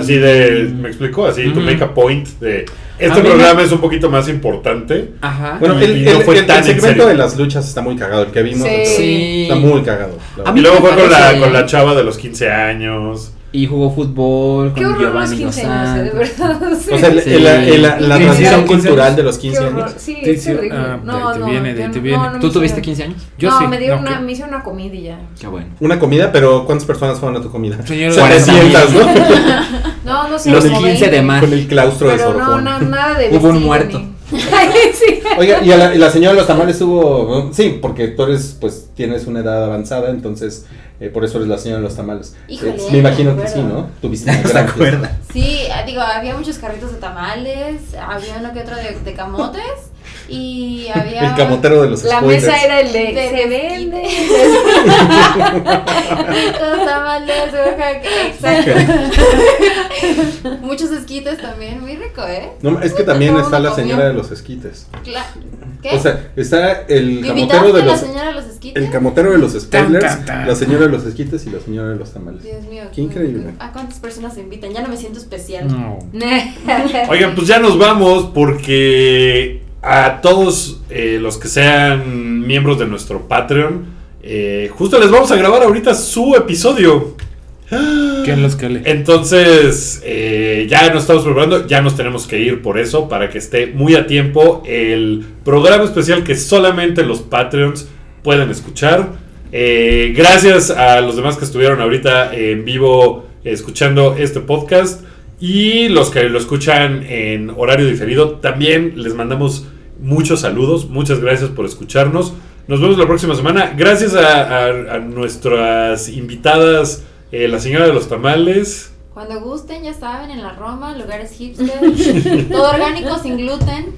Speaker 2: Así de, ¿me explico? Así, to
Speaker 6: Ujú.
Speaker 2: make a point de...
Speaker 3: A
Speaker 2: Este
Speaker 3: mí me-
Speaker 2: programa es un poquito más importante.
Speaker 3: Ajá.
Speaker 7: Bueno,
Speaker 2: Y-
Speaker 7: el,
Speaker 2: y
Speaker 7: el-
Speaker 2: no fue
Speaker 7: el- el
Speaker 2: tan en
Speaker 7: segmento
Speaker 2: serio.
Speaker 7: de las luchas está muy cagado. El que vimos
Speaker 4: Sí.
Speaker 7: está-
Speaker 3: Sí.
Speaker 7: está muy cagado. la
Speaker 3: A
Speaker 7: verdad.
Speaker 3: mí
Speaker 2: Y luego
Speaker 3: me
Speaker 2: fue con la,
Speaker 3: parece-
Speaker 2: con la chava de los 15 años.
Speaker 3: Y jugó fútbol
Speaker 4: Qué
Speaker 3: con
Speaker 4: horror los
Speaker 3: Giovanni
Speaker 4: 15
Speaker 3: Dos
Speaker 4: años, eh, de
Speaker 3: Santos.
Speaker 4: verdad. sí.
Speaker 7: O sea, el-
Speaker 3: Sí.
Speaker 7: el- el- la, la
Speaker 4: Sí.
Speaker 7: transición
Speaker 4: Sí.
Speaker 7: cultural de los 15
Speaker 4: Qué horror,
Speaker 7: años.
Speaker 4: Sí,
Speaker 6: Te
Speaker 4: es
Speaker 6: hicieron-
Speaker 4: horrible.
Speaker 6: ah,
Speaker 4: no,
Speaker 6: te
Speaker 4: no,
Speaker 6: viene,
Speaker 4: yo
Speaker 6: te
Speaker 4: no-
Speaker 6: viene.
Speaker 4: no, no me
Speaker 3: ¿Tú tuviste
Speaker 4: hicieron.
Speaker 3: 15 años?
Speaker 6: Yo
Speaker 4: no,
Speaker 6: sí.
Speaker 4: me, dieron
Speaker 6: no,
Speaker 4: una,
Speaker 6: que-
Speaker 4: me hicieron una comida y ya.
Speaker 3: Qué bueno.
Speaker 7: Una comida, pero ¿cuántas personas fueron a tu comida?
Speaker 6: Señor,
Speaker 7: 700, ¿no?
Speaker 4: No, no sé.
Speaker 3: Los
Speaker 4: como
Speaker 3: 15 de
Speaker 4: 20,
Speaker 3: marzo.
Speaker 7: Con el claustro de
Speaker 4: Pero
Speaker 7: Sor
Speaker 4: no,
Speaker 7: Juana.
Speaker 4: no, nada de
Speaker 3: Hubo un
Speaker 4: vestido
Speaker 3: muerto.
Speaker 4: ni- Ay, sí.
Speaker 7: Oiga, y a la, y la señora de los tamales estuvo. ¿no? Sí, porque tú eres, pues, tienes una edad avanzada, entonces eh, por eso eres la señora de los tamales.
Speaker 5: Híjole,
Speaker 7: Eh, me imagino
Speaker 5: me
Speaker 7: que sí,
Speaker 5: acuerdo.
Speaker 7: ¿no? Tuviste una gran fiesta.
Speaker 5: Sí, ah, digo, había muchos carritos de tamales, había uno que otro de, de camotes y había...
Speaker 7: El camotero de los
Speaker 4: La
Speaker 7: spoilers.
Speaker 4: mesa era el de.
Speaker 5: De-
Speaker 4: Se vende.
Speaker 5: Los tamales, oaxaca, exacto. Muchos esquites también, muy rico, ¿eh?
Speaker 7: No, es que también
Speaker 5: Todo
Speaker 7: está
Speaker 5: uno
Speaker 7: la
Speaker 5: comió.
Speaker 7: señora de los esquites.
Speaker 5: Cla- ¿Qué?
Speaker 7: O sea, está el
Speaker 5: ¿Me
Speaker 7: camotero
Speaker 5: invitaste
Speaker 7: de
Speaker 5: a la
Speaker 7: los.
Speaker 5: señora de los esquites?
Speaker 7: El camotero de los spoilers,
Speaker 6: Tan, tan, tan.
Speaker 7: la señora de los esquites y la señora de los tamales.
Speaker 5: Dios mío.
Speaker 7: Qué increíble.
Speaker 5: ¿A cuántas personas se invitan? Ya no me siento especial.
Speaker 6: No.
Speaker 2: Oigan, pues ya nos vamos porque a todos eh, los que sean miembros de nuestro Patreon, eh, justo les vamos a grabar ahorita su episodio.
Speaker 6: ¿Quién los cale?
Speaker 2: Entonces, eh, ya nos estamos preparando, ya nos tenemos que ir por eso, para que esté muy a tiempo el programa especial que solamente los Patreons pueden escuchar. Eh, gracias a los demás que estuvieron ahorita en vivo escuchando este podcast y los que lo escuchan en horario diferido, también les mandamos muchos saludos, muchas gracias por escucharnos. Nos vemos la próxima semana. Gracias a, a- a nuestras invitadas, eh, la señora de los tamales.
Speaker 5: Cuando gusten, ya saben, en la Roma, lugares hipster, todo orgánico, sin gluten.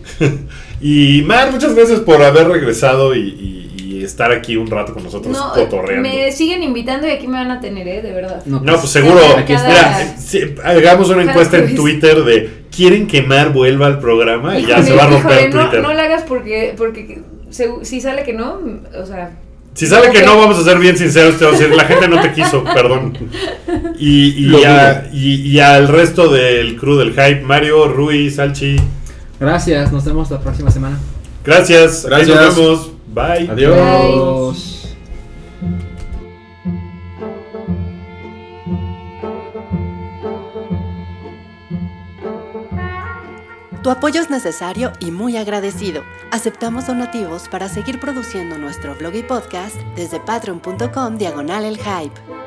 Speaker 2: Y Mar, muchas gracias por haber regresado y, y- y estar aquí un rato con nosotros
Speaker 4: No,
Speaker 2: cotorreando.
Speaker 4: me siguen invitando y aquí me van a tener, ¿eh? De verdad.
Speaker 2: No, pues seguro.
Speaker 4: Aquí está.
Speaker 2: Mira, si- hagamos una
Speaker 4: Cada
Speaker 2: encuesta en
Speaker 4: jueves.
Speaker 2: Twitter de ¿quieren que Mar vuelva al programa? Y ya
Speaker 4: Híjole,
Speaker 2: se va a
Speaker 4: híjole,
Speaker 2: romper
Speaker 4: no,
Speaker 2: Twitter.
Speaker 4: No la hagas porque, porque se- si sale que no, o sea,
Speaker 2: Si sabe que
Speaker 4: Ok.
Speaker 2: no, vamos a ser bien sinceros, te voy a decir, la gente no te quiso, perdón. Y,
Speaker 7: Lo
Speaker 2: y, a- y- y al resto del crew del hype, Mario, Rui, Salchi,
Speaker 3: Gracias, nos vemos la próxima semana.
Speaker 2: gracias. Ahí
Speaker 7: Gracias.
Speaker 2: Nos vemos. Bye.
Speaker 7: Adiós.
Speaker 3: Adiós.
Speaker 1: Tu apoyo es necesario y muy agradecido. Aceptamos donativos para seguir produciendo nuestro blog y podcast desde patreon.com diagonal el hype.